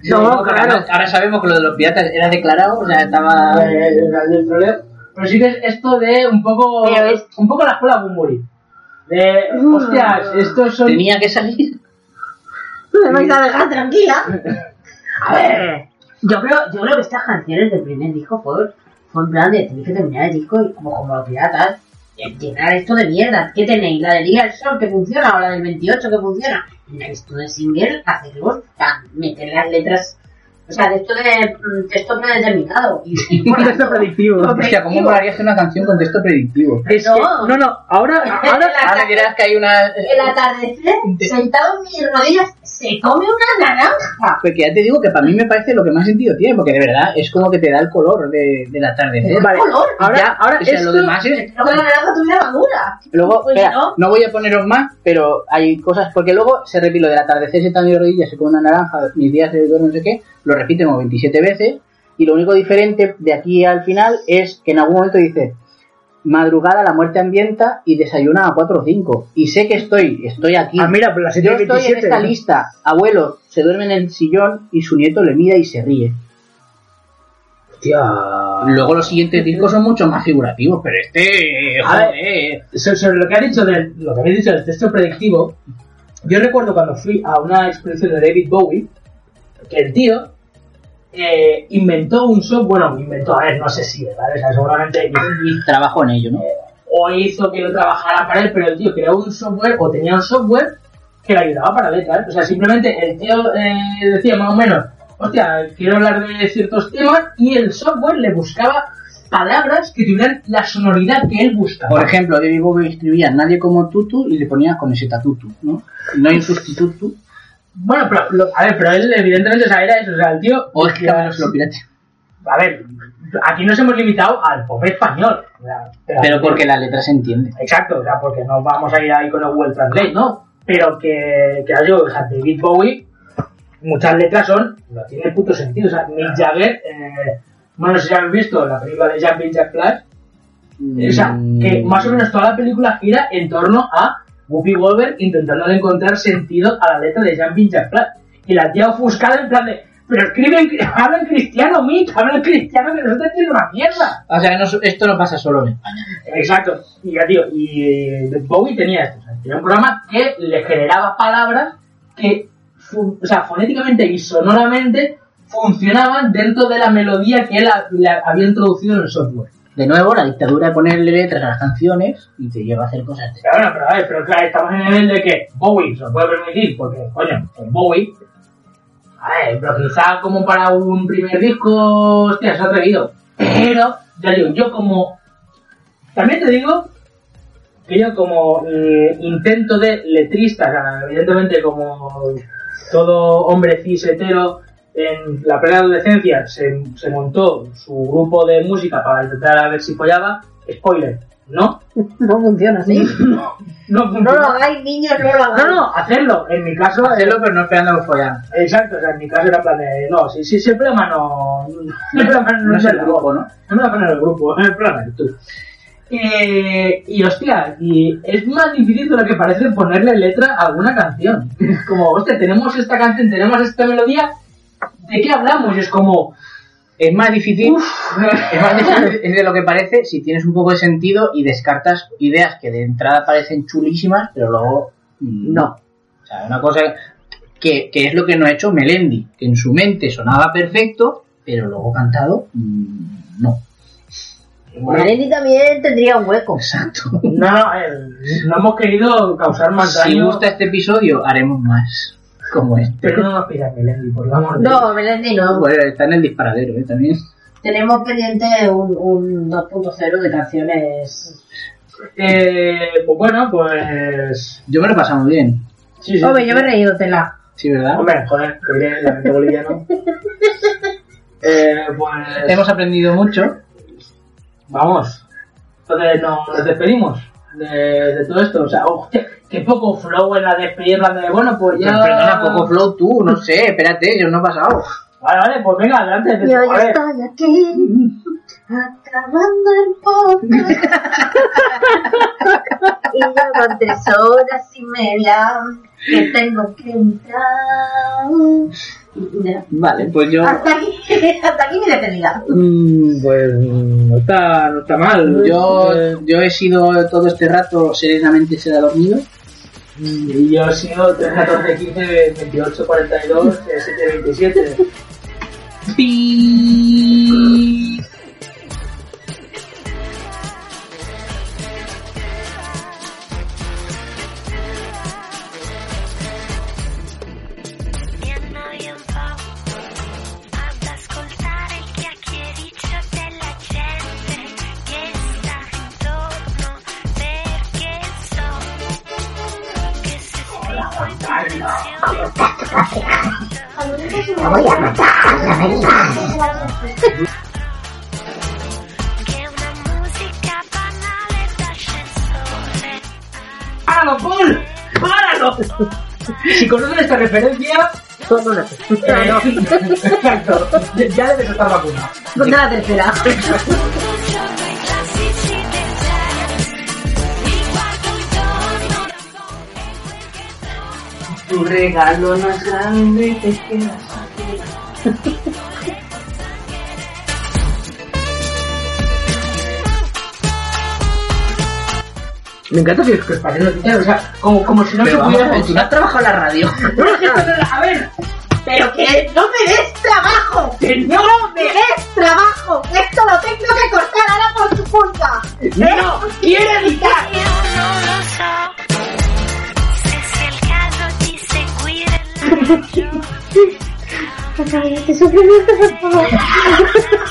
[SPEAKER 3] Sí, ahora- Ahora sabemos que lo de los piratas era declarado, o sea, estaba...
[SPEAKER 4] eh, o sea, del troleo. Pero sí que es esto de un poco
[SPEAKER 11] Pero es- Ah.
[SPEAKER 4] un poco la escuela Bumburi. De hostias, estos son
[SPEAKER 3] Tenía que salir.
[SPEAKER 5] No [laughs] me vais a dejar tranquila. A
[SPEAKER 13] Eh.
[SPEAKER 5] ver, yo creo, yo creo que estas canciones del primer disco fue, fue en plan de tenéis que terminar el disco y como, como los piratas. y Llenar esto de mierda. ¿Qué tenéis? ¿La de Liga del Sol que funciona o la del 28 que funciona? En esto de single, hacerlos, pa- meter las letras. O sea, de esto de mm, texto predeterminado. Y,
[SPEAKER 13] [laughs]
[SPEAKER 5] y
[SPEAKER 3] [laughs]
[SPEAKER 5] bueno,
[SPEAKER 13] Texto predictivo.
[SPEAKER 3] Hostia, ¿cómo molaría hacer una canción con texto predictivo?
[SPEAKER 13] Es que-
[SPEAKER 5] No.
[SPEAKER 13] no, no, ahora, ahora
[SPEAKER 3] Ahora dirás que hay una...
[SPEAKER 5] el atardecer, sentado en mis rodillas, se come una naranja.
[SPEAKER 3] Porque ya te digo Pues que para mí me parece lo que más sentido tiene, porque de verdad es como que te da el color de, del atardecer.
[SPEAKER 13] Vale,
[SPEAKER 5] color.
[SPEAKER 13] ahora,
[SPEAKER 3] Ya,
[SPEAKER 13] ahora
[SPEAKER 3] o sea,
[SPEAKER 13] esto-
[SPEAKER 3] lo demás es...
[SPEAKER 5] Pero que la naranja tuviera madura.
[SPEAKER 3] Luego,
[SPEAKER 5] Pues
[SPEAKER 3] espera,
[SPEAKER 5] no.
[SPEAKER 3] no voy a poneros más, pero hay cosas, porque luego se repite lo del atardecer, se mi rodillas, se come una naranja, mis días de dolor, no sé qué, lo repite como 27 veces, y lo único diferente de aquí al final es que en algún momento dice, madrugada la muerte ambienta y desayuna a 4 o 5, y sé que estoy, estoy aquí.
[SPEAKER 13] Ah, mira, pues la
[SPEAKER 3] Yo estoy
[SPEAKER 13] 727.
[SPEAKER 3] en esta lista. Abuelo se duerme en el sillón y su nieto le mira y se ríe. Luego los siguientes discos son mucho más figurativos, pero este,
[SPEAKER 4] A ver.
[SPEAKER 3] joder.
[SPEAKER 4] so- sobre lo que ha dicho del, lo que habéis dicho del texto predictivo, yo recuerdo cuando fui a una exposición de David Bowie, que el tío eh, inventó un software, bueno, inventó, a ver, no sé si, ¿vale? O sea, seguramente
[SPEAKER 3] Trabajo en ello, ¿no?
[SPEAKER 4] o hizo que lo trabajara para él, pero el tío creó un software o tenía un software que le ayudaba para letras. O sea, simplemente el tío eh, decía más o menos, hostia, quiero hablar de ciertos temas y el software le buscaba palabras que tuvieran la sonoridad que él buscaba.
[SPEAKER 3] Por ejemplo, David Bowie escribía Nadie como Tutu y le ponía con ese tatutu, ¿no? No hay un sustituto.
[SPEAKER 4] Bueno, pero, lo- a ver, pero él evidentemente o sea, era eso, o sea, el tío...
[SPEAKER 3] O es que ahora se lo pirate.
[SPEAKER 4] A ver, aquí nos hemos limitado al pop español. o sea,
[SPEAKER 3] Pero porque la letra se entiende.
[SPEAKER 4] Exacto, o sea, porque no vamos a ir ahí con el Google Translate, ¿no? Pero que, que ya os digo, o sea, David Bowie, muchas letras son, no tiene puto sentido, o sea, Mick Jagger, eh, bueno, no sé si habéis visto la película de Jack Jack Flash, eh, o sea,
[SPEAKER 3] Mm.
[SPEAKER 4] que más o menos toda la película gira en torno a Whoopi Goldberg intentando encontrar sentido a la letra de Jumping Jack Flash. Y la tía ofuscada en plan de, pero escriben, habla en cristiano, Mick, habla en cristiano, que nosotros tiene una mierda.
[SPEAKER 3] O sea, que no- esto no pasa solo en España.
[SPEAKER 4] Exacto. Y ya, tío, y eh, Bowie tenía esto. o sea, tenía un programa que le generaba palabras que, fu- o sea, fonéticamente y sonoramente funcionaban dentro de la melodía que él ha- le había introducido en el software.
[SPEAKER 3] De nuevo, la dictadura de ponerle letras a las canciones y te lleva a hacer cosas de...
[SPEAKER 4] Pero bueno, pero a ver, pero claro, estamos en el nivel de que Bowie se lo puede permitir, porque, coño, pues Bowie, a ver, pero quizá como para un primer disco, hostia, se ha atrevido. Pero, ya digo, yo como. También te digo que yo como eh, intento de letrista, o sea, evidentemente como todo hombre cis hetero en la plena adolescencia se, se montó su grupo de música para intentar a ver si follaba. Spoiler, ¿no?
[SPEAKER 11] No funciona así.
[SPEAKER 4] No,
[SPEAKER 11] No lo
[SPEAKER 4] funcionó.
[SPEAKER 11] hagáis, niños, no lo
[SPEAKER 4] No,
[SPEAKER 11] hagáis.
[SPEAKER 4] no, hacerlo. En mi caso,
[SPEAKER 3] Hacerlo, pero [laughs] no esperando que follan.
[SPEAKER 4] eh, exacto, o sea, en mi caso era plan de, eh, no, si, si se plama [laughs] no, se plama no,
[SPEAKER 3] No es
[SPEAKER 4] se
[SPEAKER 3] el
[SPEAKER 4] la-
[SPEAKER 3] grupo, ¿no?
[SPEAKER 4] No me la plama el grupo, [laughs] es plama tú. Eh, y hostia, y es más difícil de lo que parece ponerle letra a alguna canción. Como, hostia, tenemos esta canción, tenemos esta melodía, ¿de qué hablamos? Y es como,
[SPEAKER 3] Es más difícil... [laughs] Es más difícil es de lo que parece si tienes un poco de sentido y descartas ideas que de entrada parecen chulísimas, pero luego mm, no. O sea, una cosa que, que es lo que no ha hecho Melendi, que en su mente sonaba perfecto, pero luego cantado, mm, no.
[SPEAKER 11] Melendi también tendría un hueco.
[SPEAKER 3] Exacto. [laughs]
[SPEAKER 4] no, no, eh, no hemos querido causar más
[SPEAKER 3] Si
[SPEAKER 4] daño,
[SPEAKER 3] gusta este episodio, haremos más como este.
[SPEAKER 4] pero no nos pidas Melendi, por el amor de Dios.
[SPEAKER 5] No, Melendi no.
[SPEAKER 3] Bueno, está en el disparadero, ¿eh? También.
[SPEAKER 5] Tenemos pendiente un, un 2.0 de canciones
[SPEAKER 4] Eh, pues bueno, pues.
[SPEAKER 3] Yo me lo he pasado muy bien.
[SPEAKER 4] Sí, sí.
[SPEAKER 16] Hombre, yo me he reído, tela.
[SPEAKER 3] Sí, ¿verdad?
[SPEAKER 4] Hombre, joder, que diré el lamento
[SPEAKER 3] [laughs]
[SPEAKER 4] boliviano. Eh, pues.
[SPEAKER 3] Hemos aprendido mucho.
[SPEAKER 4] Vamos. Entonces no- nos despedimos de, de todo esto. O sea, hostia, qué poco flow en la despedida. en la de, Bueno, pues ya.
[SPEAKER 3] Perdona, poco flow tú, no sé, espérate, yo no he pasado.
[SPEAKER 4] Vale, vale, pues venga, adelante.
[SPEAKER 5] Yo ya
[SPEAKER 4] Joder.
[SPEAKER 5] estoy aquí, acabando el podcast. y llevan tres horas y media que tengo que entrar.
[SPEAKER 3] Vale, pues yo.
[SPEAKER 5] Hasta aquí, [laughs] hasta aquí mi despedida.
[SPEAKER 17] Mm, Pues mm, no está, no está mal.
[SPEAKER 3] Yo, yo he sido todo este rato serenamente sedadormido.
[SPEAKER 4] Y mm, yo he sido 3, 14, 15, 28, 42, 7, 27.
[SPEAKER 9] annoio un po' ad ascoltare il chiacchiericcio della gente che sta intorno perché so che se scrivo in condizioni che una musica banale d'ascensore
[SPEAKER 4] ¡Páralo, Paul! ¡Páralo! [laughs] Si conocen esta referencia,
[SPEAKER 16] Todo lo
[SPEAKER 4] eh, [laughs] exacto, ya- ya debes estar vacunado.
[SPEAKER 16] Con la tercera.
[SPEAKER 9] Gioco i classici del jazz mi guardo intorno
[SPEAKER 3] Tu regalo no es grande, te
[SPEAKER 4] Me encanta que, que parece noticia, o sea, como, como si no
[SPEAKER 3] Pero
[SPEAKER 4] se
[SPEAKER 3] vamos,
[SPEAKER 4] pudiera
[SPEAKER 3] a ver, [laughs] tú no has trabajado en la radio.
[SPEAKER 5] A ver, [laughs] pero que no me des trabajo. No me des trabajo. Esto lo tengo que cortar ahora por tu culpa.
[SPEAKER 17] ¡No! ¡Quiero editar!
[SPEAKER 9] io non lo so se sia il caso di seguire la ragione
[SPEAKER 5] Acabé este sufrimiento, por favor.